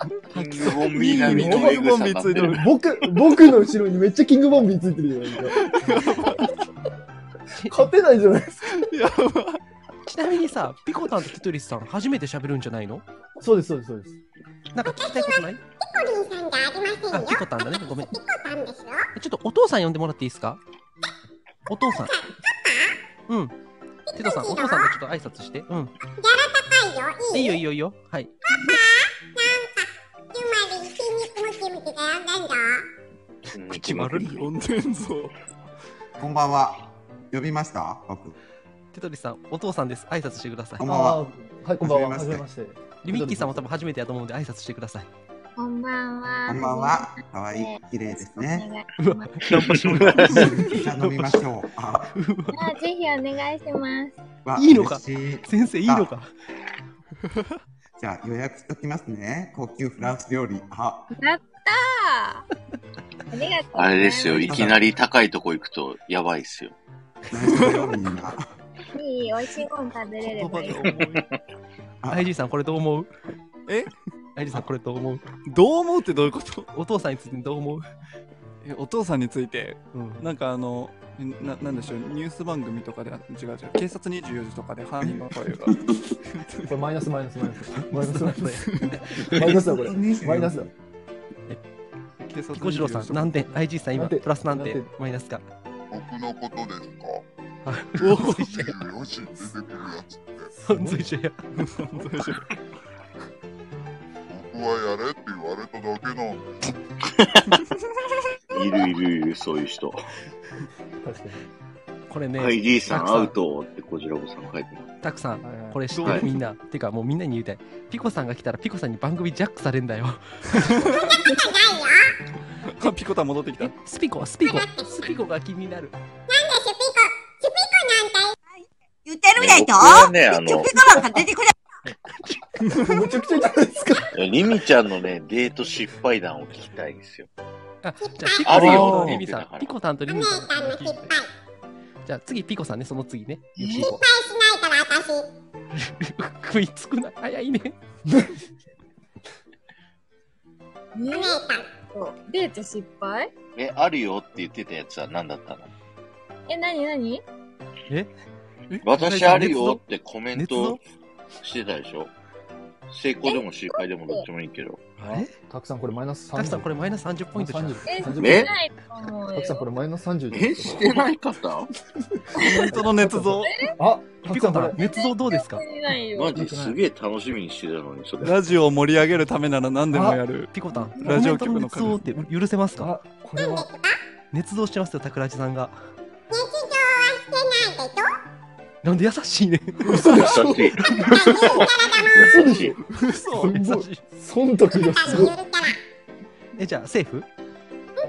[SPEAKER 1] キングボンビー並みのエグさになってる。
[SPEAKER 3] 僕、僕の後ろにめっちゃキングボンビーついてるじゃないですか。勝てないじゃないですか。
[SPEAKER 2] やばい。
[SPEAKER 4] ちなみにさ、ピコタンとテトリスさん、初めて喋るんじゃないの
[SPEAKER 3] そうです、そうです、そうです。
[SPEAKER 4] なんか聞きたいことないあ、ピコタンだね。ごめん。ちょっとお父さん呼んでもらっていいですかお父さん。うん。テトさん、お父さんとちょっと挨拶して。うん。いいよ、いいよ、いいよ。はい。
[SPEAKER 2] 口丸に呼んでんぞ。
[SPEAKER 6] こんばんは。呼びました僕。
[SPEAKER 4] テトリスさん、お父さんです。挨拶してください
[SPEAKER 6] こ。んばんは
[SPEAKER 3] ああー、はい、こんばんは。
[SPEAKER 6] は
[SPEAKER 3] は
[SPEAKER 6] じ
[SPEAKER 3] じ
[SPEAKER 6] め
[SPEAKER 3] め
[SPEAKER 6] ま
[SPEAKER 3] まして。
[SPEAKER 4] でミッキーさんも多分初めてやと思うんで挨拶してください。
[SPEAKER 5] こんばんは。
[SPEAKER 6] こんばんは。かわいい。綺麗です ね。。
[SPEAKER 5] お願いします。
[SPEAKER 4] う
[SPEAKER 6] じゃあ飲みましょう。あ、
[SPEAKER 5] じゃあぜひお願いします。
[SPEAKER 6] わ
[SPEAKER 4] いいのか
[SPEAKER 6] 嬉しい
[SPEAKER 4] 先生いいのか。
[SPEAKER 6] じゃあ予約しときますね。高級フランス料理。あ、
[SPEAKER 5] やったー。ありがとうござ
[SPEAKER 1] あ
[SPEAKER 5] います。
[SPEAKER 1] れですよ、いきなり高いとこ行くとやばいっすよ。
[SPEAKER 6] ナイス料理 な。
[SPEAKER 5] いい美味しいもの食べれれ
[SPEAKER 2] 言葉
[SPEAKER 5] ばいい
[SPEAKER 2] で。思い
[SPEAKER 6] あ
[SPEAKER 4] IG さんこれどう思う
[SPEAKER 2] え
[SPEAKER 4] ?IG さんこれどう思う
[SPEAKER 2] どう思うってどういうこと
[SPEAKER 4] お父さんについてどう思う
[SPEAKER 2] えお父さんについて
[SPEAKER 4] うん
[SPEAKER 2] なんかあのななんでしょうニュース番組とかであ違う違う警察24時とかで犯人の声が
[SPEAKER 3] これマイナスマイナスマイナス。マイナスマイナス。マイナスだこれ。マイナスだ。
[SPEAKER 2] 警察
[SPEAKER 4] 彦次郎さん何点 ?IG さん今
[SPEAKER 3] 何点
[SPEAKER 4] プラス何
[SPEAKER 3] 何
[SPEAKER 4] 点
[SPEAKER 3] 点
[SPEAKER 4] マイナスか。
[SPEAKER 7] 僕のことですか
[SPEAKER 2] おお
[SPEAKER 7] ?24 時に出てくるやつって、
[SPEAKER 4] 三髄者や。
[SPEAKER 7] 僕はやれって言われただけなんで、
[SPEAKER 1] いるいるいる、そういう人。
[SPEAKER 3] 確か
[SPEAKER 4] これね、
[SPEAKER 1] ID さ
[SPEAKER 4] たく
[SPEAKER 1] ん
[SPEAKER 4] さん
[SPEAKER 1] アウトってこちらこさん書いてます。
[SPEAKER 4] たくさん
[SPEAKER 3] に。はいはい
[SPEAKER 4] これ知っ
[SPEAKER 1] は
[SPEAKER 4] て
[SPEAKER 1] い
[SPEAKER 4] るみんな。てかもうみんなに言いたい。ピコさんが来たらピコさんに番組ジャックされんだよ。
[SPEAKER 2] あピコタン戻ってきた
[SPEAKER 4] えスピコスピコスピコが気になる。
[SPEAKER 8] 言ってるみたいと
[SPEAKER 1] 僕はね、あの
[SPEAKER 8] ピ、コなんか出てくる
[SPEAKER 3] めちゃくちゃじゃないですか。
[SPEAKER 1] リミちゃんのね、デート失敗談を聞きたいんですよ。
[SPEAKER 4] あ、じゃあピコ
[SPEAKER 1] あ
[SPEAKER 4] さ
[SPEAKER 1] る
[SPEAKER 4] ん
[SPEAKER 1] よ
[SPEAKER 4] とリミ
[SPEAKER 1] だ
[SPEAKER 4] さ
[SPEAKER 1] か
[SPEAKER 4] ん。
[SPEAKER 1] ら
[SPEAKER 4] ピコさんとリミさんの聞いて。じゃあ次ピコさんね、その次ね。ユキコ
[SPEAKER 8] 失敗しないから私。
[SPEAKER 4] 食いつくな。早いね。
[SPEAKER 5] ねデート失敗
[SPEAKER 1] え、あるよって言ってたやつは何だったの
[SPEAKER 5] え、なになに
[SPEAKER 1] 私あるよってコメン
[SPEAKER 4] 熱
[SPEAKER 1] ト
[SPEAKER 4] の
[SPEAKER 1] してたでしょ成功でも失敗でもどっちもいいけど。
[SPEAKER 4] あれ
[SPEAKER 3] たくさんこれマイナス30。
[SPEAKER 4] タクさんこれマイナス30ポイントじゃん。
[SPEAKER 5] え、
[SPEAKER 3] 30
[SPEAKER 1] ね
[SPEAKER 5] ないと思う
[SPEAKER 3] たくさんこ
[SPEAKER 5] よ。
[SPEAKER 3] れマイナス30。
[SPEAKER 1] え、してない方
[SPEAKER 2] この人の捏造
[SPEAKER 3] あ、た
[SPEAKER 4] ピ
[SPEAKER 3] くさ
[SPEAKER 4] コ
[SPEAKER 3] ん
[SPEAKER 4] さ
[SPEAKER 3] こ
[SPEAKER 4] ん、
[SPEAKER 3] れ。
[SPEAKER 4] 熱造どうですか
[SPEAKER 5] してないよ。
[SPEAKER 1] マジすげえ楽しみにしてたのに、それ。
[SPEAKER 2] ラジオを盛り上げるためなら何でもやる
[SPEAKER 4] ピコタン、
[SPEAKER 2] ラジオ局の
[SPEAKER 4] コメント熱造って許せますか
[SPEAKER 3] あ、これは。
[SPEAKER 4] 熱造してますよ、タクラジさんが。
[SPEAKER 8] 日常はしてないでと。
[SPEAKER 4] なんで優しいね。
[SPEAKER 1] 嘘でしょ優しい。
[SPEAKER 3] 嘘でしょ。
[SPEAKER 4] 嘘 優
[SPEAKER 3] すごい
[SPEAKER 4] しい。
[SPEAKER 3] 忖度がすごい。
[SPEAKER 4] え、じゃあ、セーフ
[SPEAKER 8] 抱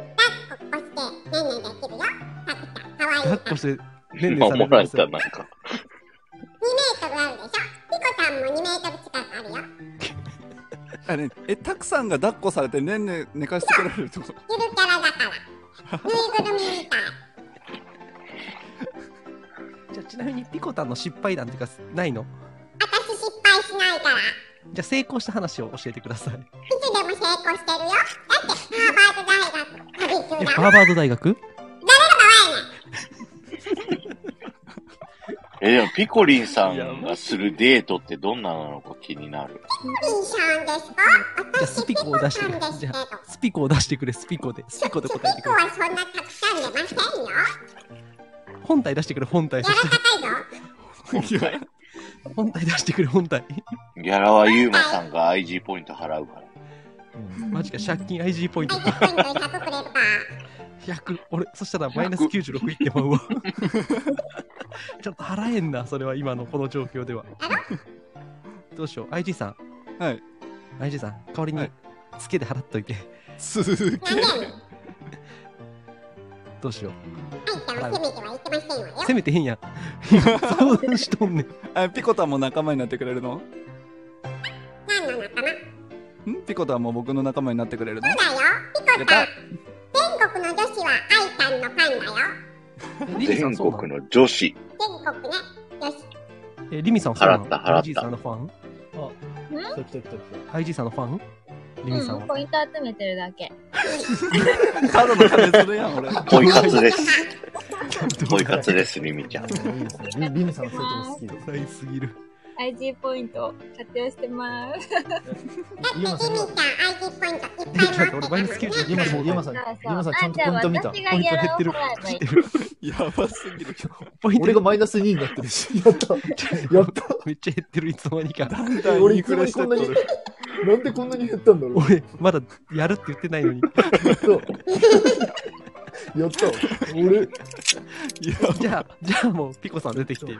[SPEAKER 8] っこして、ねんねんできるよ。たくさん、かわいい。2メ
[SPEAKER 4] 抱 っこして、ねんねんされ
[SPEAKER 1] 守ら
[SPEAKER 4] てま
[SPEAKER 1] れ
[SPEAKER 4] す
[SPEAKER 1] た、
[SPEAKER 4] よ。
[SPEAKER 1] なんか。
[SPEAKER 8] ートルあるでしょ。ピコさんも2メートル近くあるよ。
[SPEAKER 2] あれえたくさんが抱っこされてねんね寝かしてくれるとこ
[SPEAKER 8] ゆるキャラだから。ぬいぐるみみたい。
[SPEAKER 4] じゃあ、ちなみにピコタンの失敗談っていうか、ないの
[SPEAKER 8] 私失敗しないから。
[SPEAKER 4] じゃあ、成功した話を教えてください。
[SPEAKER 8] いつでも成功してるよ。だって、ハーバード大学
[SPEAKER 4] え
[SPEAKER 8] 旅中だもん。
[SPEAKER 4] ハーバード大学
[SPEAKER 1] え、でもピコリンさんがするデートってどんななのか気になる。
[SPEAKER 8] ピンションですか
[SPEAKER 4] じゃあ、スピコを出してくれ
[SPEAKER 8] ピコさん。ですけど
[SPEAKER 4] じゃあ、スピコを出してくれ、スピコで。スピコで
[SPEAKER 8] ピ
[SPEAKER 4] 答えて
[SPEAKER 8] コ
[SPEAKER 4] くれ。
[SPEAKER 8] はそんなたくさん出ませんよ。
[SPEAKER 4] 本体出してくれ、本体。そ
[SPEAKER 8] 柔ら
[SPEAKER 4] した
[SPEAKER 8] かいぞ。
[SPEAKER 4] ら、本体出してくれ、本体。
[SPEAKER 1] ギャラはユーマさんが IG ポイント払うから。
[SPEAKER 4] マジか、借金 IG ポイント
[SPEAKER 8] はい、。10ポイント100くれるか。
[SPEAKER 4] 100俺そしたらマイナス96いってまうわちょっと払えんなそれは今のこの状況ではどうしよう IG さん
[SPEAKER 2] はい
[SPEAKER 4] IG さん代わり
[SPEAKER 2] は
[SPEAKER 4] に
[SPEAKER 2] い
[SPEAKER 4] ツケで払っといて
[SPEAKER 2] すげえ
[SPEAKER 8] なんでやねん。
[SPEAKER 4] どうしよ
[SPEAKER 8] アイちゃんはせめては言ってませんわよ。
[SPEAKER 4] うせめてへんやん相談しとんねん
[SPEAKER 2] あピコタンも仲間になってくれるの
[SPEAKER 8] 何の仲間だよ。
[SPEAKER 2] んピコタンも僕の仲間になってくれるの
[SPEAKER 8] ピ
[SPEAKER 2] や
[SPEAKER 8] コさ
[SPEAKER 2] ば
[SPEAKER 8] ん。全国の女子はアイちゃんのファンだよ。
[SPEAKER 4] リミさん
[SPEAKER 1] 全
[SPEAKER 4] そうな
[SPEAKER 1] 国
[SPEAKER 4] の
[SPEAKER 1] の女子。
[SPEAKER 8] 全国ね。女子。
[SPEAKER 4] えリミさんそうな
[SPEAKER 1] 払
[SPEAKER 4] の
[SPEAKER 1] った払った
[SPEAKER 4] IG さんのファン
[SPEAKER 3] 来た来た来た来
[SPEAKER 4] IG さんのファンリミさん
[SPEAKER 5] うん、
[SPEAKER 4] は
[SPEAKER 5] ポイント集めてるだけ。
[SPEAKER 2] カードの金するやん俺
[SPEAKER 1] ポイ活です。
[SPEAKER 4] ど
[SPEAKER 1] ポイ活 です、リミちゃん。
[SPEAKER 3] た。いいですね。リリミさんの生徒も好きです。
[SPEAKER 4] 辛いすぎる
[SPEAKER 5] IG ポイント活用してます。
[SPEAKER 3] リマ
[SPEAKER 8] ジ
[SPEAKER 3] さん
[SPEAKER 8] ミー。ちゃん、IG ポイントいっ
[SPEAKER 4] ちょっ
[SPEAKER 8] ぱい持ってた
[SPEAKER 4] と俺
[SPEAKER 8] もん
[SPEAKER 4] マイナ
[SPEAKER 8] ね
[SPEAKER 4] ス。90
[SPEAKER 3] リマさん、リマさん、
[SPEAKER 5] そう
[SPEAKER 3] リ
[SPEAKER 5] そう
[SPEAKER 3] マさん、ちゃんとポイント見た
[SPEAKER 5] あ。じゃあ
[SPEAKER 4] ポイント減
[SPEAKER 5] 私がギャラ
[SPEAKER 4] っ
[SPEAKER 5] を
[SPEAKER 4] てる
[SPEAKER 5] 払えばい
[SPEAKER 4] 来
[SPEAKER 5] い
[SPEAKER 4] て。る
[SPEAKER 2] やばすぎる
[SPEAKER 4] ポイント
[SPEAKER 3] 俺
[SPEAKER 4] 減
[SPEAKER 3] が
[SPEAKER 4] っ
[SPEAKER 3] マイナス2になってるし。やった。やった。
[SPEAKER 4] めっちゃ減ってるいつの間にか
[SPEAKER 2] だんだん
[SPEAKER 3] 俺
[SPEAKER 2] インフレしてっと
[SPEAKER 3] いつ
[SPEAKER 2] る
[SPEAKER 3] もなんでこんなに減ったんだろ
[SPEAKER 4] 俺まだやるって言ってないのに
[SPEAKER 3] う。やった。やった。
[SPEAKER 2] い
[SPEAKER 3] 俺、
[SPEAKER 2] や
[SPEAKER 4] じゃあ、じゃあもうピコさん出てきて、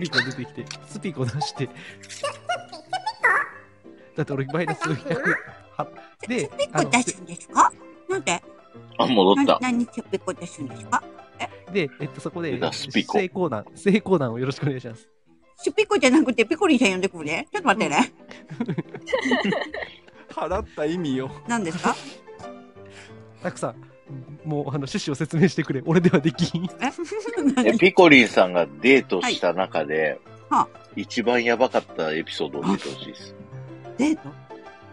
[SPEAKER 4] ピコ出てきて、スピコ出して、だって俺マイナス100はで
[SPEAKER 9] すっぺ
[SPEAKER 4] あ
[SPEAKER 9] こ
[SPEAKER 4] の
[SPEAKER 9] 出すんですかなんで
[SPEAKER 1] あ、戻っ
[SPEAKER 9] な
[SPEAKER 1] た。
[SPEAKER 9] 何すっぺこ出すんですか
[SPEAKER 4] で、えっと、そこで
[SPEAKER 1] 出たスピコ
[SPEAKER 4] 成功談成功談をよろしくお願いします
[SPEAKER 9] すっぺこじゃなくてピコリンさん呼んでくれちょっと待ってね。
[SPEAKER 2] 払った意味よ。
[SPEAKER 9] 何ですか
[SPEAKER 4] たくさんもうあの趣旨を説明してくれ俺ではできん
[SPEAKER 9] え
[SPEAKER 1] え、
[SPEAKER 9] 何
[SPEAKER 1] ピコリンさんがデートした中で、
[SPEAKER 9] はいは
[SPEAKER 1] 一番やばかったエピソードを教えてほしいです。
[SPEAKER 9] デート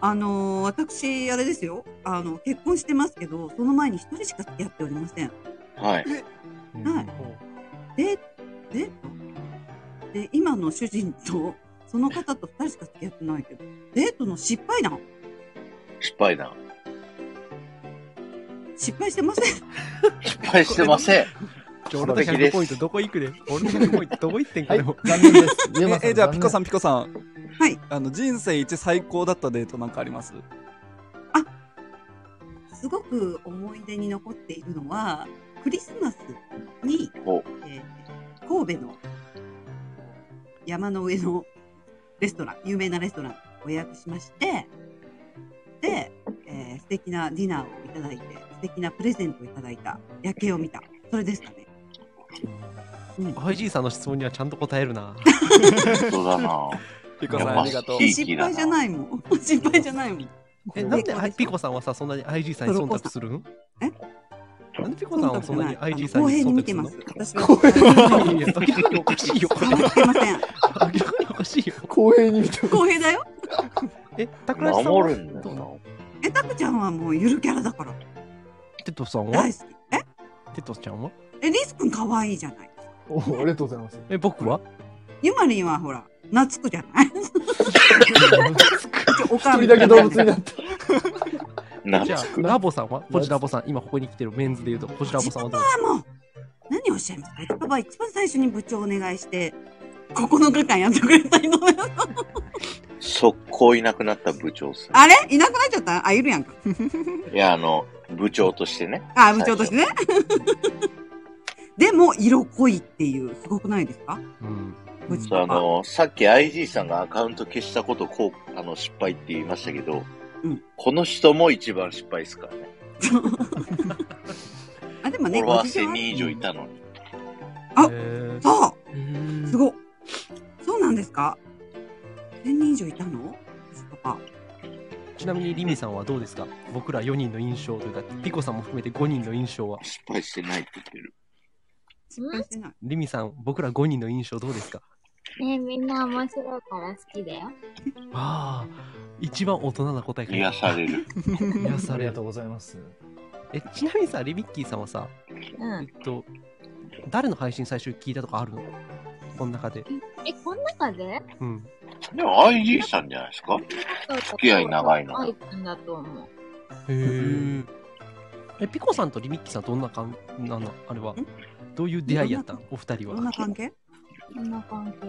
[SPEAKER 9] あのー、私、あれですよ。あの、結婚してますけど、その前に一人しか付き合っておりません。
[SPEAKER 1] はい。
[SPEAKER 9] はいデートデートで、今の主人と、その方と二人しか付き合ってないけど、デートの失敗談
[SPEAKER 1] 失敗談。
[SPEAKER 9] 失敗してません。
[SPEAKER 1] 失敗してま せん。
[SPEAKER 4] じゃあ俺の
[SPEAKER 1] 完璧で
[SPEAKER 4] 100
[SPEAKER 1] す
[SPEAKER 4] ポイントどこ行くね俺の100ポイントどこ行ってん
[SPEAKER 3] は
[SPEAKER 4] か
[SPEAKER 3] い、
[SPEAKER 4] でも、
[SPEAKER 3] 残念です。ゆま
[SPEAKER 2] え、えじゃあ、ピコさ
[SPEAKER 3] ん
[SPEAKER 2] ん、ピコさん。
[SPEAKER 9] はい。
[SPEAKER 2] あの、人生一最高だったデートなんかあります
[SPEAKER 9] すごく思い出に残っているのは、クリスマスに、
[SPEAKER 1] お
[SPEAKER 9] えー神戸の山の上のレストラン、有名なレストランを予約しまして、で、えー素敵なディナーをいただいて、素敵なプレゼントをいただいた、夜景を見た。それですかね。
[SPEAKER 4] IG さんの質問にはちゃんと答える な
[SPEAKER 1] 本当だな
[SPEAKER 2] ピコさん、ありがとう
[SPEAKER 1] い。い
[SPEAKER 9] 失
[SPEAKER 1] 気だな
[SPEAKER 9] 敗じゃないもん。 失敗じゃないもん。
[SPEAKER 4] えなんであピコさんはさそんなに IG さんに忖度するん
[SPEAKER 9] え
[SPEAKER 4] なんでピコさんはそんなに IG さん
[SPEAKER 9] 公
[SPEAKER 4] に
[SPEAKER 9] 平に
[SPEAKER 4] 忖
[SPEAKER 9] 見
[SPEAKER 4] 度す
[SPEAKER 9] て
[SPEAKER 4] る
[SPEAKER 9] ま
[SPEAKER 4] の
[SPEAKER 9] す。私は公
[SPEAKER 4] いやいや明らかにおかしいよこれ明
[SPEAKER 9] 平に見てません。
[SPEAKER 4] らかにおかしいよ
[SPEAKER 3] 公平に見て
[SPEAKER 9] 公平だよ。
[SPEAKER 4] えタクラシさんは
[SPEAKER 1] 守るんだ
[SPEAKER 4] どうなの
[SPEAKER 1] よ
[SPEAKER 9] え、たくちゃんはもうゆるキャラだから。
[SPEAKER 4] テトさんは
[SPEAKER 9] 大好き。え
[SPEAKER 4] テトちゃんは
[SPEAKER 9] え、リスくん可愛いじゃない。
[SPEAKER 3] おーありがとうございます。
[SPEAKER 4] え僕は
[SPEAKER 9] ゆまりんはほら、懐くじゃないお
[SPEAKER 3] 一
[SPEAKER 9] か
[SPEAKER 3] 人だけ動物になった。
[SPEAKER 1] な。
[SPEAKER 4] じゃ
[SPEAKER 1] 懐く。
[SPEAKER 4] あラボさんはポジラボさん今ここに来てるメンズで言うとポジラボさんはどう
[SPEAKER 9] もう、 何をおっしゃいますかエチパパ一番最初に部長お願いして、9日間やってくれた井上さん。
[SPEAKER 1] 速攻いなくなった部長さ
[SPEAKER 9] あれいなくなっちゃったあ、いるやんか。
[SPEAKER 1] ん。いや、あの、部長としてね。
[SPEAKER 9] あ、部長として ね。でも、色濃いっていう、すごくないですか
[SPEAKER 4] うん
[SPEAKER 9] 部長
[SPEAKER 1] そうあの、さっき IG さんがアカウント消したことこう、あの、失敗って言いましたけど、
[SPEAKER 9] うん
[SPEAKER 1] この人も一番失敗ですからね。
[SPEAKER 9] あ、でも
[SPEAKER 1] フ
[SPEAKER 9] ね、
[SPEAKER 1] ォロワー
[SPEAKER 9] 50は
[SPEAKER 1] 1000人以上いたのに。
[SPEAKER 9] あ
[SPEAKER 4] へー
[SPEAKER 9] そう
[SPEAKER 4] ー
[SPEAKER 9] う、
[SPEAKER 4] ん
[SPEAKER 9] すごっ。そうなんですか ?1000 人以上いたのパパ。
[SPEAKER 4] ちなみにリミさんはどうですか僕ら4人の印象というかピコさんも含めて5人の印象は
[SPEAKER 1] 失敗してないって言ってる。
[SPEAKER 9] 失 敗してない。
[SPEAKER 4] リミさん僕ら5人の印象どうですか
[SPEAKER 5] ねみんな面白いから好きだよ。
[SPEAKER 4] ああ一番大人な答えが
[SPEAKER 1] 癒される。
[SPEAKER 4] 癒さ
[SPEAKER 10] あり
[SPEAKER 4] れ
[SPEAKER 10] が
[SPEAKER 4] る
[SPEAKER 10] とうございます。
[SPEAKER 4] えちなみにさリミッキーさんはさ
[SPEAKER 5] う
[SPEAKER 4] えっ
[SPEAKER 5] ん。
[SPEAKER 4] と誰の配信最初聞いたとかあるのこの中で
[SPEAKER 5] え、この中で
[SPEAKER 4] うん
[SPEAKER 1] でも IG さんじゃないですか
[SPEAKER 5] 付
[SPEAKER 1] き合い長いの
[SPEAKER 5] 愛くんだと思う。
[SPEAKER 4] へーえピコさんとリミッキーさんどんな感じなのあれは
[SPEAKER 9] ん
[SPEAKER 4] どういう出会いやったのお二人
[SPEAKER 9] どんな
[SPEAKER 4] は
[SPEAKER 9] 関係
[SPEAKER 5] こんな関係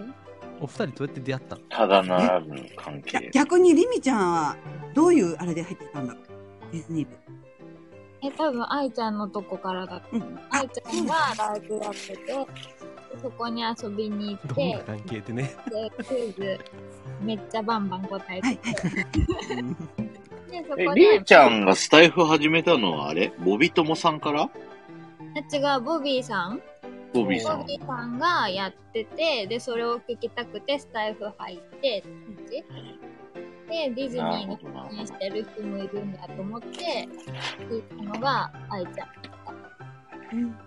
[SPEAKER 4] お二人どうやって出会ったの
[SPEAKER 1] ただならぬ関
[SPEAKER 9] いや
[SPEAKER 1] 係。
[SPEAKER 9] 逆にりみちゃんはどういうあれで入ってきたんだろうディズニー部。
[SPEAKER 5] え、多分愛ちゃんのとこからだ。
[SPEAKER 9] うん。
[SPEAKER 5] 愛ちゃんがライブやってて、でそこに遊びに行っ
[SPEAKER 4] どん
[SPEAKER 5] て
[SPEAKER 4] な、関係ってね
[SPEAKER 5] で、クイズ、めっちゃバンバン答え
[SPEAKER 9] は
[SPEAKER 5] て
[SPEAKER 9] いはい。
[SPEAKER 5] て、そこ
[SPEAKER 1] え
[SPEAKER 5] で、、
[SPEAKER 1] りえちゃんがスタイフ始めたのはあれボビトモさんから
[SPEAKER 5] あ違う、ボビーさん
[SPEAKER 1] ボビーさ
[SPEAKER 5] ボ
[SPEAKER 1] ん。
[SPEAKER 5] ビーさんがやってて、で、それを聞きたくて、スタイフ入って、こっちで、ディズニ
[SPEAKER 1] な
[SPEAKER 5] ー
[SPEAKER 1] る
[SPEAKER 5] の
[SPEAKER 1] ほどな。
[SPEAKER 5] 出演してる人もいるんだと思って、聞いたのが愛ちゃん。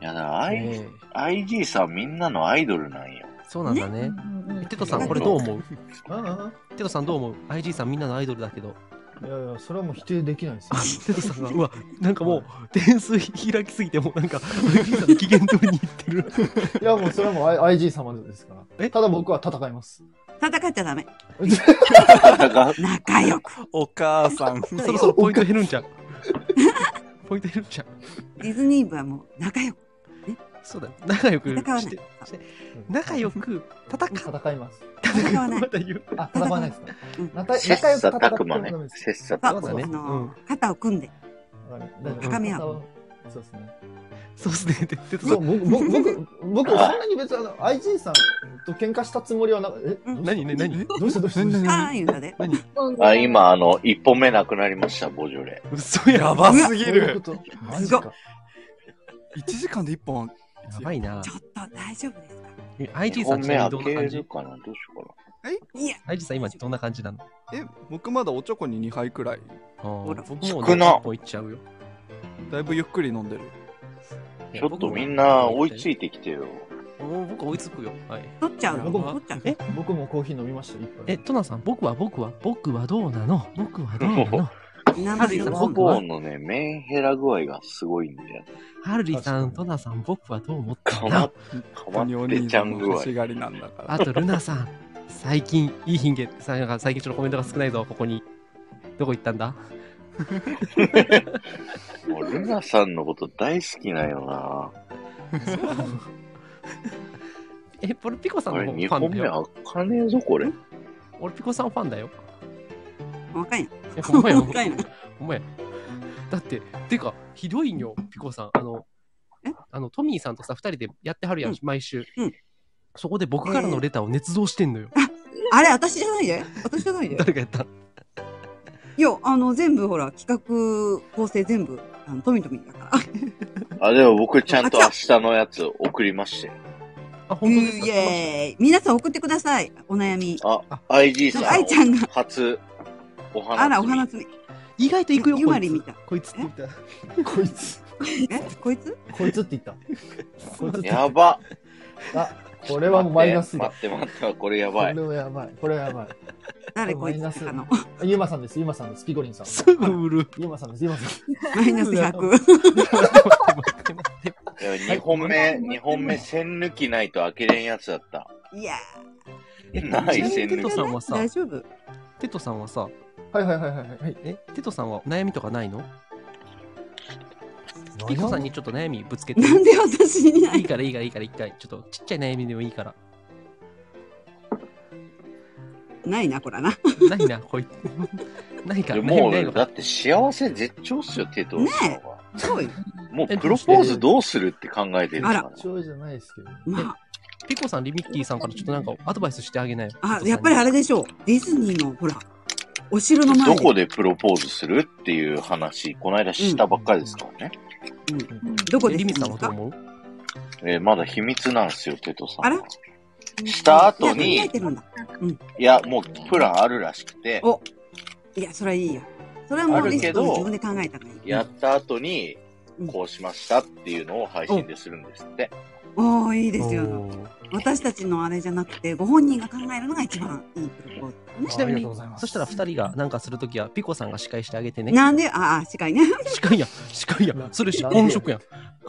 [SPEAKER 1] いやだから、I
[SPEAKER 4] え
[SPEAKER 1] IG さんみんなのアイドルなんよ。
[SPEAKER 4] えそうなんだね
[SPEAKER 5] うんうん
[SPEAKER 4] テトさんこれどう思う
[SPEAKER 10] あ
[SPEAKER 4] テトさんどう思う ?IG さんみんなのアイドルだけど。
[SPEAKER 10] あ、いやいや、それはもう否定できないですよ。
[SPEAKER 4] テトさんが、うわ、なんかもう点数開きすぎて、もうなんか IG さんの機嫌取りに行ってる。
[SPEAKER 10] いや、もうそれはもう I- IG 様ですから。
[SPEAKER 4] え
[SPEAKER 10] ただ僕は戦います。
[SPEAKER 9] 戦っちゃダメ。
[SPEAKER 1] 戦う
[SPEAKER 9] 仲良く。
[SPEAKER 2] お母さん。
[SPEAKER 4] そろそろポイント減るんじゃん。ポイント減るんじゃん。
[SPEAKER 9] ディズニー部はもう仲良く。
[SPEAKER 4] そうだよ、仲良く
[SPEAKER 9] 戦わない
[SPEAKER 4] して。して仲良く戦う。
[SPEAKER 10] 戦います。
[SPEAKER 9] 戦わない
[SPEAKER 4] ま。だ言う。
[SPEAKER 10] あ、戦わないですか。
[SPEAKER 9] うん
[SPEAKER 10] 仲仲
[SPEAKER 1] 切
[SPEAKER 10] 良く戦
[SPEAKER 1] 磋
[SPEAKER 10] って
[SPEAKER 1] 琢磨
[SPEAKER 10] も
[SPEAKER 1] ね
[SPEAKER 10] ダメ。です。
[SPEAKER 1] 切磋
[SPEAKER 9] あ
[SPEAKER 1] 琢
[SPEAKER 4] そうだね
[SPEAKER 9] あの、
[SPEAKER 4] うん
[SPEAKER 9] 肩を組んで。
[SPEAKER 10] わかる
[SPEAKER 9] 高め合う。
[SPEAKER 10] そうですね。
[SPEAKER 4] そうですねって言ってた
[SPEAKER 10] そう僕僕僕僕そんなに別にあの IG さんと喧嘩したつもりはなかえ
[SPEAKER 4] 何何何
[SPEAKER 10] どうしたどうしたどうした
[SPEAKER 9] ああ言うたで。
[SPEAKER 1] あ、今、あの、一本目なくなりました、ボジョレ。
[SPEAKER 4] 嘘や
[SPEAKER 2] やばすぎ
[SPEAKER 10] どういうこ
[SPEAKER 2] る。
[SPEAKER 10] とマジか
[SPEAKER 2] 1時間で1本。
[SPEAKER 4] やばいな
[SPEAKER 9] ちょっと大丈夫ですか
[SPEAKER 4] え
[SPEAKER 1] 一
[SPEAKER 4] IG さ
[SPEAKER 1] 本
[SPEAKER 4] んち
[SPEAKER 1] 目開
[SPEAKER 4] なみにど
[SPEAKER 1] け
[SPEAKER 4] んな感
[SPEAKER 1] る
[SPEAKER 4] じ
[SPEAKER 1] かなどうしようか
[SPEAKER 4] IG さん今どんな感じなの
[SPEAKER 2] え、僕まだおちょこに2杯くらい。
[SPEAKER 4] あー僕も
[SPEAKER 1] 少
[SPEAKER 4] う
[SPEAKER 1] な
[SPEAKER 4] ね一本いっちゃうよ
[SPEAKER 2] だいぶゆっくり飲んでる。
[SPEAKER 1] な。ちょっとみんな追いついてきてよ。
[SPEAKER 4] もう僕追いつくよはい
[SPEAKER 9] 取っちゃうの
[SPEAKER 10] 僕も
[SPEAKER 9] 取っちゃうの
[SPEAKER 4] え
[SPEAKER 10] 僕もコーヒー飲みました一杯
[SPEAKER 4] えトナさん僕は僕は僕はどうなの僕はどうな の
[SPEAKER 9] 何杯飲
[SPEAKER 1] ポ
[SPEAKER 9] む
[SPEAKER 4] 僕
[SPEAKER 1] コ
[SPEAKER 9] の
[SPEAKER 1] ーンのね、メンヘラ具合がすごいんだよ。
[SPEAKER 4] ハルリさんトナさん僕はどう思った
[SPEAKER 1] か
[SPEAKER 4] か
[SPEAKER 1] ま
[SPEAKER 4] な
[SPEAKER 1] っ、
[SPEAKER 2] 本
[SPEAKER 1] か
[SPEAKER 2] 当に
[SPEAKER 1] ま
[SPEAKER 2] お
[SPEAKER 1] って
[SPEAKER 2] 兄
[SPEAKER 1] ち
[SPEAKER 2] さ
[SPEAKER 1] ゃ
[SPEAKER 2] ん
[SPEAKER 1] ん
[SPEAKER 2] の
[SPEAKER 1] 具合
[SPEAKER 2] 欲。しがりなんだから。
[SPEAKER 4] あとルナさん最近いいヒンゲさんが最近ちょっとコメントが少ないぞここにどこ行ったんだ
[SPEAKER 1] もうルナさんのこと大好きなよ
[SPEAKER 4] えポルピコさ
[SPEAKER 1] な。
[SPEAKER 4] ん
[SPEAKER 1] こ
[SPEAKER 4] の
[SPEAKER 1] れ
[SPEAKER 4] 方フ
[SPEAKER 1] 2本
[SPEAKER 4] ァンだ
[SPEAKER 1] 目
[SPEAKER 4] よ
[SPEAKER 1] 開かねえぞ、これ。
[SPEAKER 4] 俺ピコさんファンだよ。
[SPEAKER 9] 若いの
[SPEAKER 4] えほんまや、
[SPEAKER 9] 若いの
[SPEAKER 4] ほんまや。だって、てか、ひどいんよ、ピコさん。あの
[SPEAKER 9] え、
[SPEAKER 4] あのトミーさんとさ、二人でやってはるやん、
[SPEAKER 9] うん
[SPEAKER 4] 毎週、
[SPEAKER 9] うん
[SPEAKER 4] そこで僕からのレターを捏造してんのよ。
[SPEAKER 9] あれ私じゃないで私じゃないで
[SPEAKER 4] 誰がやったん
[SPEAKER 9] いやあの全部ほら企画構成全部あのトミトミだから
[SPEAKER 1] あ、でも僕ちゃんと
[SPEAKER 9] あ
[SPEAKER 1] 明
[SPEAKER 9] 来
[SPEAKER 1] 日のやつ送りまして。
[SPEAKER 4] あ、本当です
[SPEAKER 9] う
[SPEAKER 4] か
[SPEAKER 9] ーイエーイ皆さん送ってくださいお悩み
[SPEAKER 1] あ、IG
[SPEAKER 9] なん
[SPEAKER 1] さ
[SPEAKER 9] か愛ちゃ
[SPEAKER 1] ん、
[SPEAKER 9] んが
[SPEAKER 1] 初、お花摘み。
[SPEAKER 9] あらお花摘み
[SPEAKER 4] 意外と行くよ、
[SPEAKER 9] ゆゆまり
[SPEAKER 4] こいつ
[SPEAKER 9] みたい
[SPEAKER 4] こいつって言ったら。
[SPEAKER 10] こいつ
[SPEAKER 9] えこいつ
[SPEAKER 10] こいつって言ったこいつって言っ
[SPEAKER 1] やば。
[SPEAKER 10] たあこれはもうマイナスだ
[SPEAKER 1] 待って待って待って、これや
[SPEAKER 10] こ
[SPEAKER 1] ばい
[SPEAKER 10] れ。はやばいこれはやばい
[SPEAKER 9] 誰こ
[SPEAKER 10] マ
[SPEAKER 9] い
[SPEAKER 10] イ
[SPEAKER 9] つ
[SPEAKER 10] ナ
[SPEAKER 9] あ
[SPEAKER 10] ス
[SPEAKER 9] の
[SPEAKER 10] ゆうまさんですゆうまさんですピコリンさん
[SPEAKER 4] すぐ売る。
[SPEAKER 10] ゆうまさんですゆうまさん
[SPEAKER 9] マイナス100
[SPEAKER 4] 待って待って待って
[SPEAKER 1] 2本目、二本目、線抜きないと開けれんやつだった。
[SPEAKER 9] いや
[SPEAKER 4] え
[SPEAKER 1] ナイス
[SPEAKER 4] ちなみにテトさんは
[SPEAKER 9] ー
[SPEAKER 4] さ
[SPEAKER 9] 大、丈夫
[SPEAKER 4] テトさんはさ、
[SPEAKER 10] はいはいはいはいはい
[SPEAKER 4] え、テトさんは悩みとかないの
[SPEAKER 10] 悩み
[SPEAKER 4] ピコさんにちょっと悩みぶつけて。
[SPEAKER 9] なんで私にない
[SPEAKER 4] い
[SPEAKER 9] い
[SPEAKER 4] からいいからいいから一回ちょっとちっちゃい悩みでもいいから
[SPEAKER 9] ないなこらなね
[SPEAKER 4] ないなこいつ ないから
[SPEAKER 1] も
[SPEAKER 4] 悩みないの
[SPEAKER 1] う、だ
[SPEAKER 4] か
[SPEAKER 1] って幸せ絶頂っすよ、手と。
[SPEAKER 9] ねそうよ
[SPEAKER 1] もうプロポーズどうするって考えてるから。
[SPEAKER 9] あ
[SPEAKER 10] 一応じゃないですけど
[SPEAKER 9] まあ
[SPEAKER 4] ピコさんリミッキーさんからちょっとなんかアドバイスしてあげない
[SPEAKER 9] あ、やっぱりあれでしょう。ディズニーの、ほら、お城の前
[SPEAKER 1] ど
[SPEAKER 9] で。
[SPEAKER 1] こでプロポーズするっていう話、この間したばっかりですからね。
[SPEAKER 9] どこ
[SPEAKER 4] え
[SPEAKER 9] で
[SPEAKER 4] リミ
[SPEAKER 9] す
[SPEAKER 4] さんはどう
[SPEAKER 9] か
[SPEAKER 4] 思う
[SPEAKER 1] えーまだ秘密なんですよ、テトさんは。
[SPEAKER 9] あら
[SPEAKER 1] した後に
[SPEAKER 9] いや考えてるんだ
[SPEAKER 1] いや、もうプランあるらしくて、
[SPEAKER 9] おいや、それはいいや。それはも
[SPEAKER 1] あ
[SPEAKER 9] う
[SPEAKER 1] る
[SPEAKER 9] リス
[SPEAKER 1] け
[SPEAKER 9] ト
[SPEAKER 1] ど
[SPEAKER 9] を自分で考えたのがいい。
[SPEAKER 1] やった後に
[SPEAKER 9] うん、
[SPEAKER 1] こうしましたっていうのを配信でするんですって。
[SPEAKER 9] おー、いいですよ。
[SPEAKER 4] おー
[SPEAKER 9] 私たちのあれじゃなくて、ご本人が考えるのが一番いいプロポーズだね
[SPEAKER 4] ちなみ
[SPEAKER 10] ありがとうご
[SPEAKER 4] に
[SPEAKER 10] ざいます
[SPEAKER 4] そしたら二人がなんかするときはピコさんが司会してあげてね
[SPEAKER 9] なんで、ああ、司会ね。
[SPEAKER 4] 司会や司会や
[SPEAKER 10] なん
[SPEAKER 4] それし
[SPEAKER 10] なんで
[SPEAKER 4] 本職やん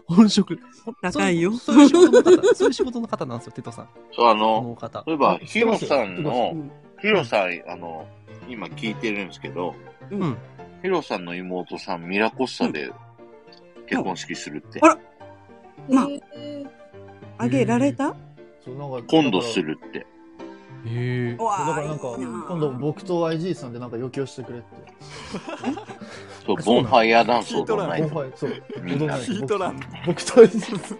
[SPEAKER 4] 本職
[SPEAKER 9] 高いよ。
[SPEAKER 4] そういうそういう仕事の方そういう仕事の方なんですよテトさん
[SPEAKER 1] そう、あ
[SPEAKER 4] こ
[SPEAKER 1] の、
[SPEAKER 4] の方
[SPEAKER 1] 例えば、ヒロさん
[SPEAKER 9] う
[SPEAKER 1] の、
[SPEAKER 9] ん
[SPEAKER 1] ヒロさん、あの、今聞いてるんですけど、
[SPEAKER 9] うん
[SPEAKER 4] うん
[SPEAKER 1] ヒロさんの妹さん、ミラコッサで結婚式するって。
[SPEAKER 9] あらまあ
[SPEAKER 5] えー
[SPEAKER 9] あげられた
[SPEAKER 10] そうなんか
[SPEAKER 1] 今度するって。
[SPEAKER 4] へえ
[SPEAKER 9] うわ
[SPEAKER 10] だ
[SPEAKER 9] ー
[SPEAKER 10] からなんか
[SPEAKER 9] いいな
[SPEAKER 10] 今度僕と IG さんでなんか余興してくれって
[SPEAKER 1] そう、
[SPEAKER 4] そ
[SPEAKER 1] ボ
[SPEAKER 4] うな
[SPEAKER 1] ン
[SPEAKER 4] の
[SPEAKER 1] ファイアダンスを踊らない
[SPEAKER 10] 後
[SPEAKER 1] と。
[SPEAKER 10] 輩そう
[SPEAKER 1] みんなで
[SPEAKER 2] ヒートラン。
[SPEAKER 10] 僕と IG さん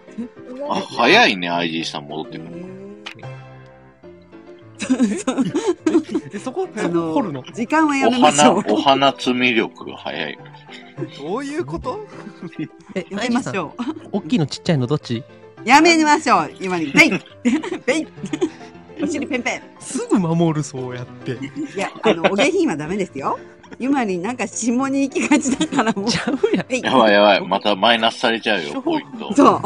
[SPEAKER 1] あ、早いね、IG さん戻ってくるの。
[SPEAKER 4] えそこそ
[SPEAKER 9] あ
[SPEAKER 4] こ
[SPEAKER 9] の
[SPEAKER 4] 掘るの
[SPEAKER 9] 時間はや
[SPEAKER 1] お
[SPEAKER 9] めまし
[SPEAKER 1] 花、
[SPEAKER 9] ょう。
[SPEAKER 1] お花摘み力が早い。
[SPEAKER 2] どういうこと
[SPEAKER 4] え
[SPEAKER 9] やめましょう。
[SPEAKER 4] 大きいのちっちゃいのどっち
[SPEAKER 9] やめましょう。今に、ベイ ベイお尻ペンペン
[SPEAKER 4] すぐ守るそうやって
[SPEAKER 9] いや、あの、お下品はダメですよ。ゆまりんなんか下に行きがちだからも う。
[SPEAKER 4] ちゃうやん
[SPEAKER 9] はい
[SPEAKER 1] やばいやば い、またマイナスされちゃうよ、ポイント。
[SPEAKER 9] そう。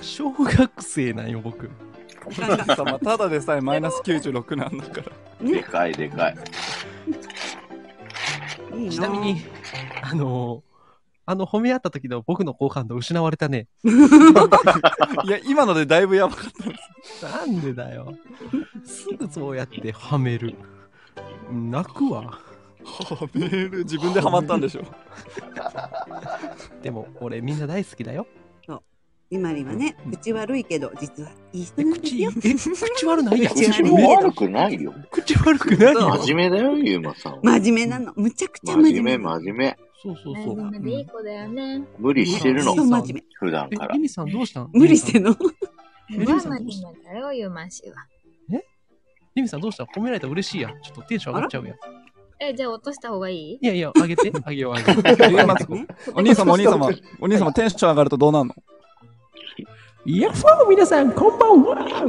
[SPEAKER 4] 小学生なんよ僕
[SPEAKER 2] 様ただでさえマイナス96なんだから。
[SPEAKER 1] でかいでかい。
[SPEAKER 9] いい
[SPEAKER 4] ちなみに。あのーあの褒め合った時の僕の好感度失われたね
[SPEAKER 2] いや、今のでだいぶやばかった。
[SPEAKER 4] なんでだよすぐそうやってはめる泣くわ
[SPEAKER 2] はめる。自分でハマったんでしょ。
[SPEAKER 4] でも俺みんな大好きだよ
[SPEAKER 9] ゆまりんはね、口悪いけど、実はいい人
[SPEAKER 4] え
[SPEAKER 9] なんです
[SPEAKER 4] 口え
[SPEAKER 9] よ。
[SPEAKER 4] 口悪ないやん
[SPEAKER 9] 口
[SPEAKER 1] うち
[SPEAKER 9] 悪い
[SPEAKER 1] も悪くないよ。
[SPEAKER 4] 口悪くないよ
[SPEAKER 1] 真面目だよ、ゆうまさんは。
[SPEAKER 9] 真面目なの。むちゃくちゃ真
[SPEAKER 1] 真面
[SPEAKER 9] 面
[SPEAKER 1] 目、
[SPEAKER 9] 目。
[SPEAKER 1] 真面目。
[SPEAKER 4] そうそう
[SPEAKER 5] 真面目でいい子だよね。
[SPEAKER 1] 無理してるの
[SPEAKER 9] 本当真面目
[SPEAKER 1] 普段から。
[SPEAKER 4] え、リミさんどうしたの
[SPEAKER 9] 無理してんの
[SPEAKER 5] 無理真面目だよ、ユマシは。
[SPEAKER 4] リミさんどうした褒められたら嬉しいやん。ちょっとテンション上がっちゃうやん。
[SPEAKER 5] え、じゃあ落とした方がいい
[SPEAKER 4] いやいや、あげて。あげよう、あげよ う。
[SPEAKER 2] えまずお兄様、お兄 様、お兄様、テンション上がるとどうなるの
[SPEAKER 4] ヤッフォー皆さん、こんばんは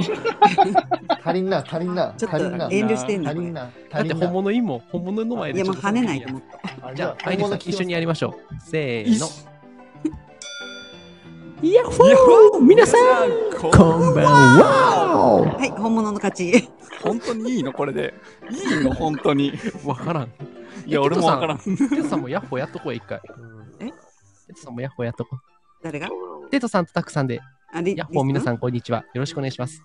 [SPEAKER 10] 足りんな、足りんな、
[SPEAKER 9] ちょっと
[SPEAKER 10] 足りんな。
[SPEAKER 9] 遠慮してんの
[SPEAKER 10] 足りんな、
[SPEAKER 4] だっ
[SPEAKER 10] 足
[SPEAKER 4] て
[SPEAKER 10] りん
[SPEAKER 4] 本
[SPEAKER 10] な。
[SPEAKER 4] 物いいもん。本物の前
[SPEAKER 9] い
[SPEAKER 4] で
[SPEAKER 9] や
[SPEAKER 4] ち
[SPEAKER 9] も
[SPEAKER 4] ょ
[SPEAKER 9] う
[SPEAKER 4] っと。
[SPEAKER 9] 跳ねないと思っ
[SPEAKER 10] あ
[SPEAKER 4] じゃあ、ア
[SPEAKER 10] 本
[SPEAKER 4] イリスさ
[SPEAKER 10] 物
[SPEAKER 4] ん一緒にやりましょう。せ
[SPEAKER 2] い
[SPEAKER 4] ー
[SPEAKER 2] っ
[SPEAKER 4] の。
[SPEAKER 2] す
[SPEAKER 4] ヤッフ
[SPEAKER 2] いや
[SPEAKER 4] 皆さん、
[SPEAKER 2] こ
[SPEAKER 4] こんばんは
[SPEAKER 9] た。はい、本物の勝ち。
[SPEAKER 2] 本当にいいのこれで。いいの本当に。
[SPEAKER 4] わからん。
[SPEAKER 2] いや、俺もわからん。
[SPEAKER 4] テトさんもヤッホーやっとこう、一回。
[SPEAKER 9] え
[SPEAKER 4] テトさんもヤッホーやっとこ
[SPEAKER 9] 誰が
[SPEAKER 4] う。テトさんとタクさんで、
[SPEAKER 9] あれ
[SPEAKER 4] ヤッホー皆さ
[SPEAKER 9] ん。
[SPEAKER 4] ん、こんにちは。よろしくお願いします。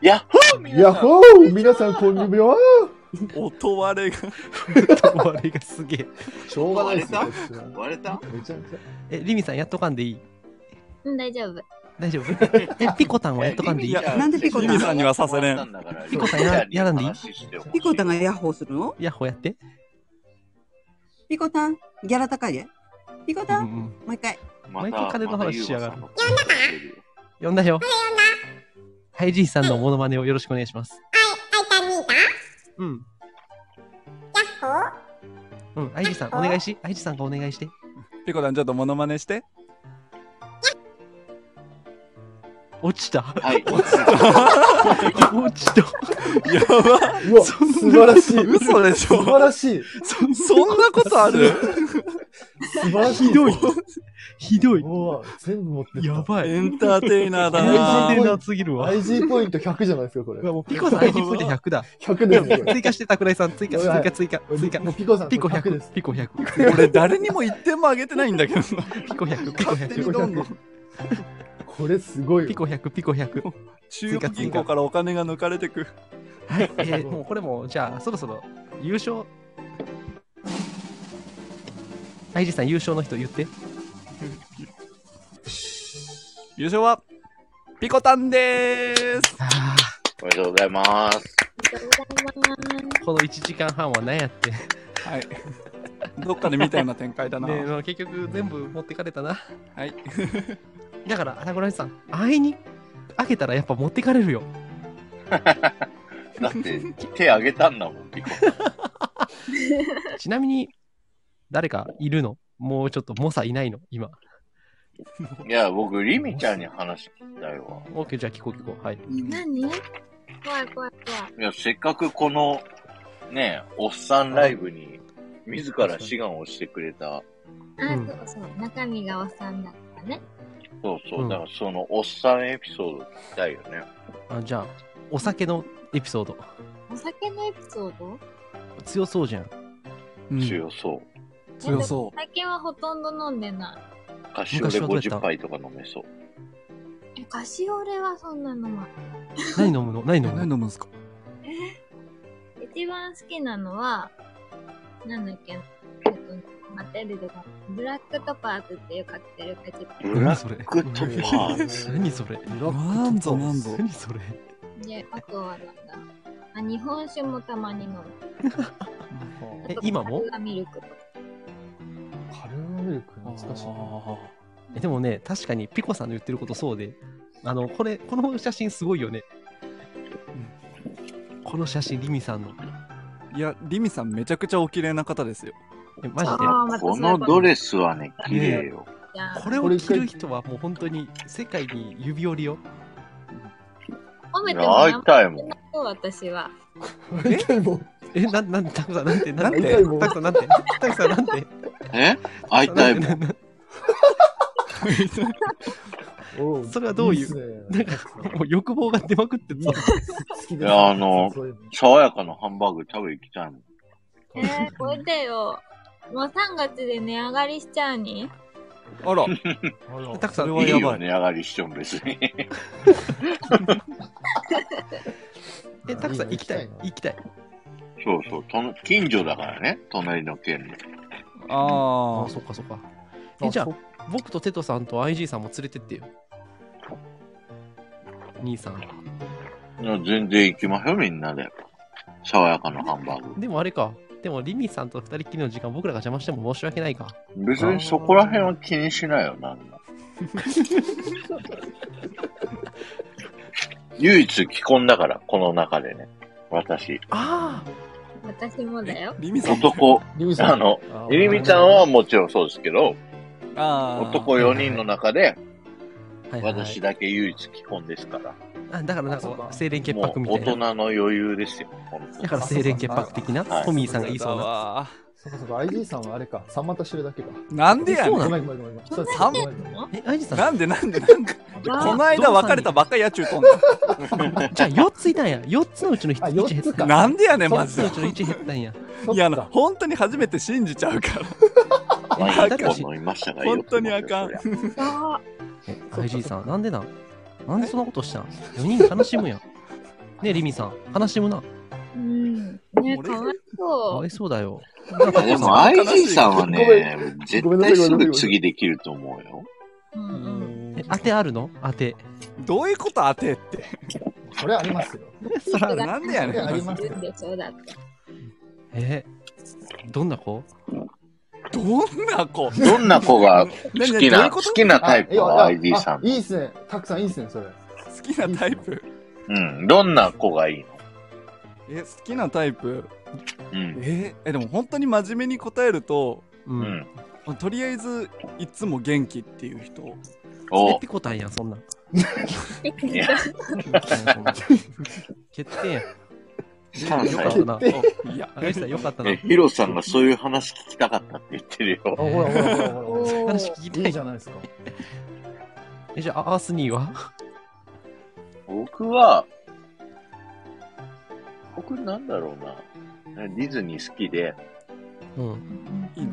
[SPEAKER 1] ヤッホー皆さん
[SPEAKER 10] ヤッホー皆さん、こんにちは。
[SPEAKER 2] 音割れが。
[SPEAKER 4] あれがすげえ。
[SPEAKER 10] しょうがないですよ。
[SPEAKER 1] 割
[SPEAKER 10] こっちは
[SPEAKER 1] 割れた
[SPEAKER 10] めちゃめちゃ。
[SPEAKER 4] え、リミさん、やっとかんでいい
[SPEAKER 5] うん、大丈夫。
[SPEAKER 4] 大丈夫え、ピコタンはやっとかんでいい
[SPEAKER 1] いや
[SPEAKER 9] なんでピコタ
[SPEAKER 1] リ
[SPEAKER 9] ン
[SPEAKER 1] ミ
[SPEAKER 2] リミ
[SPEAKER 4] ピコタンややらんでいい
[SPEAKER 9] ピコタ
[SPEAKER 1] ン
[SPEAKER 9] がヤッホーするの
[SPEAKER 4] ヤッホーやって。
[SPEAKER 9] ピコタン、ギャラ高いで。ピコ
[SPEAKER 4] うん
[SPEAKER 9] タン、
[SPEAKER 4] うん
[SPEAKER 9] もう一回。
[SPEAKER 1] 毎
[SPEAKER 4] 毎回金の話しやがる呼んだよ。
[SPEAKER 8] 呼んだ
[SPEAKER 4] はい、じいさんのモノマネをよろしくお願いします。
[SPEAKER 8] あいたみーた
[SPEAKER 4] うん。
[SPEAKER 8] ヤッホー
[SPEAKER 4] うん、アイジさん、お願いし。アイジさんがお願いして。
[SPEAKER 2] ピコタン、ちょっとモノマネして。
[SPEAKER 4] 落ちた。
[SPEAKER 1] はい
[SPEAKER 4] 落ちた。
[SPEAKER 2] やば。
[SPEAKER 10] うわ、素晴らしい。
[SPEAKER 2] 嘘でし
[SPEAKER 10] 素晴
[SPEAKER 2] ょ。
[SPEAKER 10] らしい。
[SPEAKER 2] そんなことある
[SPEAKER 10] 素晴らしい。
[SPEAKER 4] ひどい。 ひどい。
[SPEAKER 10] うわ、全部持ってった
[SPEAKER 4] やばい。
[SPEAKER 2] エンターテイナーだ
[SPEAKER 4] 全
[SPEAKER 2] な
[SPEAKER 4] 然なすぎるわ。
[SPEAKER 10] IG ポイント100じゃないですか、これ
[SPEAKER 4] う。わもうピコさん、アイジポイント100だ。
[SPEAKER 10] 100ですねこれ
[SPEAKER 4] 追加して、桜井さん、追加、
[SPEAKER 10] う
[SPEAKER 4] 追
[SPEAKER 10] わ
[SPEAKER 4] 加、追加、追加。
[SPEAKER 10] もうピコさん、
[SPEAKER 4] ピコ
[SPEAKER 10] 100です
[SPEAKER 4] 100、。ピコ100、
[SPEAKER 2] 俺、誰にも1点もあげてないんだけどな。
[SPEAKER 4] ピコ100、ピコ
[SPEAKER 2] 勝手に
[SPEAKER 4] 100、
[SPEAKER 2] どんどん。
[SPEAKER 10] これすごい
[SPEAKER 4] ピ
[SPEAKER 10] よ。
[SPEAKER 4] コ100、ピコ100。
[SPEAKER 2] 中央銀行からお金が抜かれてく。
[SPEAKER 4] はい、えー、もうこれもじゃあそろそろ優勝アイジさん優勝の人言って
[SPEAKER 2] 優勝は、ピコタンでーす。
[SPEAKER 4] あ
[SPEAKER 1] おめでとうございます。
[SPEAKER 5] ありがとうございます。
[SPEAKER 4] あこの1時間半は何やってね
[SPEAKER 2] はい。どっかで見たような展開だな。
[SPEAKER 4] えもう結局全部持ってかれたな
[SPEAKER 2] はい。
[SPEAKER 4] だからアナゴライさんあいに開けたらやっぱ持ってかれるよ
[SPEAKER 1] だって、手あげたんだもん、ピコ
[SPEAKER 4] ちなみに誰かいるのもうちょっと猛者いないの今
[SPEAKER 1] タン。いや、僕、リミちゃんに話聞きたいわ。
[SPEAKER 4] OK じゃあ聞こう聞こうはい
[SPEAKER 5] 何怖い怖い怖い。
[SPEAKER 1] いや、せっかくこの、ね、おっさんライブに、自ら志願をしてくれた。
[SPEAKER 5] あ、
[SPEAKER 4] うん
[SPEAKER 5] そうそう。中身がおっさんだったね。
[SPEAKER 1] そうそうう、
[SPEAKER 4] ん
[SPEAKER 1] だからその、おっさんエピソード聞きたいよね。
[SPEAKER 4] あじゃあお酒のエピソード
[SPEAKER 5] お酒のエピソード
[SPEAKER 4] 強そうじゃん
[SPEAKER 2] うん、
[SPEAKER 1] 強そう。
[SPEAKER 2] 強そ
[SPEAKER 5] 最近はほとんど飲んでな
[SPEAKER 1] カシオレ
[SPEAKER 4] 昔はどうやった
[SPEAKER 1] 50杯とか飲めそう。
[SPEAKER 5] い。え、カシオレはそんなのまい。
[SPEAKER 4] 何飲むの何
[SPEAKER 2] う。
[SPEAKER 4] 飲む
[SPEAKER 2] 何飲
[SPEAKER 4] の
[SPEAKER 2] むんすか
[SPEAKER 5] 一番好きなのは、なんだっけ、えっと、待って、出てこないブラックトパーズっていうカクテルが一番。
[SPEAKER 1] ブ
[SPEAKER 4] 何
[SPEAKER 1] ラ
[SPEAKER 4] それ
[SPEAKER 1] ックトパーツ。
[SPEAKER 4] 何 それ
[SPEAKER 2] なんぞなんぞ。
[SPEAKER 4] 何それ
[SPEAKER 5] で、あとはなんだ。あ、日本酒もたまに飲む。あ
[SPEAKER 4] え
[SPEAKER 5] と
[SPEAKER 4] 今も
[SPEAKER 5] カルガミルクとか。
[SPEAKER 10] カルーミルク懐かしいな。
[SPEAKER 4] えでもね、確かにピコさんの言ってることそうで、あの、これ、この写真すごいよね。この写真、リミさんの。
[SPEAKER 2] いや、リミさんめちゃくちゃお綺麗な方ですよ。
[SPEAKER 4] えマジ
[SPEAKER 5] あ
[SPEAKER 4] で。
[SPEAKER 5] ーまたそう
[SPEAKER 1] こ
[SPEAKER 5] いうこと
[SPEAKER 1] のドレスはね、綺麗よ。
[SPEAKER 5] じゃあ、
[SPEAKER 4] これを着る人はもう本当に世界に指折りよ。
[SPEAKER 5] 褒めても
[SPEAKER 1] 会い
[SPEAKER 5] ら
[SPEAKER 1] たい
[SPEAKER 5] え
[SPEAKER 1] もん
[SPEAKER 5] な。いよ、私は。
[SPEAKER 10] 会いたいもん。
[SPEAKER 4] え、なん、 なん、タクさん、なんて、なん
[SPEAKER 2] なん
[SPEAKER 4] て、
[SPEAKER 2] て
[SPEAKER 4] タクさん、なんて、タクさん、なんて、
[SPEAKER 1] え会いたいもん。
[SPEAKER 4] んて。
[SPEAKER 10] お
[SPEAKER 4] それはどういう
[SPEAKER 10] う
[SPEAKER 4] なんか、もう欲望が出まくってさ、
[SPEAKER 10] 好き
[SPEAKER 1] いやあの
[SPEAKER 10] そういう
[SPEAKER 1] 爽やかなハンバーグ食べ行きたいもん。
[SPEAKER 5] えー、これだよ。もう3月で値上がりしちゃうに
[SPEAKER 2] あら、
[SPEAKER 10] の
[SPEAKER 4] タクさん、
[SPEAKER 2] それ
[SPEAKER 1] い
[SPEAKER 2] はや
[SPEAKER 1] い
[SPEAKER 2] ばい
[SPEAKER 1] よ、値上がりしても別に。
[SPEAKER 4] え、タクさん、行きたい、行きたい。
[SPEAKER 1] そうそう、との近所だからね、隣の県の。
[SPEAKER 2] あ
[SPEAKER 4] あ
[SPEAKER 2] あ
[SPEAKER 4] あ、、そっかそっか。え、じゃ
[SPEAKER 10] そ
[SPEAKER 4] あ、僕とテトさんと IG さんも連れてってよ。兄さん。
[SPEAKER 1] いや全然行きましょう、みんなで。爽やかなハンバーグ。
[SPEAKER 4] でもあれか、でも、リミさんと二人っきりの時間、僕らが邪魔しても申し訳ないか。
[SPEAKER 1] 別にそこら辺は気にしないよ、 なんも。唯一既婚だから、この中でね。私。
[SPEAKER 4] あ
[SPEAKER 5] 私もだよ。
[SPEAKER 2] リミ
[SPEAKER 1] 男。あの、ゆりみちゃんはもちろんそうですけど、
[SPEAKER 2] あ
[SPEAKER 1] 男4人の中で、私だけ唯一既婚ですから。
[SPEAKER 4] あだから、なんか、清廉潔
[SPEAKER 1] も
[SPEAKER 4] 白
[SPEAKER 1] う
[SPEAKER 4] みた
[SPEAKER 1] 大
[SPEAKER 4] い
[SPEAKER 1] 人
[SPEAKER 4] な。
[SPEAKER 1] の余裕ですよ。本当に
[SPEAKER 4] だから、清廉潔白的な、
[SPEAKER 1] はい
[SPEAKER 4] トミーさんが言いそうな。
[SPEAKER 2] な。
[SPEAKER 3] そうかそうか、IG さんはあれか、さんまた知るだけか。
[SPEAKER 2] なんでやねん
[SPEAKER 3] ごめんごめんごめんごめん。そうです
[SPEAKER 2] さん
[SPEAKER 3] ごめんごめん
[SPEAKER 4] え、アイジさん、
[SPEAKER 2] なんでなんでなんで この間別れたばっかりやっちゅうとんだ。
[SPEAKER 4] じゃあ4ついたんや。4つのうちの
[SPEAKER 3] あ
[SPEAKER 4] 1,
[SPEAKER 3] 四
[SPEAKER 4] 減
[SPEAKER 3] つ
[SPEAKER 4] った
[SPEAKER 3] か。
[SPEAKER 2] なんでやねん、マ
[SPEAKER 4] 4
[SPEAKER 2] ジ
[SPEAKER 4] つの
[SPEAKER 2] で
[SPEAKER 4] う。ちの1減ったんや。
[SPEAKER 3] そっ
[SPEAKER 2] い
[SPEAKER 3] か
[SPEAKER 2] や、あの本当に初めて信じちゃうから。
[SPEAKER 1] まあ、
[SPEAKER 4] だ
[SPEAKER 1] 一
[SPEAKER 4] からし
[SPEAKER 1] 本飲みましたが
[SPEAKER 2] 本当にあかん
[SPEAKER 1] よく飲んでよ
[SPEAKER 5] あ
[SPEAKER 4] え、IG さん、なんでなんなんでそんなことしたん ?4 人悲しむやん。ねえ、リミさん、悲しむな。
[SPEAKER 5] うん。ね、
[SPEAKER 2] 俺
[SPEAKER 5] かわ
[SPEAKER 4] か
[SPEAKER 5] いそ
[SPEAKER 4] わ
[SPEAKER 5] う。
[SPEAKER 4] いそうだよ。
[SPEAKER 1] そりゃでも、IG さんはね、絶
[SPEAKER 3] ごめんなさ
[SPEAKER 1] 対
[SPEAKER 3] いごめ
[SPEAKER 1] す
[SPEAKER 3] んなさい
[SPEAKER 1] ぐ次できると思うよ。
[SPEAKER 5] うんうん。
[SPEAKER 4] え、当てあるの当て。
[SPEAKER 2] どういうこと当てって。
[SPEAKER 3] それありますよ。
[SPEAKER 2] そら、なんでや ねん。
[SPEAKER 3] ありますよ
[SPEAKER 5] 言うんでしょだって。
[SPEAKER 4] え、どんな子
[SPEAKER 2] どんな子
[SPEAKER 1] どんな子が好
[SPEAKER 2] ねね
[SPEAKER 1] き
[SPEAKER 2] どうい
[SPEAKER 1] な、
[SPEAKER 2] うこ
[SPEAKER 1] 好
[SPEAKER 2] と
[SPEAKER 1] きなタイプは
[SPEAKER 3] あいや
[SPEAKER 1] IG さん
[SPEAKER 3] あ。いいっすね。たくさんいいっすね、それ。
[SPEAKER 2] 好きなタイプ
[SPEAKER 1] うん。どんな子がいいの
[SPEAKER 2] え、好きなタイプ
[SPEAKER 1] うん。
[SPEAKER 2] ええ、でも本当に真面目に答えると、
[SPEAKER 4] う。
[SPEAKER 1] うんん。
[SPEAKER 2] とりあえず、いつも元気っていう人。
[SPEAKER 1] お
[SPEAKER 4] え、
[SPEAKER 1] う
[SPEAKER 4] ピコタンや ん、そんなん。
[SPEAKER 1] いや、
[SPEAKER 4] 決定やん。
[SPEAKER 1] 3
[SPEAKER 4] よかっ
[SPEAKER 1] 歳
[SPEAKER 4] た。な。
[SPEAKER 2] いや、
[SPEAKER 4] アイジさん、よかったな
[SPEAKER 1] え、。ヒロさんがそういう話聞きたかったって言ってる
[SPEAKER 3] あ、
[SPEAKER 1] よ。
[SPEAKER 3] ほらほらほらほら。
[SPEAKER 5] お
[SPEAKER 4] 話
[SPEAKER 5] ー
[SPEAKER 4] 聞き
[SPEAKER 3] い
[SPEAKER 4] た
[SPEAKER 3] い
[SPEAKER 4] い
[SPEAKER 3] じ。ゃないですか。
[SPEAKER 4] え、じゃあ、アースニーは
[SPEAKER 1] 僕は、僕なんだろうな。ディズニー好きで、
[SPEAKER 4] うん。
[SPEAKER 2] いいの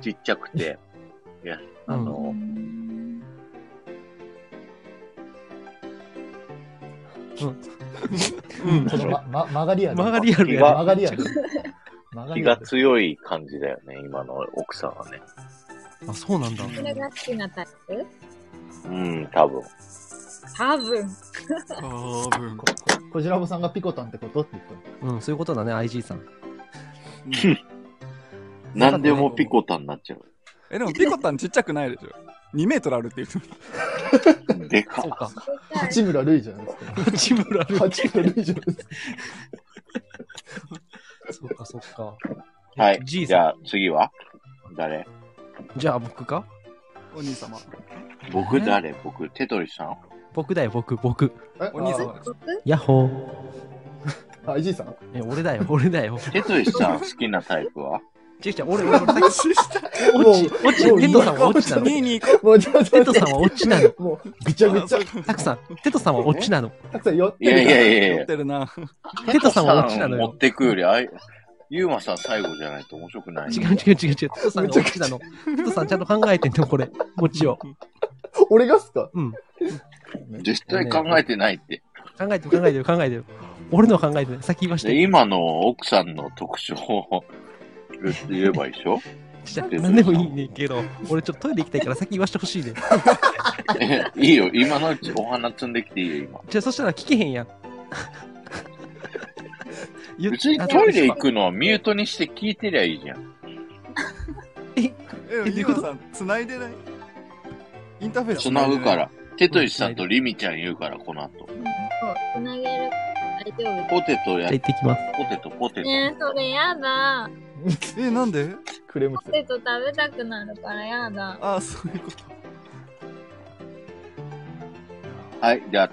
[SPEAKER 1] ちっちゃくて、いや、あの、
[SPEAKER 4] うん。
[SPEAKER 3] このま、ま、曲がりやで。
[SPEAKER 4] 曲がりやるや
[SPEAKER 1] あ
[SPEAKER 3] 曲がりやで。曲が
[SPEAKER 1] 気
[SPEAKER 3] り
[SPEAKER 1] が
[SPEAKER 3] やで。
[SPEAKER 1] 強い感じだよね、今の奥さんはね。
[SPEAKER 4] あ、そうなんだ。
[SPEAKER 5] それが好きなタイプ
[SPEAKER 1] うん、多分。
[SPEAKER 5] 多分。
[SPEAKER 2] 多分。
[SPEAKER 3] こじらぼさんがピコタンってことって言ってる
[SPEAKER 4] うん、そういうことだね、IG さん。
[SPEAKER 1] 何でもピコタンになっちゃう。
[SPEAKER 2] え、でも、ピコタンちっちゃくないでしょ。2メートルあるって言って
[SPEAKER 1] でか
[SPEAKER 4] そうか。
[SPEAKER 3] 八村塁じゃないですか。
[SPEAKER 4] 八村塁。
[SPEAKER 3] 八村塁じゃないですか。
[SPEAKER 4] そうか、そうか。
[SPEAKER 1] はい。
[SPEAKER 4] じい
[SPEAKER 1] じ
[SPEAKER 4] さん。
[SPEAKER 1] ゃあ次は誰
[SPEAKER 4] じゃあ、僕か
[SPEAKER 2] お兄様。
[SPEAKER 1] 僕誰僕、テトリさん
[SPEAKER 4] 僕だよ、僕、僕。
[SPEAKER 3] え
[SPEAKER 2] お兄様です。
[SPEAKER 4] ヤッホー。
[SPEAKER 3] あ、IG さん
[SPEAKER 4] え、俺だよ、俺だよ。
[SPEAKER 1] テトリさん好きなタイプ は
[SPEAKER 4] ちゅうちゃん、俺、俺、俺、
[SPEAKER 2] 無視した。
[SPEAKER 3] もう
[SPEAKER 4] 落ち、落ち、
[SPEAKER 3] もう
[SPEAKER 4] テトさんは落ちなの。
[SPEAKER 2] 2位に行こ
[SPEAKER 3] もうちょっと
[SPEAKER 4] テト
[SPEAKER 3] 待っ
[SPEAKER 4] さんは落ちなの。
[SPEAKER 3] て。もう、ぐちゃぐちゃ。
[SPEAKER 4] たくさん、テトさんは落ちなの。
[SPEAKER 3] たくさん寄っ
[SPEAKER 1] い
[SPEAKER 3] て
[SPEAKER 1] や
[SPEAKER 3] る
[SPEAKER 1] い
[SPEAKER 3] から。
[SPEAKER 1] やいやい
[SPEAKER 2] 持
[SPEAKER 1] や
[SPEAKER 2] っ。てるな。
[SPEAKER 4] テトさんは落ちなの
[SPEAKER 1] 持っ
[SPEAKER 4] よ。
[SPEAKER 1] てくより、あい、ユーマさん最後じゃないと面白くない。
[SPEAKER 4] 違う違う違う違う。テトさんが落ちなの。テトさんちゃんと考えてんの、これ。もちろ
[SPEAKER 3] 俺がっすか
[SPEAKER 4] うん。
[SPEAKER 1] 絶対考えてないって。
[SPEAKER 4] 考えてる、考えてる、考えてる。俺のは考えてる。先言わし
[SPEAKER 1] で
[SPEAKER 4] て。
[SPEAKER 1] 今の奥さんの特徴を言えばいいでしょ
[SPEAKER 4] ちっちゃい何でもいいねんけど、俺ちょっとトイレ行きたいから先言わしてほしいね。
[SPEAKER 1] えいいよ、今のうちお花摘んできていいよ、 今。
[SPEAKER 4] じゃあ、そしたら聞けへん やん。言っ
[SPEAKER 1] 別に
[SPEAKER 4] あ
[SPEAKER 1] トイレ行くのはミュートにして聞いてりゃいいじゃん。
[SPEAKER 2] え、ゆうさん、繋いでないインターフェース。
[SPEAKER 1] 繋ぐか。ら。テトリさんとリミちゃん言うから、この後。
[SPEAKER 5] そう、つなげる。大丈夫
[SPEAKER 1] ポテトや
[SPEAKER 4] じゃあ、行、ってきます。
[SPEAKER 1] ポテト、ポテト。
[SPEAKER 5] ねえ、それやだ。
[SPEAKER 2] え、なんで
[SPEAKER 3] クレーム来
[SPEAKER 5] ポ
[SPEAKER 3] てる。
[SPEAKER 5] テト食べたくなるからやだ。
[SPEAKER 2] あ、そういうこと。
[SPEAKER 1] はい、じゃあ、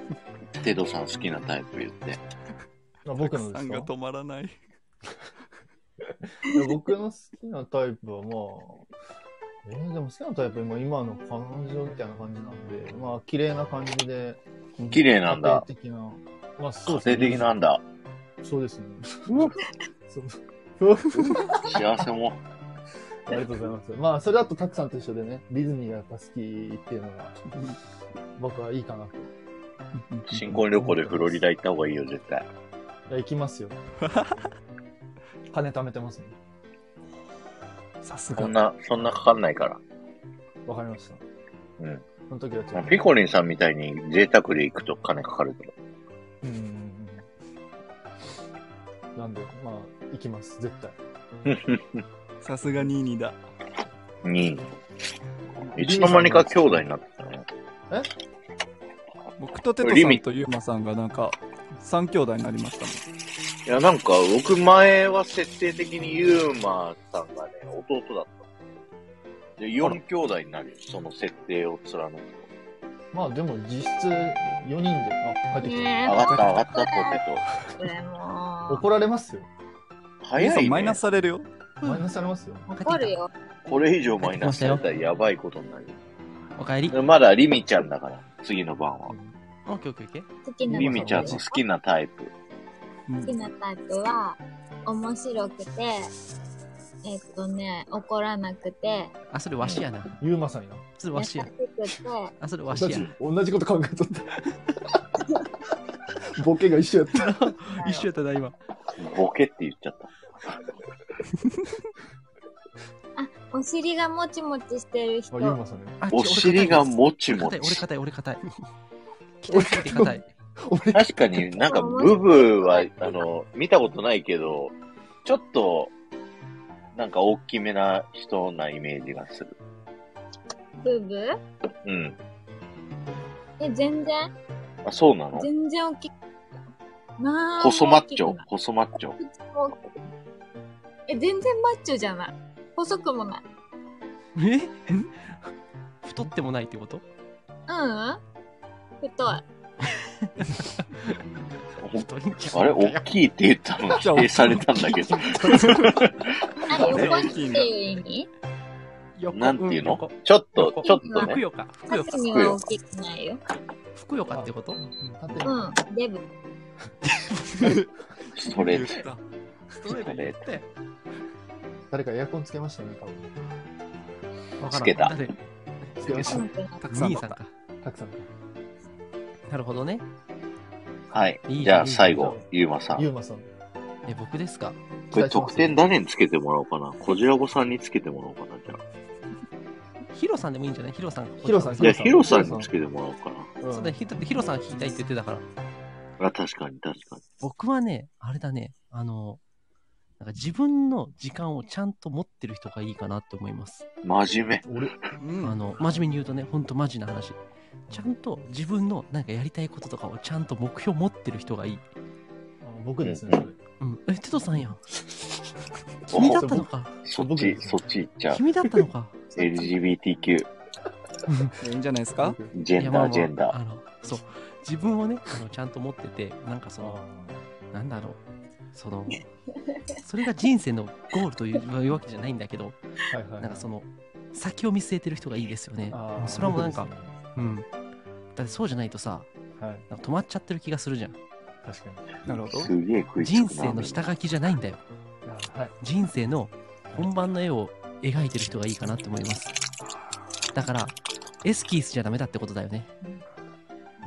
[SPEAKER 1] テトさん好きなタイプ言って。
[SPEAKER 3] あ僕の
[SPEAKER 2] さ
[SPEAKER 3] です
[SPEAKER 2] んが
[SPEAKER 3] か
[SPEAKER 2] 止まらない。
[SPEAKER 3] いや僕の好きなタイプはまあ、えーでも好きなタイプは今今の彼女みたいな感じなんで、まあ綺麗な感じで。
[SPEAKER 1] 綺麗なんだ
[SPEAKER 3] 家庭的な。まあそ
[SPEAKER 1] 家
[SPEAKER 3] うですね
[SPEAKER 1] 庭的なんだ。
[SPEAKER 3] そうですね。そう
[SPEAKER 1] 幸せも。
[SPEAKER 3] ありがとうございます。まあそれだとたくさんと一緒でね、ディズニーがやっぱ好きっていうのが、僕はいいかなと。い
[SPEAKER 1] 新婚旅行でフロリダ行った方がいいよ、絶対。
[SPEAKER 3] や、行きま すよ。金貯めてますね。
[SPEAKER 2] さす
[SPEAKER 1] そ
[SPEAKER 2] が
[SPEAKER 1] ん。な、そんなかかんないから。
[SPEAKER 3] わかりました。
[SPEAKER 1] うん。
[SPEAKER 3] その時はち
[SPEAKER 1] ま
[SPEAKER 3] ょ
[SPEAKER 1] あ
[SPEAKER 3] っと。
[SPEAKER 1] ピコリンさんみたいに贅沢で行くと金かかるけど。
[SPEAKER 3] うんうんうん。
[SPEAKER 10] なんで、まあ、行きます、絶対。
[SPEAKER 2] さすがニーニーだ。
[SPEAKER 1] に。いつの間にか兄弟になってたね。
[SPEAKER 2] 僕とテトさんとユーマさんがなんか、三兄弟になりましたも
[SPEAKER 1] いや、
[SPEAKER 2] ん。
[SPEAKER 1] なんか、僕前は設定的にユーマさんがね、弟だった。で、4兄弟になるよ、その設定を貫く
[SPEAKER 10] まあ、でも、実質、4人で、あ、帰ってきた。
[SPEAKER 1] 上がった、上がった、ポ
[SPEAKER 5] それも
[SPEAKER 10] 怒られますよ。
[SPEAKER 1] 早いね皆さんマイナス
[SPEAKER 2] されるよ。
[SPEAKER 10] マイナスされますよ。
[SPEAKER 5] う怒るよ。
[SPEAKER 1] テト。これ以上マイナスされたらやばいことになるよ。
[SPEAKER 4] おかえり。
[SPEAKER 1] まだリミちゃんだから、次の晩は。
[SPEAKER 4] オッケーオッケーオッケー。
[SPEAKER 5] 好きな
[SPEAKER 1] リミちゃんの好きなタイプ。
[SPEAKER 5] 好きなタイプは、面白くて、えっとね、怒らなくて、
[SPEAKER 4] あ、それわしやな。
[SPEAKER 10] ユーマさんや。
[SPEAKER 4] それ
[SPEAKER 5] 優
[SPEAKER 4] わ
[SPEAKER 5] し
[SPEAKER 4] し
[SPEAKER 5] く
[SPEAKER 4] や。
[SPEAKER 5] て、
[SPEAKER 4] あ、それ
[SPEAKER 10] 同
[SPEAKER 4] わしや
[SPEAKER 10] じ。、同じこと考えと った。ボケが一緒やっ た。
[SPEAKER 4] 一緒やったな、今。
[SPEAKER 1] ボケって言っちゃった。
[SPEAKER 5] あ、お尻がもちもちしてる人
[SPEAKER 10] あ、ユ。ーマさんね。
[SPEAKER 4] あ
[SPEAKER 1] お尻がもちも
[SPEAKER 4] 俺
[SPEAKER 1] ち。
[SPEAKER 4] 硬い、俺硬い、俺硬い。鍛えすぎて硬い。
[SPEAKER 1] 確かになんかブブーは、あの、見たことないけど、ちょっと、なんか大きめな人なイメージがする。
[SPEAKER 5] ブブ
[SPEAKER 1] うん。
[SPEAKER 5] え、全然
[SPEAKER 1] あ、そうなの
[SPEAKER 5] 全然大きくなあ。
[SPEAKER 1] 細マッチョ
[SPEAKER 5] 大きくない。
[SPEAKER 1] 細マッチョ。
[SPEAKER 5] え、全然マッチョじゃない。細くもない。
[SPEAKER 4] え太ってもないってこと
[SPEAKER 5] うん太い。
[SPEAKER 4] 太いんちゃう
[SPEAKER 1] あれ大きいって言ったの
[SPEAKER 2] じゃあ
[SPEAKER 1] 否定されたんだけ ど。
[SPEAKER 5] 何横にっていう意味
[SPEAKER 4] 横
[SPEAKER 1] なんていうの
[SPEAKER 4] 横
[SPEAKER 1] ちょっと、ちょっと
[SPEAKER 4] ふく
[SPEAKER 1] ね。
[SPEAKER 4] よか、ふくよ
[SPEAKER 5] 縦
[SPEAKER 4] か。
[SPEAKER 5] には大きくないよ。
[SPEAKER 4] ふくよかってこと
[SPEAKER 10] 縦に
[SPEAKER 5] うん、デブ。
[SPEAKER 1] ストレート。
[SPEAKER 2] ト。
[SPEAKER 4] ストレートに言って。
[SPEAKER 10] 誰かエアコンつけましたよね、多分。
[SPEAKER 4] わ
[SPEAKER 1] つけた
[SPEAKER 4] 誰
[SPEAKER 10] つけまし
[SPEAKER 5] う
[SPEAKER 10] た。
[SPEAKER 5] んってな
[SPEAKER 2] たくさん
[SPEAKER 4] 兄
[SPEAKER 2] だ
[SPEAKER 4] さ
[SPEAKER 2] っ
[SPEAKER 4] ん
[SPEAKER 2] た。
[SPEAKER 4] か。
[SPEAKER 10] たくさん。
[SPEAKER 4] なるほどね。
[SPEAKER 1] はい。
[SPEAKER 4] いいね
[SPEAKER 1] じゃあ最後、ゆうまさん。
[SPEAKER 10] ユーマさん。
[SPEAKER 4] え、僕ですか
[SPEAKER 1] これ得点誰につけてもらおうかな。こじらぼさんにつけてもらおうかな、じゃあ。
[SPEAKER 4] ヒロさんでもいいんじゃないヒロさんが。
[SPEAKER 10] ヒロさん
[SPEAKER 1] じゃあ、
[SPEAKER 10] ヒ
[SPEAKER 1] ヒロさんにつけてもらおうか
[SPEAKER 4] そうだ、ヒロヒロさん聞きたいって言ってたから。
[SPEAKER 1] な。あ、確かに、確かに。
[SPEAKER 4] 僕はね、あれだね、あの、なんか自分の時間をちゃんと持ってる人がいいかなって思います。
[SPEAKER 1] 真面目。
[SPEAKER 10] 俺、
[SPEAKER 2] うん
[SPEAKER 4] あの、真面目に言うとね、ほんとマジな話。ちゃんと自分のなんかやりたいこととかをちゃんと目標持ってる人がいい。
[SPEAKER 10] あ僕ですね、それ。
[SPEAKER 4] うん。え、テトさ んやん。君だったのか。
[SPEAKER 1] そっ
[SPEAKER 10] 僕
[SPEAKER 1] ち
[SPEAKER 10] で、す
[SPEAKER 1] そっち行っちゃう。
[SPEAKER 4] 君だったのか。
[SPEAKER 1] LGBTQ、
[SPEAKER 2] いいんじゃないですか
[SPEAKER 1] ジェンダー、ジェン
[SPEAKER 4] あ
[SPEAKER 1] ダ
[SPEAKER 4] の、そう。自分をね、あのちゃんと持ってて、なんかその、なんだろう、その、それが人生のゴールといういうわけじゃないんだけど、
[SPEAKER 10] はいはい。
[SPEAKER 4] なんかその、先を見据えてる人がいいですよね
[SPEAKER 10] あ。ー
[SPEAKER 4] それはもうなんか、
[SPEAKER 10] 僕ですね
[SPEAKER 4] うん。だってそうじゃないとさ、
[SPEAKER 10] はい、
[SPEAKER 4] なんか止まっちゃってる気がするじゃん。
[SPEAKER 10] 確かに。
[SPEAKER 2] なるほ
[SPEAKER 1] ー。
[SPEAKER 2] ど。
[SPEAKER 1] すげえ食いつくな
[SPEAKER 4] 人生の下書きじゃないんだよ。
[SPEAKER 10] あはい。
[SPEAKER 4] 人生の本番の絵を描いてる人がいいかなって思います。だから、エスキースじゃダメだってことだよね。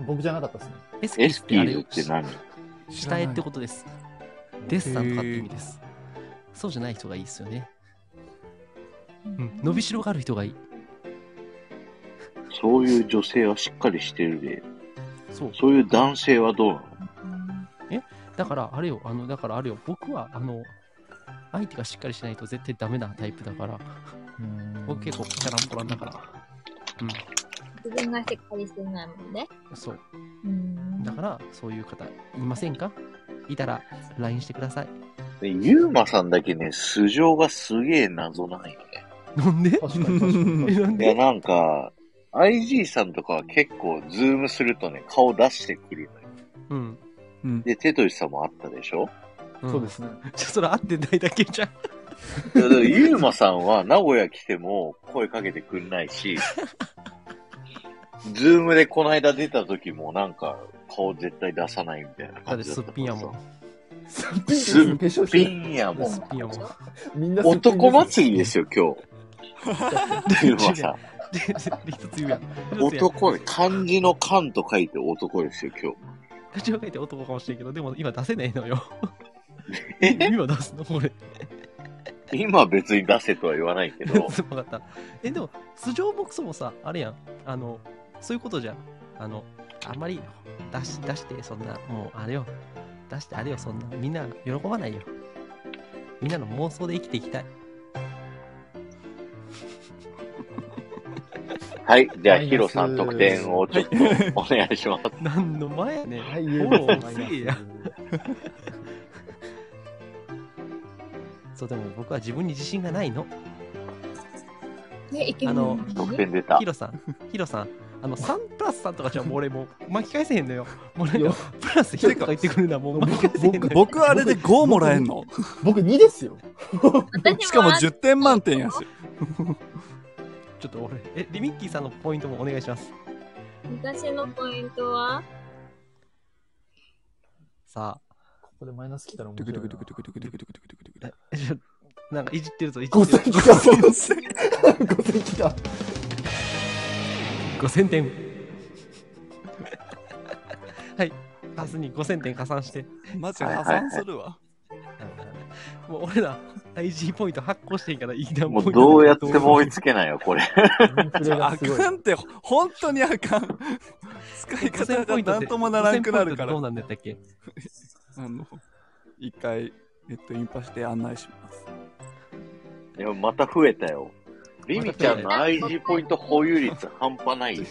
[SPEAKER 10] 僕じゃなかったですね。
[SPEAKER 4] エスキ
[SPEAKER 1] エ
[SPEAKER 4] ー
[SPEAKER 1] ス
[SPEAKER 4] スっ
[SPEAKER 1] ピ
[SPEAKER 4] てあ
[SPEAKER 1] ー
[SPEAKER 4] れ
[SPEAKER 1] ズ
[SPEAKER 4] よ
[SPEAKER 1] っ、て何
[SPEAKER 4] 下絵ってことです。デッサンとかって意味です。そうじゃない人がいいですよね。うん、伸びしろがある人がいい。
[SPEAKER 1] そういう女性はしっかりしてるで、
[SPEAKER 4] そう。
[SPEAKER 1] そういう男性はどうなの
[SPEAKER 4] だから、あれよ、あの、だからあれよ、僕は、あの、相手がしっかりしないと絶対ダメなタイプだから、僕結構チャランポランだから。
[SPEAKER 5] 自分がしっかりしてないもんね。
[SPEAKER 4] そう。
[SPEAKER 5] うん
[SPEAKER 4] だから、そういう方、いませんかいたら、LINE してください。
[SPEAKER 1] でユーマさんだけね、素性がすげえ謎なんよね。
[SPEAKER 4] なんで
[SPEAKER 10] 確かに確かに。
[SPEAKER 4] えなん
[SPEAKER 1] いや、
[SPEAKER 4] で
[SPEAKER 1] なんか、IG さんとかは結構ズームするとね、顔出してくるのよ。
[SPEAKER 4] うん。
[SPEAKER 2] うん。
[SPEAKER 1] で、テトリスさんもあったでしょ
[SPEAKER 10] そうですね。
[SPEAKER 4] す。ちょ、それ合ってないだけじゃん。
[SPEAKER 1] いやだからユーマさんは名古屋来ても声かけてくんない し、ズームでこの間出た時もなんか顔絶対出さないみたいな
[SPEAKER 4] だっ
[SPEAKER 1] 感
[SPEAKER 4] て
[SPEAKER 1] じだ
[SPEAKER 4] す
[SPEAKER 1] っ
[SPEAKER 4] ったぴんやもん。
[SPEAKER 10] すっぴん
[SPEAKER 1] すっ
[SPEAKER 10] 化粧して
[SPEAKER 1] ピ
[SPEAKER 10] る
[SPEAKER 1] ンやも
[SPEAKER 4] すっ
[SPEAKER 1] ん。
[SPEAKER 4] ぴんやもん。
[SPEAKER 10] みんなすっぴんです
[SPEAKER 1] 男祭りですよ、今日。ユーマさん。
[SPEAKER 4] で、で一つ言うやん。一つやん
[SPEAKER 1] 男で、漢字の漢と書いて男ですよ、今日。
[SPEAKER 4] 口を書いて男かもしれんけど、でも今出せない のよ。
[SPEAKER 1] え
[SPEAKER 4] 今出すのこれ。
[SPEAKER 1] 今は別に出せとは言わ ないけど、
[SPEAKER 4] すごかった。え、でも、素性もクソもさ、あれやん。あの、そういうことじゃん。あの、あんまり出し、出して、そんな、もう、あれよ。出してあれよ、そんな。みんな喜ばないよ。みんなの妄想で生きていきたい。
[SPEAKER 1] はい。じゃあ、
[SPEAKER 4] マイナス
[SPEAKER 1] ヒロさん、得点をちょっとお願いします。
[SPEAKER 4] 何の前やねん。
[SPEAKER 1] はい
[SPEAKER 4] フ
[SPEAKER 1] 言う
[SPEAKER 4] ォ
[SPEAKER 1] な
[SPEAKER 4] ローせえや。そう、でも僕は自分に自信がないの。
[SPEAKER 5] え、イケメ
[SPEAKER 4] あ
[SPEAKER 5] ンな
[SPEAKER 4] の
[SPEAKER 5] に、
[SPEAKER 4] ヒロさん、ヒロさん、あの、3プラス3とか じゃもう俺もう巻き返せへんのよ。もうなんか、プラス1とか言ってくるのはもう巻き返せへんのよ。
[SPEAKER 2] 僕あれで5もらえんの
[SPEAKER 10] 僕2ですよ。
[SPEAKER 2] しかも10点満点やし。
[SPEAKER 4] ちょっと俺、え、リミッキーさんのポイントもお願いします。
[SPEAKER 5] 私のポイントは、
[SPEAKER 4] さあ。
[SPEAKER 10] ここでマイナス来たら面白いな。
[SPEAKER 4] なんかいじってるぞ、いじ
[SPEAKER 10] 五
[SPEAKER 4] って
[SPEAKER 10] 千
[SPEAKER 4] る
[SPEAKER 10] 来
[SPEAKER 4] ぞ。
[SPEAKER 10] た。五千来た。
[SPEAKER 4] 5000点。 はい。明日に5000点加算して。
[SPEAKER 2] マジ破産するわ。
[SPEAKER 4] もう俺ら、IG ポイント発行していいから、いいな、
[SPEAKER 1] もうどうやっても追いつけないよ、これ。
[SPEAKER 2] あかんって、本当にあかん。使い方が何ともならんくなるから。
[SPEAKER 4] どうなんだったっけ
[SPEAKER 2] あの、一回、えっと、インパして案内します。
[SPEAKER 1] でもまた増えたよ。リミちゃんの IG ポイント保有率半端ないよ。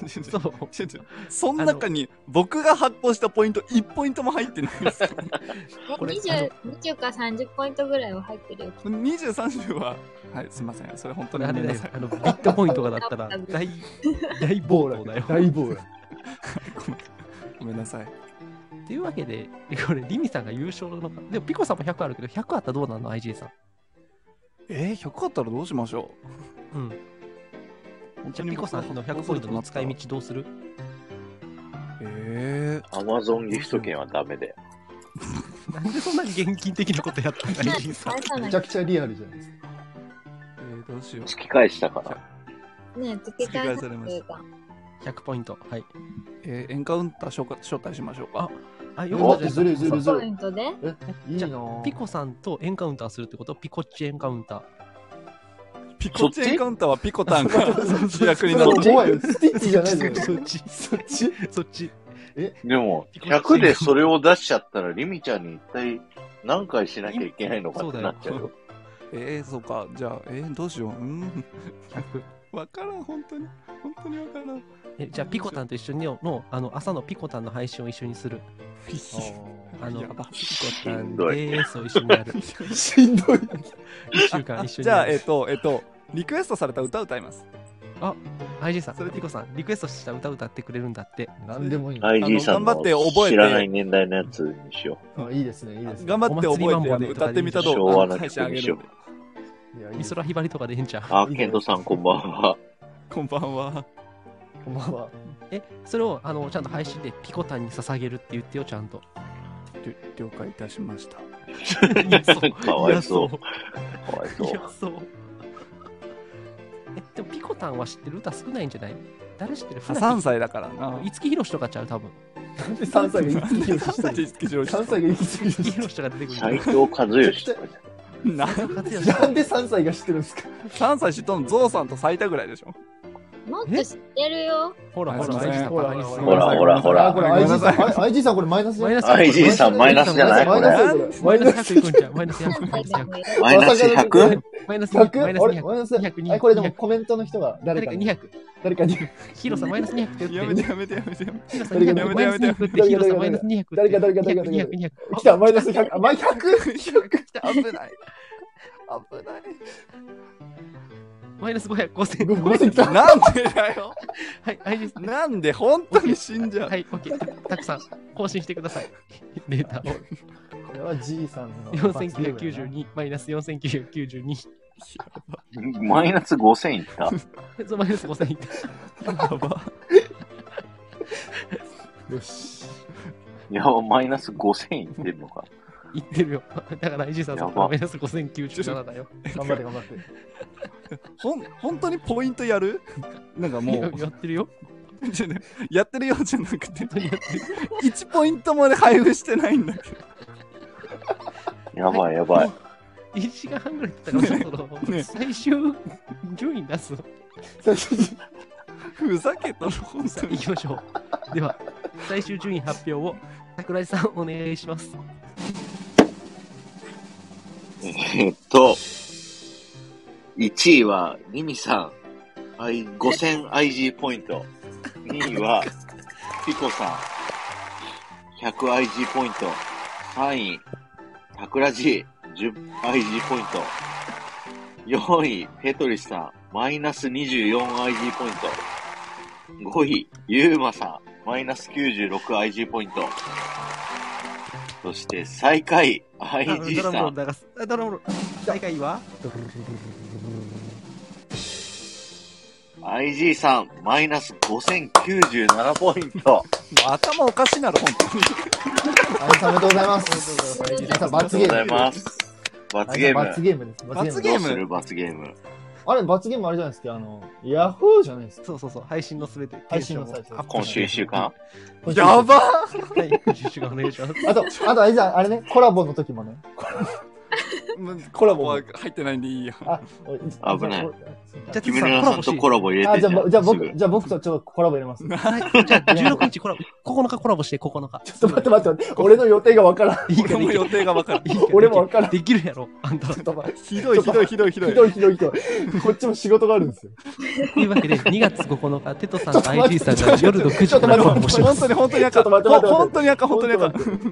[SPEAKER 2] その中に僕が発行したポイント1ポイントも入ってないです。これ
[SPEAKER 5] 20、20か30ポイントぐらいは入ってるよ。
[SPEAKER 2] 20、30は、はい、すいません。それ本当にごめんなさい。
[SPEAKER 4] あの、ビットポイントがだ ったら大、大暴落だよ。
[SPEAKER 10] 大暴落。
[SPEAKER 2] ごめんなさい。
[SPEAKER 4] というわけで、これ、リミさんが優勝の、でもピコさんも100あるけど、100あったらどうなんの ?IG さん。
[SPEAKER 2] えー、100あったらどうしましょ
[SPEAKER 4] ううん。じゃあ、ピコさんの100ポイントの使い道どうする
[SPEAKER 2] え
[SPEAKER 1] アマゾンギフト券はダメで。
[SPEAKER 4] なんでそんなに現金的なことや ったんだ、IG さん。
[SPEAKER 10] めちゃくちゃリアルじゃないですか。
[SPEAKER 2] えー、どうしよう。
[SPEAKER 1] 突き返したから。
[SPEAKER 5] ねえ、付け替えされました。
[SPEAKER 4] 100ポイント。はい。
[SPEAKER 2] えー、エンカウンター紹介招待しましょうか。
[SPEAKER 4] あ、あ
[SPEAKER 2] よ
[SPEAKER 4] よ
[SPEAKER 2] っ
[SPEAKER 4] かった
[SPEAKER 2] ずるいずるいず
[SPEAKER 5] ポ
[SPEAKER 2] る
[SPEAKER 5] イ
[SPEAKER 2] い
[SPEAKER 5] ントで
[SPEAKER 10] いいな
[SPEAKER 4] ピコさんとエンカウンターするってことピコッチエンカウンター。
[SPEAKER 2] ピコッチエンカウンターはピコタンが主役にな
[SPEAKER 4] そ
[SPEAKER 2] る。
[SPEAKER 4] っち怖い
[SPEAKER 10] スティッチじゃない
[SPEAKER 4] そ
[SPEAKER 10] ぞ
[SPEAKER 4] っちそっちそっちそっち
[SPEAKER 1] でも、100でそれを出しちゃったら、リミちゃんに一体何回しなきゃいけないのかってなっちゃうよ。
[SPEAKER 2] えー、そうか。じゃあ、えー、どうしよう。うん。
[SPEAKER 4] 100
[SPEAKER 2] わからん、本当に。本当にわからん。
[SPEAKER 4] えじゃあピコタンと一緒にののあの朝のピコタンの配信を一緒にする。あの
[SPEAKER 2] やば
[SPEAKER 4] ピコタン
[SPEAKER 2] どい
[SPEAKER 4] でーすを一緒にやる。
[SPEAKER 10] しんどい。
[SPEAKER 4] 一週間一緒に
[SPEAKER 2] じゃ
[SPEAKER 4] や
[SPEAKER 2] あ、えっ、
[SPEAKER 4] る。
[SPEAKER 2] と、えっ、と、リクエストされた歌歌います。
[SPEAKER 4] あ、IG さん、ピコさん、リクエストした歌歌ってくれるんだって。
[SPEAKER 10] なんでもいい。
[SPEAKER 1] IG さん
[SPEAKER 2] 頑張って覚えて
[SPEAKER 1] の知らない年代のやつにしよ
[SPEAKER 10] あいいですねいいですね。
[SPEAKER 2] 頑張って覚えてあの歌ってみた動
[SPEAKER 1] 昭和
[SPEAKER 2] 画
[SPEAKER 1] の
[SPEAKER 2] 配信あ
[SPEAKER 1] 曲
[SPEAKER 2] げ
[SPEAKER 1] にし
[SPEAKER 2] る
[SPEAKER 1] よ
[SPEAKER 2] んで。
[SPEAKER 4] 美空ひばりとかでええんちゃう
[SPEAKER 1] う。あ、ケントさんこんばんは。
[SPEAKER 2] こんばんは。
[SPEAKER 10] こんばんは。
[SPEAKER 4] え、それをあのちゃんと配信でピコタンに捧げるって言ってよ、ちゃんと。
[SPEAKER 2] りょ了解いたしました。
[SPEAKER 4] いやそう
[SPEAKER 1] かわいそう
[SPEAKER 4] や
[SPEAKER 1] かわいそう
[SPEAKER 4] やそう。 え、でもピコタンは知ってる歌少ないんじゃない誰知ってる
[SPEAKER 2] あ3歳だからな。
[SPEAKER 4] 五木ひろしとかちゃう 多分。
[SPEAKER 10] なんで三歳が生きてるし
[SPEAKER 2] 3歳できる
[SPEAKER 10] 三歳が生きてる
[SPEAKER 4] 五木ひろしとか出てくる。
[SPEAKER 1] 斎藤和義。
[SPEAKER 2] な
[SPEAKER 10] なんで3歳が知ってるんですか
[SPEAKER 2] 3歳知っとんゾウさんと最多ぐらいでしょ
[SPEAKER 5] もっと知ってるよ。
[SPEAKER 4] ほらほら、
[SPEAKER 2] あすいません
[SPEAKER 4] ほらほ
[SPEAKER 1] ほらほらほ
[SPEAKER 10] あ、
[SPEAKER 1] ら
[SPEAKER 10] こ。れ IG さん、あれ IG さんこれマイナスじゃない
[SPEAKER 1] IG さんマイナスじゃない
[SPEAKER 10] マ
[SPEAKER 1] こ
[SPEAKER 10] イ
[SPEAKER 1] れ
[SPEAKER 10] ナ。ス
[SPEAKER 4] マ
[SPEAKER 10] マ
[SPEAKER 4] イ
[SPEAKER 10] イ
[SPEAKER 4] ナ
[SPEAKER 10] ナ
[SPEAKER 4] ス
[SPEAKER 10] ス
[SPEAKER 4] 100いくんちゃうマイナス100マイナス100
[SPEAKER 1] マイ ナス 100?
[SPEAKER 4] マイナ
[SPEAKER 10] 100?
[SPEAKER 4] ス200マイナ
[SPEAKER 10] あれ
[SPEAKER 4] ス
[SPEAKER 10] マイナス
[SPEAKER 4] 200 200
[SPEAKER 10] あ、これでもコメントの人が誰
[SPEAKER 4] 誰
[SPEAKER 10] か
[SPEAKER 4] か200
[SPEAKER 10] 誰か200。
[SPEAKER 4] ヒロさんマイナス200って
[SPEAKER 2] や
[SPEAKER 4] 言っ
[SPEAKER 2] め
[SPEAKER 4] て
[SPEAKER 2] てやめてやめてやめて。
[SPEAKER 4] ヒロさん
[SPEAKER 10] 誰
[SPEAKER 4] 200
[SPEAKER 10] か
[SPEAKER 4] マイナス200って言ってヒロさんマイナス200って
[SPEAKER 10] 誰か誰か誰か
[SPEAKER 4] 200 200 200
[SPEAKER 10] 来た、マイナス100。あ、マイ 100!
[SPEAKER 2] 危ない。危ない。
[SPEAKER 4] マイナス500 5000
[SPEAKER 10] ごめんなさい。
[SPEAKER 2] なんでだよ。
[SPEAKER 4] はい、はいですね。
[SPEAKER 2] なんで本当に死んじゃう。
[SPEAKER 4] はい、OK た。たくさん更新してください。データを。
[SPEAKER 10] これは G さんの。
[SPEAKER 4] 4992マイナス4992。
[SPEAKER 1] マイナス5000いった。
[SPEAKER 4] そうマイナス5000いった。
[SPEAKER 2] やば。
[SPEAKER 10] よし。
[SPEAKER 1] いや、マイナス5000いってんのか。
[SPEAKER 4] いってるよ。 だから、IG さん、
[SPEAKER 1] や
[SPEAKER 4] そ
[SPEAKER 1] ば
[SPEAKER 4] こはマイナス5097だよ。
[SPEAKER 10] 頑張って頑張って。
[SPEAKER 2] ほん本当にポイントやるなんかも
[SPEAKER 4] も
[SPEAKER 2] う
[SPEAKER 4] う、やってるよ。
[SPEAKER 2] じゃあね やってるようじゃなくて1ポイントもね配布してないんだけ
[SPEAKER 1] やばいやばい。
[SPEAKER 4] 1時間半ぐらい経ったから、そろそ
[SPEAKER 2] ね
[SPEAKER 4] ろ最終順位出す。
[SPEAKER 10] 最初に
[SPEAKER 2] どふざけたの本当
[SPEAKER 4] 行
[SPEAKER 2] に
[SPEAKER 4] きましょう。では、最終順位発表を桜井さんお願いし ます。
[SPEAKER 1] えっと、1位は、リミさん、はい、5000IG ポイント。2位は、ピコさん、100IG ポイント。3位、タクラジ、10IG ポイント。4位、テトリスさん、マイナス 24IG ポイント。5位、ユーマさん、マイナス 96IG ポイント。そして、最下位、IG
[SPEAKER 4] ド
[SPEAKER 1] さ
[SPEAKER 4] ラム
[SPEAKER 1] ん
[SPEAKER 4] ロール流す。あドラムロール。最下位は
[SPEAKER 1] IG さん、マイナス5097ポイント。
[SPEAKER 2] 頭おかしいなる、本当に。
[SPEAKER 3] おめでとうございます。あさん罰ゲ
[SPEAKER 1] ありがとうご
[SPEAKER 3] ーム。
[SPEAKER 1] ざいます。罰ゲーム。
[SPEAKER 3] 罰ゲームです罰ゲーム
[SPEAKER 1] どうする罰ゲーム。
[SPEAKER 3] あれ、罰ゲームあれじゃないですか、あの、ヤフーじゃないですか。
[SPEAKER 4] そうそうそう、配信のすべて。
[SPEAKER 3] 配信の最中。
[SPEAKER 1] 今週1週 間。
[SPEAKER 2] やば
[SPEAKER 4] はい、自主がお願いします。
[SPEAKER 3] あと、あと、あれじゃあれね、コラボの時もね。
[SPEAKER 2] コラボは入ってないんでいいや。
[SPEAKER 1] 危ない。
[SPEAKER 4] じゃあ
[SPEAKER 1] 木村さんとコラボ入れ
[SPEAKER 3] あ、
[SPEAKER 1] て
[SPEAKER 3] じゃあ、じゃあ
[SPEAKER 1] す
[SPEAKER 3] 僕、
[SPEAKER 1] ぐ
[SPEAKER 3] じゃあ僕とちょっとコラボ入れます。ちょ
[SPEAKER 4] はい、じゃあ16日コラボ、9日コラボして9日。
[SPEAKER 3] っと待って待って待って、俺の予定がわからん。
[SPEAKER 4] いいか
[SPEAKER 2] 俺も予定が分からん。
[SPEAKER 3] 俺もわからん。
[SPEAKER 4] できるやろ、あんた。
[SPEAKER 3] ちょっと待って
[SPEAKER 2] ひどいひどいひどいひどい。
[SPEAKER 3] ひどいひどいひどい。こっちも仕事があるんですよ。
[SPEAKER 4] というわけで、2月9日、テトさん
[SPEAKER 3] ちょ
[SPEAKER 4] と
[SPEAKER 3] っと待
[SPEAKER 4] IG
[SPEAKER 3] って
[SPEAKER 4] さんが夜の9時からコラボしま
[SPEAKER 2] 本
[SPEAKER 4] す。
[SPEAKER 2] 当に本当に
[SPEAKER 3] ちょ
[SPEAKER 2] 赤。
[SPEAKER 3] っと待って待って待って
[SPEAKER 2] 本当に赤、本当に赤。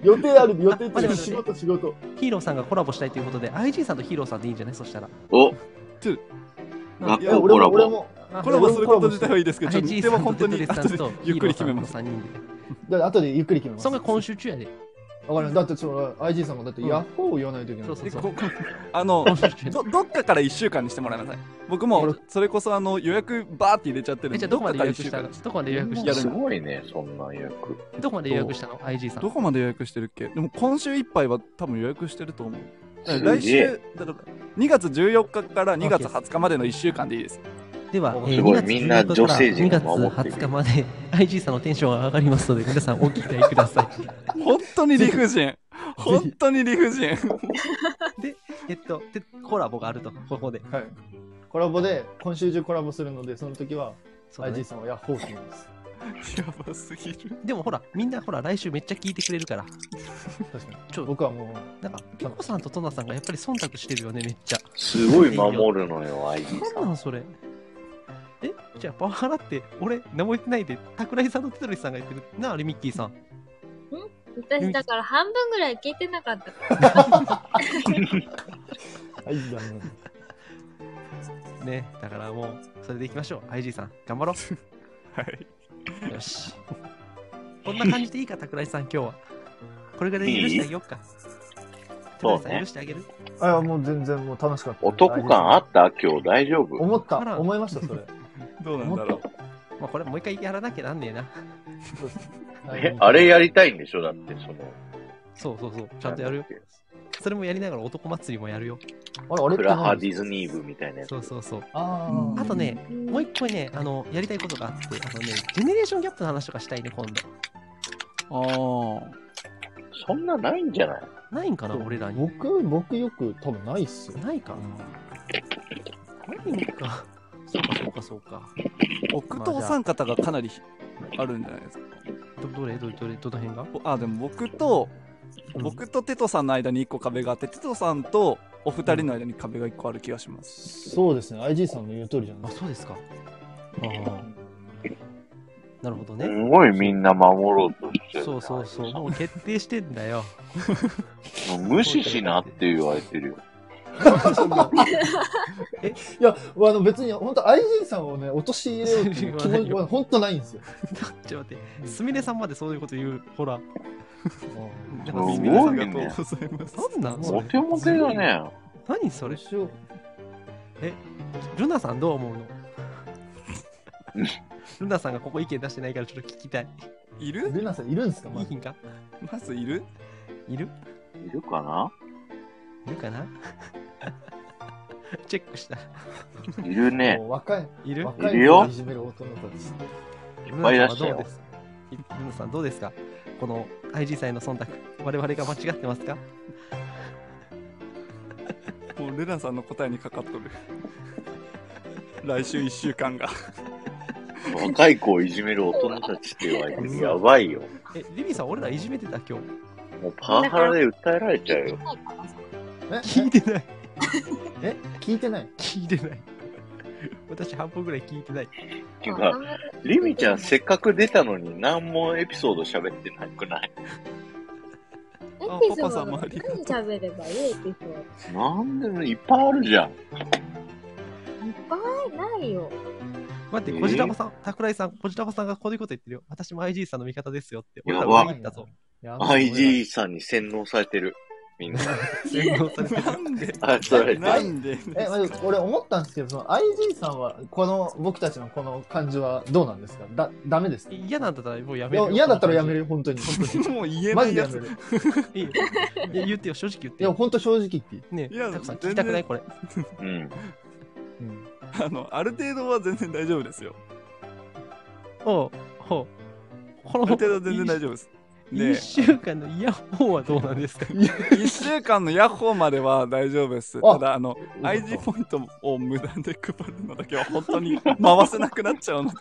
[SPEAKER 3] 予定ある、予定ってい
[SPEAKER 4] 待っ
[SPEAKER 3] う
[SPEAKER 4] て
[SPEAKER 3] か
[SPEAKER 4] 待
[SPEAKER 3] 仕
[SPEAKER 4] っ
[SPEAKER 3] 事仕事。
[SPEAKER 4] ヒーローさんがコラボしたいということで、IG さんとヒーローさんでいいんじゃないそしたら。
[SPEAKER 1] お
[SPEAKER 2] ちょ
[SPEAKER 1] 学
[SPEAKER 3] いや、
[SPEAKER 1] 校
[SPEAKER 3] 俺
[SPEAKER 1] コ
[SPEAKER 3] も、
[SPEAKER 1] ラボ。
[SPEAKER 3] 俺も、
[SPEAKER 2] コラボすること自体はいいですけど、ちょっと
[SPEAKER 4] IG
[SPEAKER 2] 日程
[SPEAKER 4] さ
[SPEAKER 2] は
[SPEAKER 4] んと
[SPEAKER 2] 本当
[SPEAKER 4] テト
[SPEAKER 2] に
[SPEAKER 4] リスさ
[SPEAKER 2] 後
[SPEAKER 4] ん
[SPEAKER 2] で
[SPEAKER 4] とヒ
[SPEAKER 2] ゆっ
[SPEAKER 4] ー
[SPEAKER 2] くり
[SPEAKER 4] ロー
[SPEAKER 2] 決
[SPEAKER 4] さ
[SPEAKER 2] め
[SPEAKER 4] んと
[SPEAKER 2] ます。
[SPEAKER 4] 3人で。
[SPEAKER 3] だから後でゆっくり決めます。
[SPEAKER 4] そん
[SPEAKER 3] わ
[SPEAKER 4] が今週中やで。
[SPEAKER 3] かります。だって、その、IG さんもだって、ヤッホーを言わないといけない
[SPEAKER 4] そう。そう
[SPEAKER 2] で
[SPEAKER 4] そう。
[SPEAKER 2] ここ あの
[SPEAKER 4] 今週中やで
[SPEAKER 2] どどっかから1週間にしてもらいなさい。僕もそれこそあの予約バーって入れちゃってるん
[SPEAKER 4] え、
[SPEAKER 2] で、
[SPEAKER 4] じゃあどこまで予約
[SPEAKER 2] どっ
[SPEAKER 4] し
[SPEAKER 2] かか
[SPEAKER 4] た
[SPEAKER 2] ら
[SPEAKER 4] ど
[SPEAKER 2] 一週
[SPEAKER 4] こまで予約し
[SPEAKER 2] いや
[SPEAKER 4] た
[SPEAKER 2] で
[SPEAKER 1] す
[SPEAKER 2] も
[SPEAKER 4] の
[SPEAKER 1] ごいね、そんな役。
[SPEAKER 4] どこまで予約したの ?IG さ
[SPEAKER 2] 間
[SPEAKER 4] ん
[SPEAKER 2] ど。こまで予約してるっけでも今週いっぱいは多分予約してると思う。だから来
[SPEAKER 1] すげえ
[SPEAKER 2] 週、だから2月14日から2月20日までの1週間でいいです。
[SPEAKER 4] では、えー
[SPEAKER 1] すごい
[SPEAKER 4] 2月
[SPEAKER 1] みんな女性陣が守ってる
[SPEAKER 4] 2月20日まで IG さんのテンションが上がりますので、皆さんお期待くださ
[SPEAKER 2] 本当に理不 尽。本当に理不尽。
[SPEAKER 4] い。で、えっと、でコラボがあると、ここで。
[SPEAKER 3] はい。コラボで、今週中コラボするので、その時は、
[SPEAKER 4] そうだね
[SPEAKER 3] IG さんはヤッホーって言います。
[SPEAKER 2] やばすぎる。
[SPEAKER 4] でもほら、みんなほら、来週めっちゃ聞いてくれるから。
[SPEAKER 3] 確か
[SPEAKER 4] ちょ
[SPEAKER 3] に。僕はもう、
[SPEAKER 4] なんか、ピコさんとトナさんがやっぱり忖度してるよね、めっちゃ。
[SPEAKER 1] すごい守るのよ、IG さ。
[SPEAKER 4] なんなんのそれ。えじゃあパワハラって俺何も言ってないで桜井さんとテトリスさんが言ってるなあれミッキーさん
[SPEAKER 5] 私だから半分ぐらい聞いてなかったから。
[SPEAKER 3] はい、じゃあね
[SPEAKER 4] ねだからもうそれでいきましょう IG さん頑張ろ
[SPEAKER 2] はい。
[SPEAKER 4] うよしこんな感じでいいか桜井さん今日はこれぐらいで許してあげようかテ
[SPEAKER 1] そ
[SPEAKER 4] ト
[SPEAKER 1] うね
[SPEAKER 4] リスさん許してあげる
[SPEAKER 3] あいや、もう全然もう楽しかった。
[SPEAKER 1] 男感あった今日大丈夫
[SPEAKER 3] 思っ
[SPEAKER 4] あら
[SPEAKER 3] た。思いました、それ。
[SPEAKER 2] どうなんだ
[SPEAKER 3] 思
[SPEAKER 2] ろ
[SPEAKER 3] った。
[SPEAKER 4] まあこれもう一回やらなきゃなんねえな
[SPEAKER 1] え、あれやりたいんでしょだって、その。
[SPEAKER 4] そうそうそうちゃんとやるよそれもやりながら男祭りもやるよ
[SPEAKER 3] あれ、俺っ
[SPEAKER 1] ク
[SPEAKER 3] て
[SPEAKER 1] ラハ
[SPEAKER 3] 何
[SPEAKER 1] ディズニー部みたいなやつ
[SPEAKER 4] そ。うそうそう
[SPEAKER 3] あ
[SPEAKER 2] うん
[SPEAKER 3] ー
[SPEAKER 4] あとね、もう一個ね、あの、やりたいことがあって、あのね、ジェネレーションギャップの話とかしたいね、今度。
[SPEAKER 2] う。ああ。
[SPEAKER 1] そんなないんじゃない
[SPEAKER 4] ないんかな、俺らに。
[SPEAKER 3] 僕、僕よく多分ないっすよ。
[SPEAKER 4] ないかな。ないんか。そうか、そうか、そうか。
[SPEAKER 2] 奥藤さん方がかなりあるんじゃないですか。
[SPEAKER 4] どどれ、どれ、どれ、どの辺が
[SPEAKER 2] ぼあ、でも僕と、僕とテトさんの間に1個壁があって、テトさんとお二人の間に壁が1個ある気がします。
[SPEAKER 3] そうですね、IG さんの言う通りじゃない
[SPEAKER 4] あ、
[SPEAKER 3] です
[SPEAKER 4] そうですか。ああ。なるほど
[SPEAKER 1] す
[SPEAKER 4] ね。
[SPEAKER 1] ごいみんな守ろうとしてる。
[SPEAKER 4] そうそうそう、もう決定してんだよ。
[SPEAKER 1] もう無視しなって言われてるよ。
[SPEAKER 3] か。いや、あの別に、本当 IG さんをね、落とし入れようって いう気持ちは本当ないんですよ。
[SPEAKER 4] ちょっと待って、すみれさんまでそういうこと言う、ほら。
[SPEAKER 3] うん
[SPEAKER 4] す
[SPEAKER 1] ごいね
[SPEAKER 2] 皆さんありがとう ございます。
[SPEAKER 4] なんなんそ
[SPEAKER 1] モ
[SPEAKER 4] れ。
[SPEAKER 1] テモテだね。
[SPEAKER 4] 何それ
[SPEAKER 3] どう。しよう
[SPEAKER 4] ルナさんどう思 うのルナさんがここ意見出してないからちょっと聞きたい。
[SPEAKER 2] いる
[SPEAKER 3] ルナさんいるんですか、ま
[SPEAKER 4] い
[SPEAKER 3] ず
[SPEAKER 4] いんか
[SPEAKER 2] まずいる
[SPEAKER 4] いる
[SPEAKER 1] いるかない
[SPEAKER 4] るかな チェックした。
[SPEAKER 1] いるね
[SPEAKER 3] も。う若い、
[SPEAKER 4] いる
[SPEAKER 3] 若
[SPEAKER 1] いる
[SPEAKER 3] い
[SPEAKER 1] よ
[SPEAKER 3] 子をいじめる大人たち。
[SPEAKER 4] ルナ
[SPEAKER 1] ぱいいら
[SPEAKER 4] さんは
[SPEAKER 1] っしゃいよ
[SPEAKER 4] どうですルナさんどうですかこの IG さんへの忖度、我々が間違ってますか
[SPEAKER 2] もうルナさんの答えにかかっとる。来週1週間が。
[SPEAKER 1] 若い子をいじめる大人たちっていう相手にやばいよ。
[SPEAKER 4] え、リビーさん、俺らいじめてた今日。
[SPEAKER 1] もうパワハラで訴えられちゃうよ。
[SPEAKER 4] 聞いてない。
[SPEAKER 3] え聞いてない
[SPEAKER 4] 聞いて ない。私、半分ぐらい聞いてない。
[SPEAKER 1] ていうか、リミちゃんせっかく出たのに何もエピソード喋ってなくない
[SPEAKER 5] エ
[SPEAKER 2] ピソード何
[SPEAKER 5] 喋ればいいエピソー
[SPEAKER 1] なんでもいっぱいあるじゃん。
[SPEAKER 5] ドいっぱいないよ。
[SPEAKER 4] 待っ
[SPEAKER 1] え
[SPEAKER 4] て、
[SPEAKER 1] ー
[SPEAKER 4] こじたまさん、桜井さん、こじたまさんがこういうこと言ってるよ。私も IG さんの味方ですよって。俺
[SPEAKER 1] や
[SPEAKER 4] ら
[SPEAKER 1] ば
[SPEAKER 4] 言ったぞ。
[SPEAKER 1] IG さんに洗脳されてる。み んな。
[SPEAKER 4] 洗脳されてる
[SPEAKER 2] なんで
[SPEAKER 1] あ、それ。
[SPEAKER 2] なんで
[SPEAKER 3] え、まず俺思ったんですけど、その IG さんは、この、僕たちのこの感じはどうなんですかだ、ダメですかい
[SPEAKER 4] 嫌なんだったらもうやめる
[SPEAKER 3] や
[SPEAKER 4] よ。
[SPEAKER 3] 嫌だったらやめるよ、本当に。
[SPEAKER 2] もう言えな
[SPEAKER 3] マジ
[SPEAKER 2] い
[SPEAKER 3] で
[SPEAKER 2] や
[SPEAKER 3] やめ
[SPEAKER 2] つ。
[SPEAKER 3] る。
[SPEAKER 4] いいよ。いや言ってよ、正直言っ
[SPEAKER 3] い
[SPEAKER 4] て
[SPEAKER 3] や、
[SPEAKER 4] よ。
[SPEAKER 3] 本当正直言っていい。
[SPEAKER 4] ね
[SPEAKER 2] いや
[SPEAKER 4] え、たくさん聞きたくないこれ。
[SPEAKER 1] うん。
[SPEAKER 3] うん。
[SPEAKER 2] あの、ある程度は全然大丈夫ですよ。
[SPEAKER 4] おう、ほう。こ
[SPEAKER 2] あ
[SPEAKER 4] の
[SPEAKER 2] る程度は全然大丈夫です。
[SPEAKER 4] 1週間のイヤホンはどうな んですか
[SPEAKER 2] 1週間のヤッホーまでは大丈夫です。
[SPEAKER 3] あ
[SPEAKER 2] ただ、あの、
[SPEAKER 3] かった
[SPEAKER 2] IG ポイントを無断で配るのだけは本当に回せなくなっちゃうの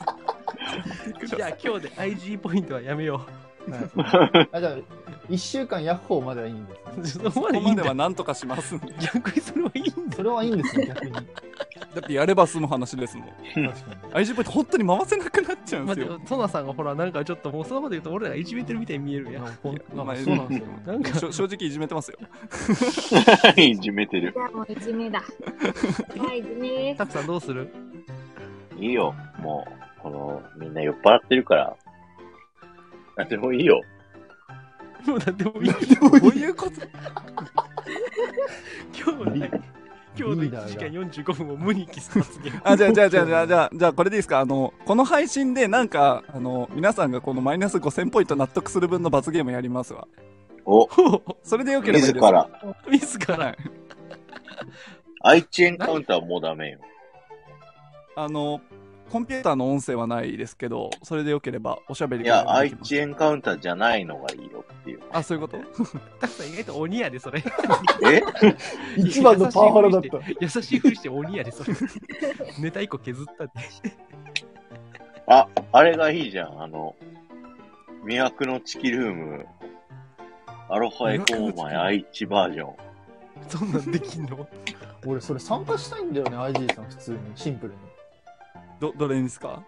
[SPEAKER 2] で。
[SPEAKER 4] じゃあ今日で IG ポイントはやめよ
[SPEAKER 3] はいあ、じゃあ、一週間ヤッホーまではいいんですね。
[SPEAKER 4] う。そこ
[SPEAKER 2] こ
[SPEAKER 4] まで
[SPEAKER 2] こ
[SPEAKER 4] いい
[SPEAKER 2] ま
[SPEAKER 4] ん
[SPEAKER 2] で
[SPEAKER 4] だ
[SPEAKER 2] は
[SPEAKER 4] よ。
[SPEAKER 2] なんとかしますんで。
[SPEAKER 4] 逆にそれはいいんだ
[SPEAKER 3] それはいいんですね、逆に。
[SPEAKER 2] だってやれば済む話ですもん。
[SPEAKER 3] 確か
[SPEAKER 2] IG ポイント本当に回せなくなっちゃうんで
[SPEAKER 4] 待
[SPEAKER 2] す
[SPEAKER 4] っ
[SPEAKER 2] よ。
[SPEAKER 4] て、トナさんがほら、なんかちょっともうそんなこと言うと俺らがいじめてるみたいに見える
[SPEAKER 3] に。
[SPEAKER 4] やん。
[SPEAKER 3] なんかほんなん
[SPEAKER 2] まあ
[SPEAKER 3] かそうなんですよ。
[SPEAKER 4] なん か
[SPEAKER 2] しょ正直いじめてますよ。
[SPEAKER 1] いじめてる
[SPEAKER 5] じ。ゃあもういじ めだ。はい、いじめです。
[SPEAKER 4] たくさんどうする
[SPEAKER 1] いいよ。もう、この、みんな酔っ払ってるから。あ、でもいい よ。
[SPEAKER 4] もうなんでもいい。
[SPEAKER 2] どういうこと
[SPEAKER 4] 今日のね今日の
[SPEAKER 3] リーダ
[SPEAKER 4] 1時間45分を無に帰す発言
[SPEAKER 2] あ、じゃあ、じゃあ、じゃあ、じゃあ、じゃあ、じゃあ、これでいいですかあの、この配信で、なんか、あの、皆さんがこのマイナス5000ポイント納得する分の罰ゲームやりますわ。
[SPEAKER 1] お、
[SPEAKER 2] それでよければいい
[SPEAKER 1] 自
[SPEAKER 2] ですよ。
[SPEAKER 1] ら。
[SPEAKER 4] 自ら
[SPEAKER 2] はい。
[SPEAKER 1] 愛知エンカウンターもうダメよ。
[SPEAKER 2] あの、コンピューターの音声はないですけど、それでよければおしゃべり
[SPEAKER 1] い
[SPEAKER 2] が
[SPEAKER 1] や、
[SPEAKER 2] で
[SPEAKER 1] 愛
[SPEAKER 2] きます
[SPEAKER 1] 知エンカウンターじゃないのがいいよっていう。
[SPEAKER 2] あ、そういうこと
[SPEAKER 4] たくさん意外と鬼やでそれ
[SPEAKER 1] え
[SPEAKER 3] 一番のパワハラだった。
[SPEAKER 4] 優しいふりして鬼やでそれネタ一個削ったって
[SPEAKER 1] あ、あれがいいじゃん。あの、魅惑のチキルーム、アロハエコーマイ愛知バージョン。
[SPEAKER 4] そんなんできんの
[SPEAKER 3] 俺、それ参加したいんだよね、IG さん、普通に、シンプルに。
[SPEAKER 2] ど、どれですか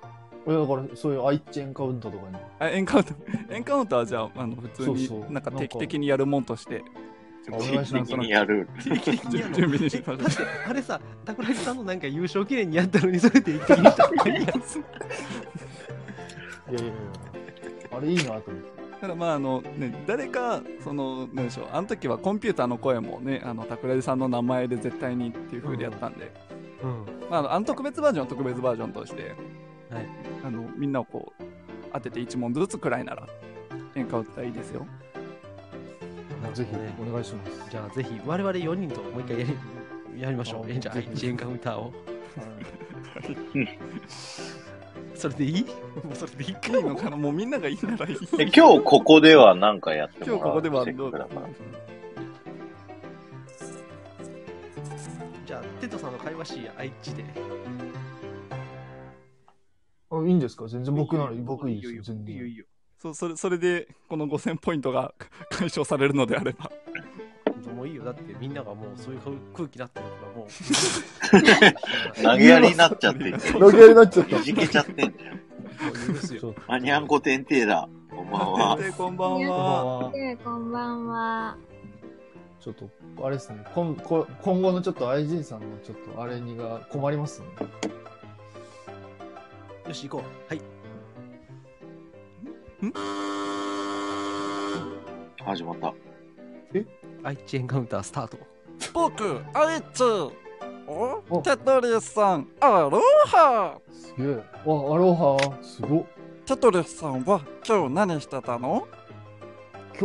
[SPEAKER 3] 俺、だから、そういう愛知エンカウントとかに。
[SPEAKER 2] あエンカウント、 エンカウントはじゃあ、あの、普通
[SPEAKER 3] そうそう
[SPEAKER 2] に、なんか定期的にやるもんとして、
[SPEAKER 3] お
[SPEAKER 1] 地
[SPEAKER 3] 願い
[SPEAKER 1] 域
[SPEAKER 3] します
[SPEAKER 1] 的。にやる。
[SPEAKER 2] 準備にしましょ
[SPEAKER 4] だって あれさ桜井さんのなんか優勝記念にやったのにそれで一気にした方がいいやつ
[SPEAKER 3] いやいやいやあれいいなと思って。
[SPEAKER 2] う。ただまあ、あの、ね、誰か、その、なんでしょう、あの時はコンピューターの声もね、あの、桜井さんの名前で絶対にっていう風でやったんで、
[SPEAKER 4] うん
[SPEAKER 2] まああの、あの特別バージョンは特別バージョンとして、
[SPEAKER 4] はい
[SPEAKER 2] あのみんなをこう当てて1問ずつくらいなら演歌を打ったらいいですよ
[SPEAKER 3] ぜひ、お願いします。
[SPEAKER 4] じゃあぜひ我々4人ともう一回やりやりましょ
[SPEAKER 3] あ
[SPEAKER 4] うえじゃあ
[SPEAKER 3] ぜひ
[SPEAKER 4] 1円カウンターを
[SPEAKER 3] はい
[SPEAKER 4] それでいいもうそれでいいか
[SPEAKER 2] いいのかなもうみんながいいならいい
[SPEAKER 1] で今日ここではなんかやって
[SPEAKER 2] 今
[SPEAKER 1] も
[SPEAKER 2] 日こ
[SPEAKER 1] ら
[SPEAKER 2] こ
[SPEAKER 1] う。
[SPEAKER 2] では
[SPEAKER 1] せっ
[SPEAKER 2] ど
[SPEAKER 1] か
[SPEAKER 2] う
[SPEAKER 1] くだから。
[SPEAKER 4] じゃあテトさんの会話し愛知で
[SPEAKER 3] あいいんですか全然僕なら僕いい
[SPEAKER 4] い
[SPEAKER 3] で
[SPEAKER 4] よ
[SPEAKER 3] す
[SPEAKER 4] いいよ
[SPEAKER 3] よ全
[SPEAKER 4] いいよい
[SPEAKER 3] 然
[SPEAKER 4] いよ
[SPEAKER 2] そうそれそれでこの5000ポイントが解消されるのであれば
[SPEAKER 4] もういいよだってみんながもうそういう空気になってるからもう
[SPEAKER 1] 投げやりになっちゃってんじゃん。
[SPEAKER 3] 投げやりになっちゃった
[SPEAKER 1] いじけちゃってんじゃん。
[SPEAKER 4] 許すよ
[SPEAKER 1] あにゃんこ天帝だ。おまん は。
[SPEAKER 2] でこんばんは
[SPEAKER 3] あー
[SPEAKER 5] で、こんばんは。
[SPEAKER 3] ちょっとあれですね今こ今後のちょっと IG さんのちょっとあれにが困りますね
[SPEAKER 4] よし行こうはい
[SPEAKER 1] 始まった。
[SPEAKER 4] 愛知エンカウンタースタート
[SPEAKER 2] 僕あいち
[SPEAKER 3] お
[SPEAKER 2] テトリスさんアロハ
[SPEAKER 3] すげえわアロハすごっ
[SPEAKER 2] テトリスさんは今日何してたの
[SPEAKER 3] 今日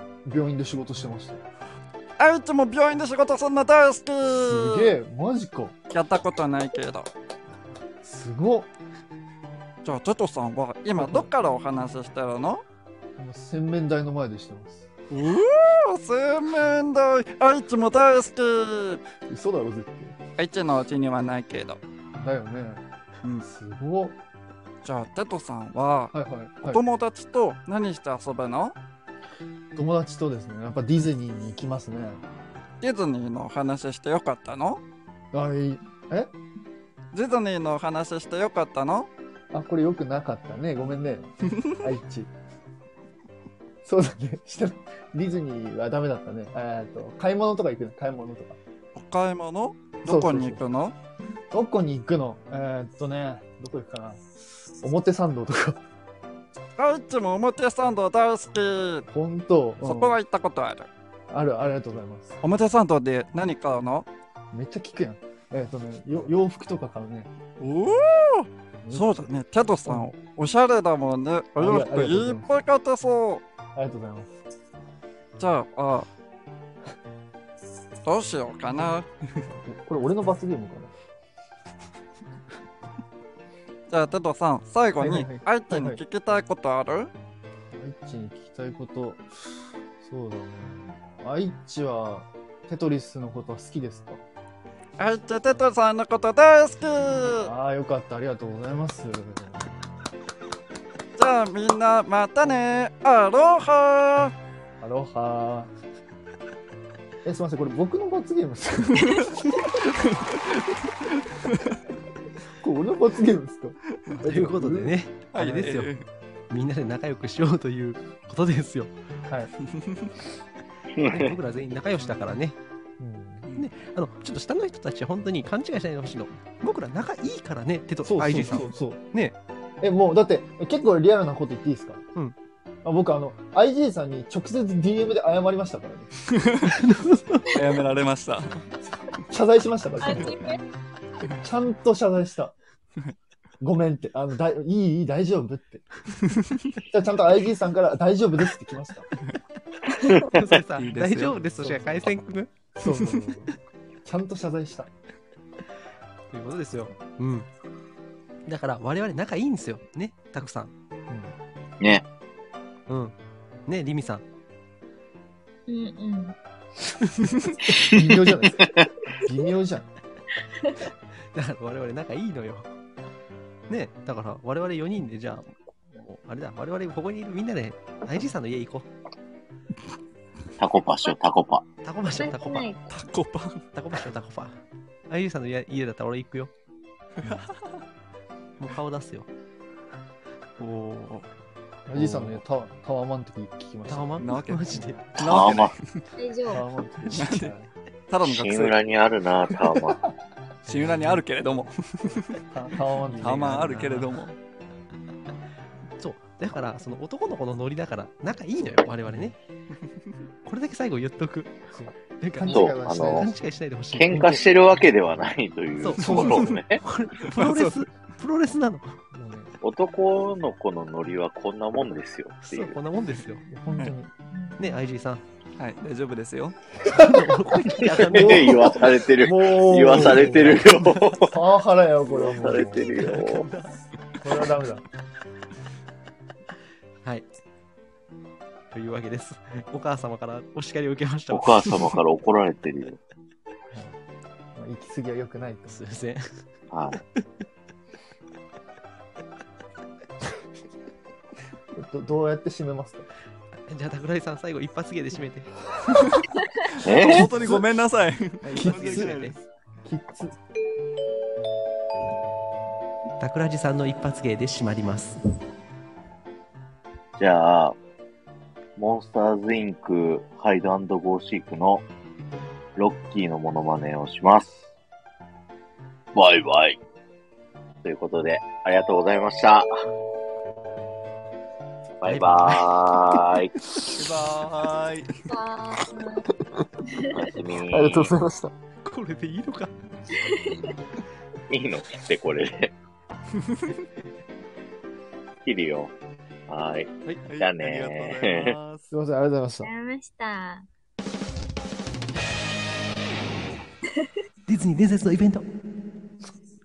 [SPEAKER 3] は病院で仕事してました
[SPEAKER 2] 愛知も病院で仕事するの大好き
[SPEAKER 3] すげえマジか
[SPEAKER 2] やったことないけど
[SPEAKER 3] すごっ
[SPEAKER 2] じゃあテトさんは今どっからお話ししてるの
[SPEAKER 3] 今洗面台の前でしてます
[SPEAKER 2] うお洗面台愛知も大好き
[SPEAKER 3] 嘘だろ絶
[SPEAKER 2] 愛知のうちにはないけど
[SPEAKER 3] 対だよね
[SPEAKER 2] うん
[SPEAKER 3] すごっ
[SPEAKER 2] じゃあテトさんは、
[SPEAKER 3] はいはい
[SPEAKER 2] お友達と何して遊ぶの
[SPEAKER 3] 友達とですねやっぱディズニーに行きますね
[SPEAKER 2] ディズニーのお話してよかったの
[SPEAKER 3] あいえ
[SPEAKER 2] ディズニーのお話してよかったの
[SPEAKER 3] あこれよくなかったねごめんね愛知そうだねしたディズニーはダメだったねえーっと買い物とか行くの買い物とか
[SPEAKER 2] お買い物
[SPEAKER 3] そうそうそう
[SPEAKER 2] どこに行くの
[SPEAKER 3] どこに行くのえーっとねどこ行くかな表参道とか
[SPEAKER 2] あいつも表参道大好き
[SPEAKER 3] 本当うん
[SPEAKER 2] そこは行ったことある
[SPEAKER 3] あるありがとうございます
[SPEAKER 2] 表参道で何買うの
[SPEAKER 3] めっちゃ聞くやんえーっとねよ洋服とか買うね
[SPEAKER 2] おおそうだねテトさんおしゃれだもんねお洋服
[SPEAKER 3] ありが
[SPEAKER 2] い
[SPEAKER 3] と
[SPEAKER 2] っ
[SPEAKER 3] うございます
[SPEAKER 2] ぱい買ってそう
[SPEAKER 3] ありがとうございます
[SPEAKER 2] じゃああどうしようかな
[SPEAKER 3] これ俺の罰ゲームかな
[SPEAKER 2] じゃあテトさん最後
[SPEAKER 3] はい
[SPEAKER 2] に
[SPEAKER 3] はいはい
[SPEAKER 2] 相手に聞きたいことある、
[SPEAKER 3] 愛知に聞きたいこと、そうだね。愛知はテトリスのことは好きですか
[SPEAKER 2] 相手テトさんのこと大好き
[SPEAKER 3] ああ、よかった。ありがとうございます。
[SPEAKER 2] じゃあみんなまたねアロハ
[SPEAKER 3] アロハー。え、すみません。これ僕の罰ゲームですかこれ俺の罰ゲームですか
[SPEAKER 4] ということでね、あれですよ、みんなで仲良くしようということですよ。
[SPEAKER 3] はい。
[SPEAKER 4] 僕ら全員仲良しだからね。ね、あのちょっと下の人たちは本当に勘違いしないでほしいの。僕ら仲いいからね、手と
[SPEAKER 3] そう
[SPEAKER 4] IG さ。
[SPEAKER 3] そうんそうそう
[SPEAKER 4] ね
[SPEAKER 3] え、もうだって結構リアルなこと言っていいですか
[SPEAKER 4] うん。
[SPEAKER 3] あ僕あの、IG さんに直接 DM で謝りましたからね。
[SPEAKER 2] やめられま した
[SPEAKER 3] 謝罪しましたから、ちゃんと謝罪した。 ごめんって、あの、だいいい、いい、大丈夫って。じゃあちゃんと IG さんから、大丈夫ですって来ました。
[SPEAKER 4] それさ
[SPEAKER 3] いいですよ
[SPEAKER 4] 大丈夫ですとしか返せんくね。
[SPEAKER 3] そうそうそうそう。ちゃんと謝罪した。
[SPEAKER 4] ということですよ。うん。だから我々仲いいんですよ。ね、たくさん。
[SPEAKER 1] ね。
[SPEAKER 4] うん。ね、りみさん。
[SPEAKER 5] うんうん。
[SPEAKER 3] 微妙じゃないですか。 微妙じゃん。
[SPEAKER 4] だから我々仲いいのよ。ね、だから我々4人でじゃあ、もうあれだ、我々ここにいるみんなで IG さんの家行こ
[SPEAKER 1] タコパしよう、タコパ。
[SPEAKER 4] う。タコパしよう、タコパ。
[SPEAKER 2] タコパン
[SPEAKER 4] タコパしよう、タコパ。IG さんの家家だったら俺行 くよ。もう顔出すよ。おお。
[SPEAKER 3] IG さんのね、タワタワーマンって聞きました。
[SPEAKER 4] タワマン
[SPEAKER 2] なわけ
[SPEAKER 4] マジで。
[SPEAKER 2] な
[SPEAKER 1] タワ
[SPEAKER 2] わ
[SPEAKER 1] マン。
[SPEAKER 5] 大丈
[SPEAKER 3] タワー
[SPEAKER 5] 夫。
[SPEAKER 3] マンって聞きました。
[SPEAKER 2] ただの学
[SPEAKER 1] 新
[SPEAKER 2] 生
[SPEAKER 1] 浦にあるな、タワマン。
[SPEAKER 2] 新浦にあるけれども
[SPEAKER 3] タタワーマンって聞き
[SPEAKER 2] た
[SPEAKER 3] ま
[SPEAKER 2] まあるけれども
[SPEAKER 4] そう。だから、その男の子のノリだから、仲いいのよ、我々 ね。これだけ最後言っとく。なんか、
[SPEAKER 3] 勘違い
[SPEAKER 1] そう
[SPEAKER 3] はし
[SPEAKER 1] あの
[SPEAKER 3] ない
[SPEAKER 4] 勘違いしないでほしい。
[SPEAKER 1] 喧嘩してるわけではないという
[SPEAKER 4] そう
[SPEAKER 1] ところをね。
[SPEAKER 4] これプロレス、プロレスなの。
[SPEAKER 3] もうね
[SPEAKER 1] 男の子のノリはこんなもんですよってい
[SPEAKER 4] そう、
[SPEAKER 1] う。
[SPEAKER 4] こんなもんですよ。
[SPEAKER 3] いや本当に。
[SPEAKER 4] ね、IG さん。
[SPEAKER 2] はい大丈夫ですよ
[SPEAKER 1] 言わされてる。
[SPEAKER 3] も
[SPEAKER 1] 言わされてる。よ。
[SPEAKER 3] パワハラや、これは
[SPEAKER 1] 言
[SPEAKER 3] も
[SPEAKER 1] わ
[SPEAKER 3] う。
[SPEAKER 1] されてるよ。
[SPEAKER 3] これはダメだ。
[SPEAKER 4] はい。というわけです。お母様からお叱りを受けました。
[SPEAKER 1] お母様から怒られてるよ。
[SPEAKER 3] まあ行き過ぎは良くないと。
[SPEAKER 4] すいません。
[SPEAKER 1] はい。
[SPEAKER 3] どどうやって締めますか
[SPEAKER 4] じゃあ、桜井さん、最後、一発芸で締めて。
[SPEAKER 1] え
[SPEAKER 2] 本当にごめんなさ い
[SPEAKER 4] 一発芸で締めて。
[SPEAKER 3] キッズ。
[SPEAKER 4] 桜井さんの一発芸で締まります。
[SPEAKER 1] じゃあ、モンスターズインク、ハイドゴーシークのロッキーのモノマネをします。バイバイ。ということで、ありがとうございました。バイバーイ。
[SPEAKER 2] バイバーイ
[SPEAKER 5] バーイ
[SPEAKER 1] おやすみ。あり
[SPEAKER 3] ありがとうございました。
[SPEAKER 4] これでいいのか。
[SPEAKER 1] いいの切って、これで。切るよ。はーい。
[SPEAKER 2] はい
[SPEAKER 1] じゃあね
[SPEAKER 2] ありがとうございます
[SPEAKER 3] すみません、ありがとうございました
[SPEAKER 5] や。りました。
[SPEAKER 4] ディズニー伝説のイベント、